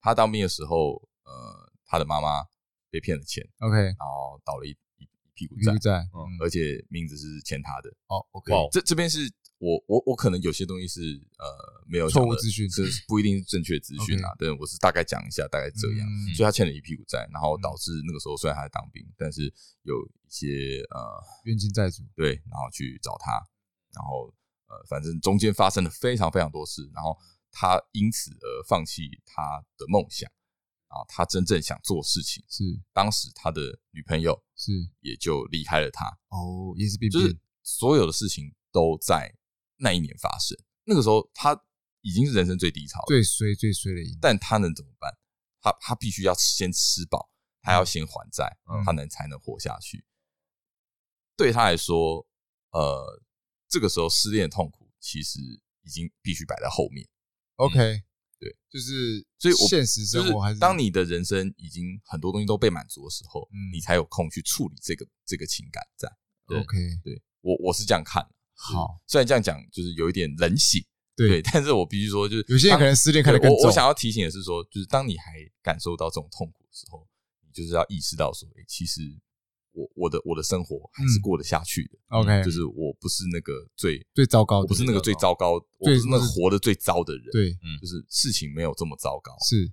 Speaker 3: 他当兵的时候，呃，他的妈妈被骗了钱，
Speaker 2: OK，
Speaker 3: 然后倒了一一一屁股
Speaker 2: 一
Speaker 3: 债
Speaker 2: 路，在，
Speaker 1: 嗯
Speaker 3: 而且名字是欠他的。
Speaker 2: 哦，OK，
Speaker 1: 哇
Speaker 3: 这这边是我我我可能有些东西是呃没有
Speaker 2: 错
Speaker 3: 讲
Speaker 2: 误
Speaker 3: 的
Speaker 2: 资讯
Speaker 3: 是不一定是正确资讯啊，但我是大概讲一下，大概这样。
Speaker 2: 嗯
Speaker 3: 所以他欠了一屁股债，然后导致那个时候虽然他在当兵，但是有一些呃
Speaker 2: 冤亲债主，
Speaker 3: 对，然后去找他，然后呃，反正中间发生了非常非常多事，然后他因此而放弃他的梦想，然后他真正想做的事情，
Speaker 2: 是
Speaker 3: 当时他的女朋友
Speaker 2: 是，
Speaker 3: 也就离开了他，
Speaker 2: 哦，也是病
Speaker 3: 就是
Speaker 2: 变，
Speaker 3: 所有的事情都在那一年发生。那个时候他已经是人生最低潮了，
Speaker 2: 最衰最衰的一代，
Speaker 3: 但他能怎么办？他他必须要先吃饱，他要先还债，
Speaker 2: 嗯
Speaker 3: 他能才能活下去。对他来说，呃，这个时候失恋的痛苦其实已经必须摆在后面。
Speaker 2: OK，
Speaker 3: 对，
Speaker 2: 就是
Speaker 3: 所以我
Speaker 2: 现实
Speaker 3: 就
Speaker 2: 生
Speaker 3: 是
Speaker 2: 活还是
Speaker 3: 当你的人生已经很多东西都被满足的时候，
Speaker 2: 嗯
Speaker 3: 你才有空去处理这个这个情感在。
Speaker 1: 对
Speaker 2: OK
Speaker 3: 对我我是这样看的，
Speaker 2: 好，
Speaker 3: 虽然这样讲就是有一点冷血，对，
Speaker 2: 对，
Speaker 3: 但是我必须说，就是
Speaker 2: 有些人
Speaker 3: 当
Speaker 2: 可能失恋看得
Speaker 3: 对
Speaker 2: 更
Speaker 3: 我我
Speaker 2: 重
Speaker 3: 想要提醒的是说，就是当你还感受到这种痛苦的时候，你就是要意识到说，诶，其实我我的我的生活还
Speaker 2: 嗯
Speaker 3: 是过得下去的。
Speaker 2: OK
Speaker 3: 就是我不是那个最，
Speaker 2: 最糟糕
Speaker 3: 我
Speaker 2: 的，
Speaker 3: 不是那个最糟糕，我不
Speaker 2: 最
Speaker 3: 是那个
Speaker 2: 不是
Speaker 3: 活得最糟的人。，
Speaker 2: 对，
Speaker 3: 就是事情没有这么糟糕。
Speaker 2: 是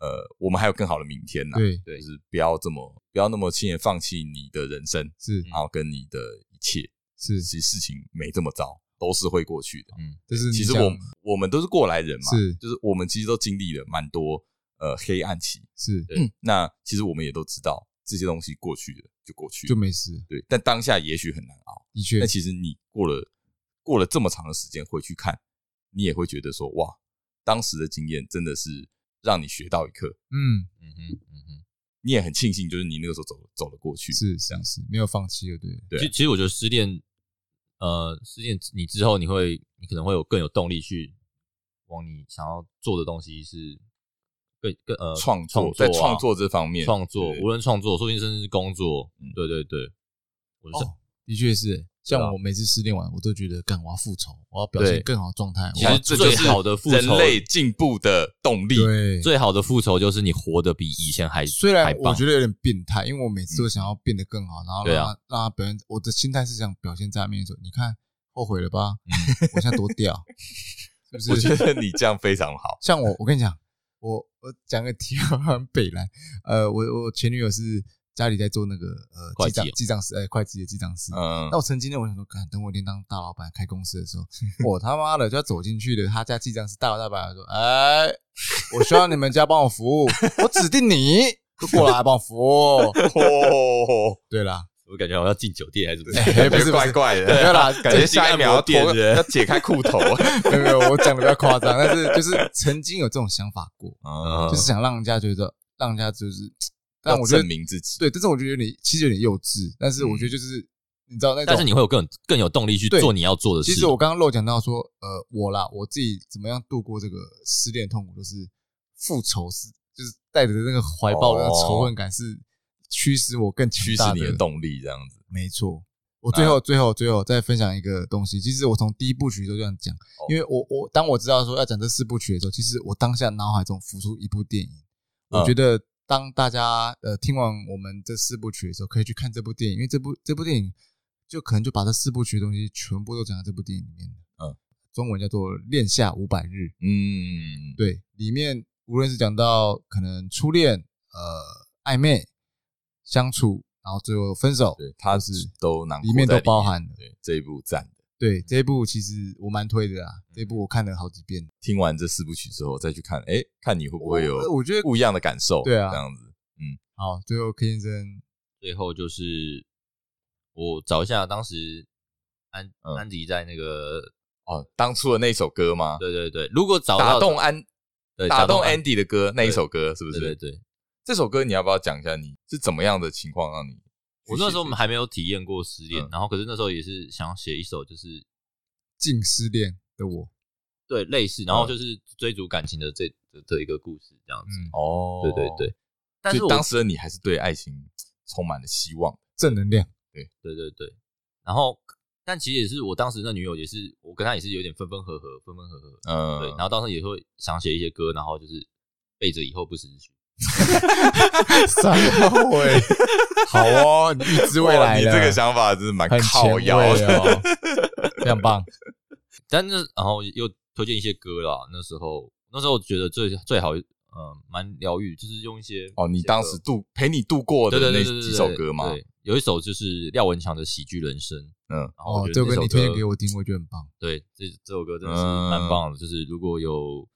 Speaker 3: 呃，我们还有更好的明天呐、
Speaker 2: 对，
Speaker 1: 对
Speaker 3: 就是不要这么不要那么轻易地放弃你的人生，
Speaker 2: 是
Speaker 3: 然后跟你的一切，
Speaker 2: 是，
Speaker 3: 其实事情没这么糟，都是会过去的。
Speaker 1: 嗯
Speaker 2: 就是
Speaker 3: 其
Speaker 2: 你
Speaker 3: 实
Speaker 2: 讲
Speaker 3: 我我们都是过来人嘛，
Speaker 2: 是
Speaker 3: 就是我们其实都经历了蛮多呃黑暗期，
Speaker 2: 是
Speaker 1: 对
Speaker 3: 嗯，那其实我们也都知道这些东西过去了就过去
Speaker 2: 就
Speaker 3: 了，
Speaker 2: 没事，
Speaker 3: 对。但当下也许很难熬，
Speaker 2: 的确
Speaker 3: 但其实你过了过了这么长的时间回去看，你也会觉得说哇，当时的经验真的是让你学到一课，
Speaker 2: 嗯
Speaker 1: 嗯哼，嗯哼。
Speaker 3: 你也很庆幸，就是你那个时候走走了过去，
Speaker 2: 是是是，没有放弃了，对，
Speaker 3: 对
Speaker 1: 其实其实我觉得失恋，呃，失恋你之后你会，你可能会有更有动力去往你想要做的东西是更更呃
Speaker 3: 创
Speaker 1: 创
Speaker 3: 作
Speaker 1: 作啊
Speaker 3: 在创作这方面，
Speaker 1: 创作，
Speaker 3: 对
Speaker 1: 无论创作，说不定甚至是工作，
Speaker 3: 嗯
Speaker 1: 对对对，我是、
Speaker 2: 哦的确是。像
Speaker 1: 对啊
Speaker 2: 我每次失恋完，我都觉得，干，我要复仇，我要表现
Speaker 1: 对
Speaker 2: 更好的状态。
Speaker 1: 其
Speaker 2: 我要
Speaker 1: 实
Speaker 3: 哇这就是
Speaker 1: 最好的复仇
Speaker 3: 人类进步的动力，
Speaker 2: 对，
Speaker 1: 最好的复仇就是你活得比以前还
Speaker 3: 哦
Speaker 2: 虽然
Speaker 1: 还棒嗯
Speaker 2: 我觉得有点变态，因为我每次都想要变得更好，然后
Speaker 1: 对
Speaker 2: 让
Speaker 1: 啊
Speaker 2: 他、让他表现，我的心态是想表现在面前说，你看后悔了吧？
Speaker 1: 嗯
Speaker 2: 我现在多 屌，是
Speaker 3: 我
Speaker 2: 不
Speaker 3: 觉
Speaker 2: 是？。
Speaker 3: 得你这样非常好
Speaker 2: 像我，我跟你讲，我我讲个题外话很北来，呃，我我前女友是家里在做那个呃
Speaker 1: 会计
Speaker 2: 记账
Speaker 1: 哦
Speaker 2: 记账师，哎、会计的记账师。
Speaker 3: 嗯
Speaker 2: 那，我曾经呢，我想说，看等我一天当大老板开公司的时候，我他妈的就要走进去的，他家记账师大老板说，哎，我需要你们家帮我服务，我指定你，就过来帮我服务。
Speaker 3: 哦，
Speaker 2: 对啦，
Speaker 1: 我感觉我要进酒店还是不是？
Speaker 2: 哎不
Speaker 3: 感
Speaker 2: 是不
Speaker 3: 觉怪
Speaker 2: 是，
Speaker 3: 怪
Speaker 2: 没有
Speaker 3: 的，
Speaker 2: 啦，
Speaker 3: 啊感觉下一秒要
Speaker 1: 点
Speaker 3: 脱
Speaker 1: 人
Speaker 3: 要解开裤头。啊
Speaker 2: 没有没有，我讲的比较夸张，但是就是曾经有这种想法过，
Speaker 3: 嗯
Speaker 2: 就是想让人家觉得，让人家就是，
Speaker 3: 要
Speaker 2: 但我觉得
Speaker 3: 证明自己，
Speaker 2: 对，但是我觉得有点，其实有点幼稚，但是我
Speaker 3: 嗯
Speaker 2: 觉得就是你知道那
Speaker 1: 但是
Speaker 2: 种，
Speaker 1: 你会有更更有动力去
Speaker 2: 对
Speaker 1: 做你要做的事。
Speaker 2: 其实我刚刚漏讲到说，呃，我啦，我自己怎么样度过这个失恋痛苦，就是复仇是，就是带着那个怀抱的那个仇恨感是驱使我更强
Speaker 3: 哦驱使
Speaker 2: 大
Speaker 3: 你的动力这样子。
Speaker 2: 没错，我最后、最后最后再分享一个东西。其实我从第一部曲都这样讲，
Speaker 3: 哦
Speaker 2: 因为我我当我知道说要讲这四部曲的时候，其实我当下脑海中浮出一部电影。
Speaker 3: 嗯
Speaker 2: 我觉得当大家呃听完我们这四部曲的时候，可以去看这部电影，因为这部这部电影就可能就把这四部曲的东西全部都讲在这部电影里面
Speaker 3: 嗯，
Speaker 2: 中文叫做《恋夏五百日》。
Speaker 3: 嗯，
Speaker 2: 对，里面无论是讲到可能初恋、呃暧昧、相处，然后最后分手，
Speaker 3: 对，他是
Speaker 2: 是
Speaker 3: 都囊括
Speaker 2: 里面
Speaker 3: 在
Speaker 2: 都包含了。
Speaker 3: 对这一部赞的。
Speaker 2: 对这一部其实我蛮推的啦，这一
Speaker 3: 嗯
Speaker 2: 部我看了好几遍。
Speaker 3: 听完这四部曲之后再去看，哎，看你会不会有
Speaker 2: 我我觉得
Speaker 3: 不一样的感受？
Speaker 2: 对啊
Speaker 3: 这样子。
Speaker 2: 好，最后 K 先生
Speaker 1: 最后就是我找一下当时安、
Speaker 3: 嗯
Speaker 1: 安迪在那个
Speaker 3: 哦，当初的那首歌吗？
Speaker 1: 对对对，如果找
Speaker 3: 打
Speaker 1: 到
Speaker 3: 动安，
Speaker 1: 对
Speaker 3: 打动
Speaker 1: 安
Speaker 3: Andy 的歌那一首歌是不
Speaker 1: 对对
Speaker 3: 是？
Speaker 1: 对，
Speaker 3: 这首歌你要不要讲一下？你是怎么样的情况让你去写这？
Speaker 1: 我那时候还没有体验过失恋，
Speaker 3: 嗯
Speaker 1: 然后可是那时候也是想写一首就是
Speaker 2: 近失恋的我，
Speaker 1: 对类似，然后
Speaker 3: 嗯
Speaker 1: 就是追逐感情的这的的一个故事这样子。
Speaker 2: 嗯，
Speaker 3: 哦，
Speaker 1: 对对对，但是
Speaker 3: 所
Speaker 1: 我
Speaker 3: 以当时的你还是对爱情充满了希望。
Speaker 2: 正能 量，
Speaker 1: 对对对，然后但其实也是我当时那女友也是我跟她也是有点分分合合，分分合合。
Speaker 3: 嗯，
Speaker 1: 对，然后当时也会想写一些歌，然后就是背着以后不时之需。
Speaker 2: 三 后尾，好哦，你预知未
Speaker 3: 哇
Speaker 2: 来
Speaker 3: 你
Speaker 2: 了，
Speaker 3: 这个想法真是蛮
Speaker 2: 很前
Speaker 3: 靠
Speaker 2: 卫
Speaker 3: 腰的。
Speaker 2: 哦， 非常棒，
Speaker 1: 但是然后又推荐一些歌啦，那时候那时候觉得最最好，嗯、蛮疗愈，就是用一些
Speaker 3: 哦，你当时度陪你度过
Speaker 1: 对
Speaker 3: 的
Speaker 1: 对
Speaker 3: 那
Speaker 1: 对对对
Speaker 3: 几首歌吗？
Speaker 1: 对，有一首就是廖文强的《喜剧人生》，
Speaker 3: 嗯
Speaker 1: 然后
Speaker 2: 哦
Speaker 1: 我，觉
Speaker 2: 这
Speaker 1: 得那首
Speaker 2: 首歌你
Speaker 1: 歌
Speaker 2: 推荐给我听，我觉得很棒，
Speaker 1: 对，这这首歌真的是
Speaker 3: 嗯
Speaker 1: 蛮棒的，就是如果有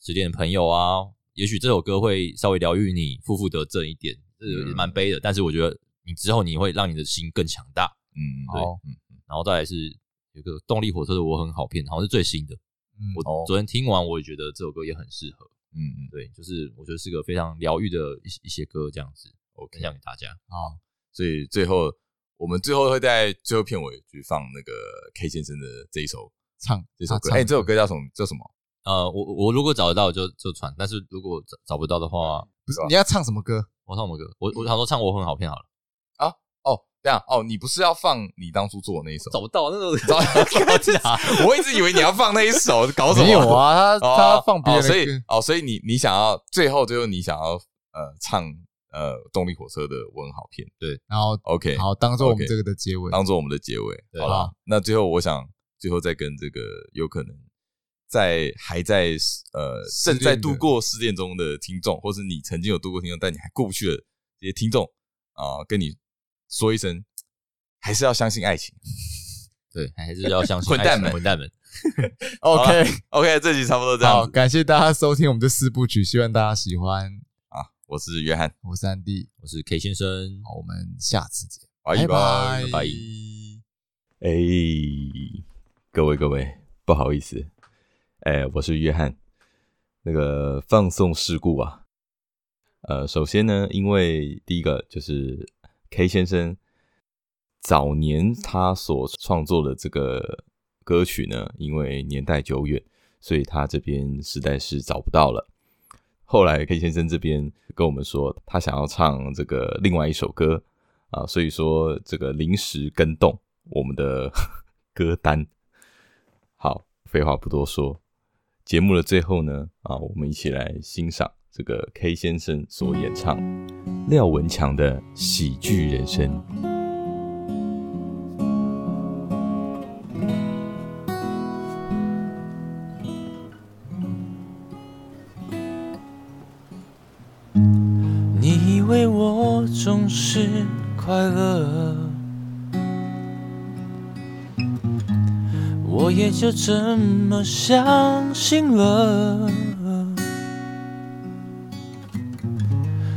Speaker 1: 失恋的朋友啊，也许这首歌会稍微疗愈你，负负得正一点，这也
Speaker 3: 嗯
Speaker 1: 是蛮悲的，但是我觉得你之后你会让你的心更强大，
Speaker 3: 嗯，
Speaker 2: 好
Speaker 3: 对，嗯
Speaker 1: 然后再来是。有一个动力火车的我很好骗，好像是最新的。
Speaker 2: 嗯，
Speaker 3: 哦
Speaker 1: 我昨天听完，我也觉得这首歌也很适合。
Speaker 3: 嗯嗯
Speaker 1: 对，就是我觉得是个非常疗愈的一些一些歌这样子，我分享给大家。
Speaker 2: 好，
Speaker 3: 所以最后我们最后会在最后片尾去放那个 K 先生的这一首
Speaker 2: 唱
Speaker 3: 这
Speaker 1: 啊
Speaker 3: 首歌。
Speaker 2: 他
Speaker 3: 哎，
Speaker 2: 唱
Speaker 3: 这首歌叫什么？叫什么？
Speaker 1: 呃，我我如果找得到就就传，但是如果找找不到的话，
Speaker 2: 不是
Speaker 3: 啊
Speaker 2: 你要唱什么歌？
Speaker 1: 我唱我歌，我我想说唱我很好骗好了，
Speaker 3: 哦，这样哦，你不是要放你当初做的那一首？
Speaker 1: 不到那种
Speaker 3: 找
Speaker 1: 找不到，
Speaker 3: 我一直以为你要放那一首，搞什么？
Speaker 2: 没有啊，他
Speaker 3: 哦，
Speaker 2: 他放别人
Speaker 3: 哦，所
Speaker 2: 的
Speaker 3: 以
Speaker 2: 歌，
Speaker 3: 哦，所以你你想要最后最后你想要呃唱呃动力火车的我很好骗
Speaker 2: 然后
Speaker 3: 哦，OK，
Speaker 2: 好当做我
Speaker 3: OK
Speaker 2: 们这个的结尾，
Speaker 3: 当做我们的结尾，
Speaker 1: 对
Speaker 3: 好了
Speaker 2: 好。
Speaker 3: 那最后我想最后再跟这个有可能在还在呃
Speaker 2: 失恋
Speaker 3: 正
Speaker 2: 的
Speaker 3: 在度过失恋中的听众，或是你曾经有度过听众，但你还过不去的这些听众啊、跟你说一声，还是要相信爱情。
Speaker 1: 对，还是要相信
Speaker 3: 混蛋
Speaker 1: 爱情啊
Speaker 3: 们
Speaker 1: 混蛋们，
Speaker 3: 好
Speaker 2: OK，
Speaker 3: OK，这集差不多这样
Speaker 2: 好，
Speaker 3: 子
Speaker 2: 感谢大家收听我们这四部曲，希望大家喜欢。
Speaker 3: 啊，我是约翰，
Speaker 2: 我是安迪，
Speaker 1: 我是 K 先生，
Speaker 2: 好，我们下次见。
Speaker 3: 拜
Speaker 2: 拜
Speaker 3: 拜
Speaker 2: 拜
Speaker 3: 哎，各位各位，不好意思，哎，我是约翰。那个放送事故啊，呃，首先呢，因为第一个就是 K 先生早年他所创作的这个歌曲呢，因为年代久远，所以他这边实在是找不到了。后来 K 先生这边跟我们说，他想要唱这个另外一首歌啊，所以说这个临时跟动我们的 歌单。好，废话不多说，节目的最后呢，啊，我们一起来欣赏这个 K 先生所演唱廖文强的《喜剧人生》。
Speaker 4: 你以为我总是快乐，我也就这么相信了。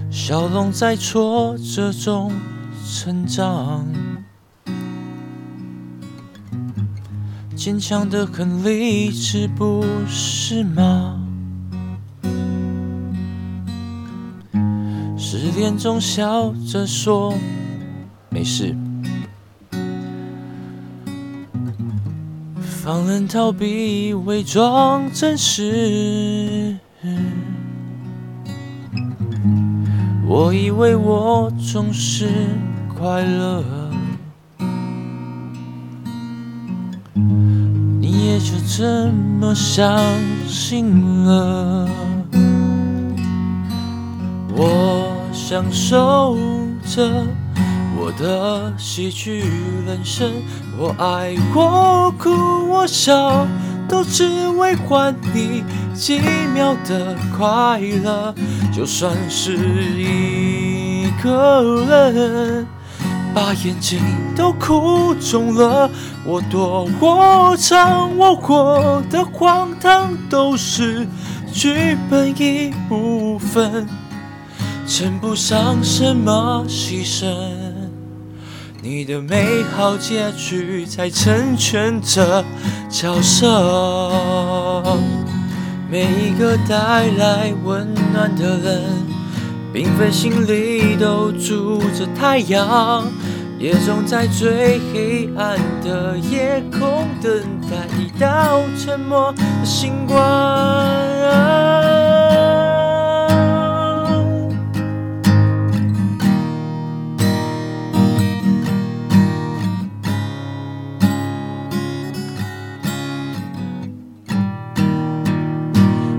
Speaker 4: 小龙在挫折中成长，坚强的很理智，不是吗？失恋中笑着说没事，放任逃避，伪装真实。我以为我总是快乐，你也就这么相信了。我享受着我的喜剧人生，我爱我哭我笑，都只为换你几秒的快乐。就算是一个人，把眼睛都哭肿了，我躲我藏我活的荒唐都是剧本一部分。称不上什么牺牲。你的美好结局才成全这角色。每一个带来温暖的人，并非心里都住着太阳，也总在最黑暗的夜空等待一道沉默的星光。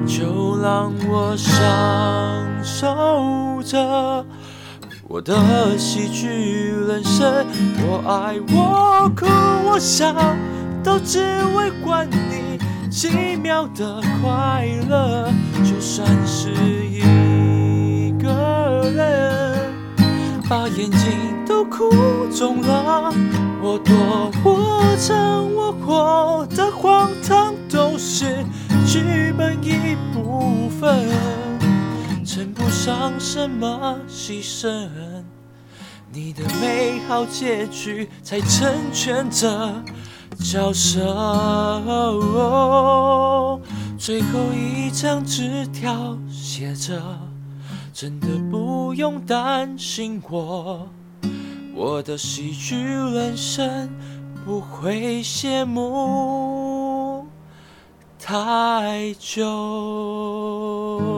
Speaker 4: 就让我享受着我的喜剧人生。我爱我哭我笑，都只为换你几秒的快乐。就算是一个人，把眼睛都哭肿了。我躲我藏我活的荒唐都是剧本一部分，称不上什么牺牲。你的美好结局才成全这角色。最后一张纸条写着，真的不用担心我。我的喜剧人生不会谢幕太久。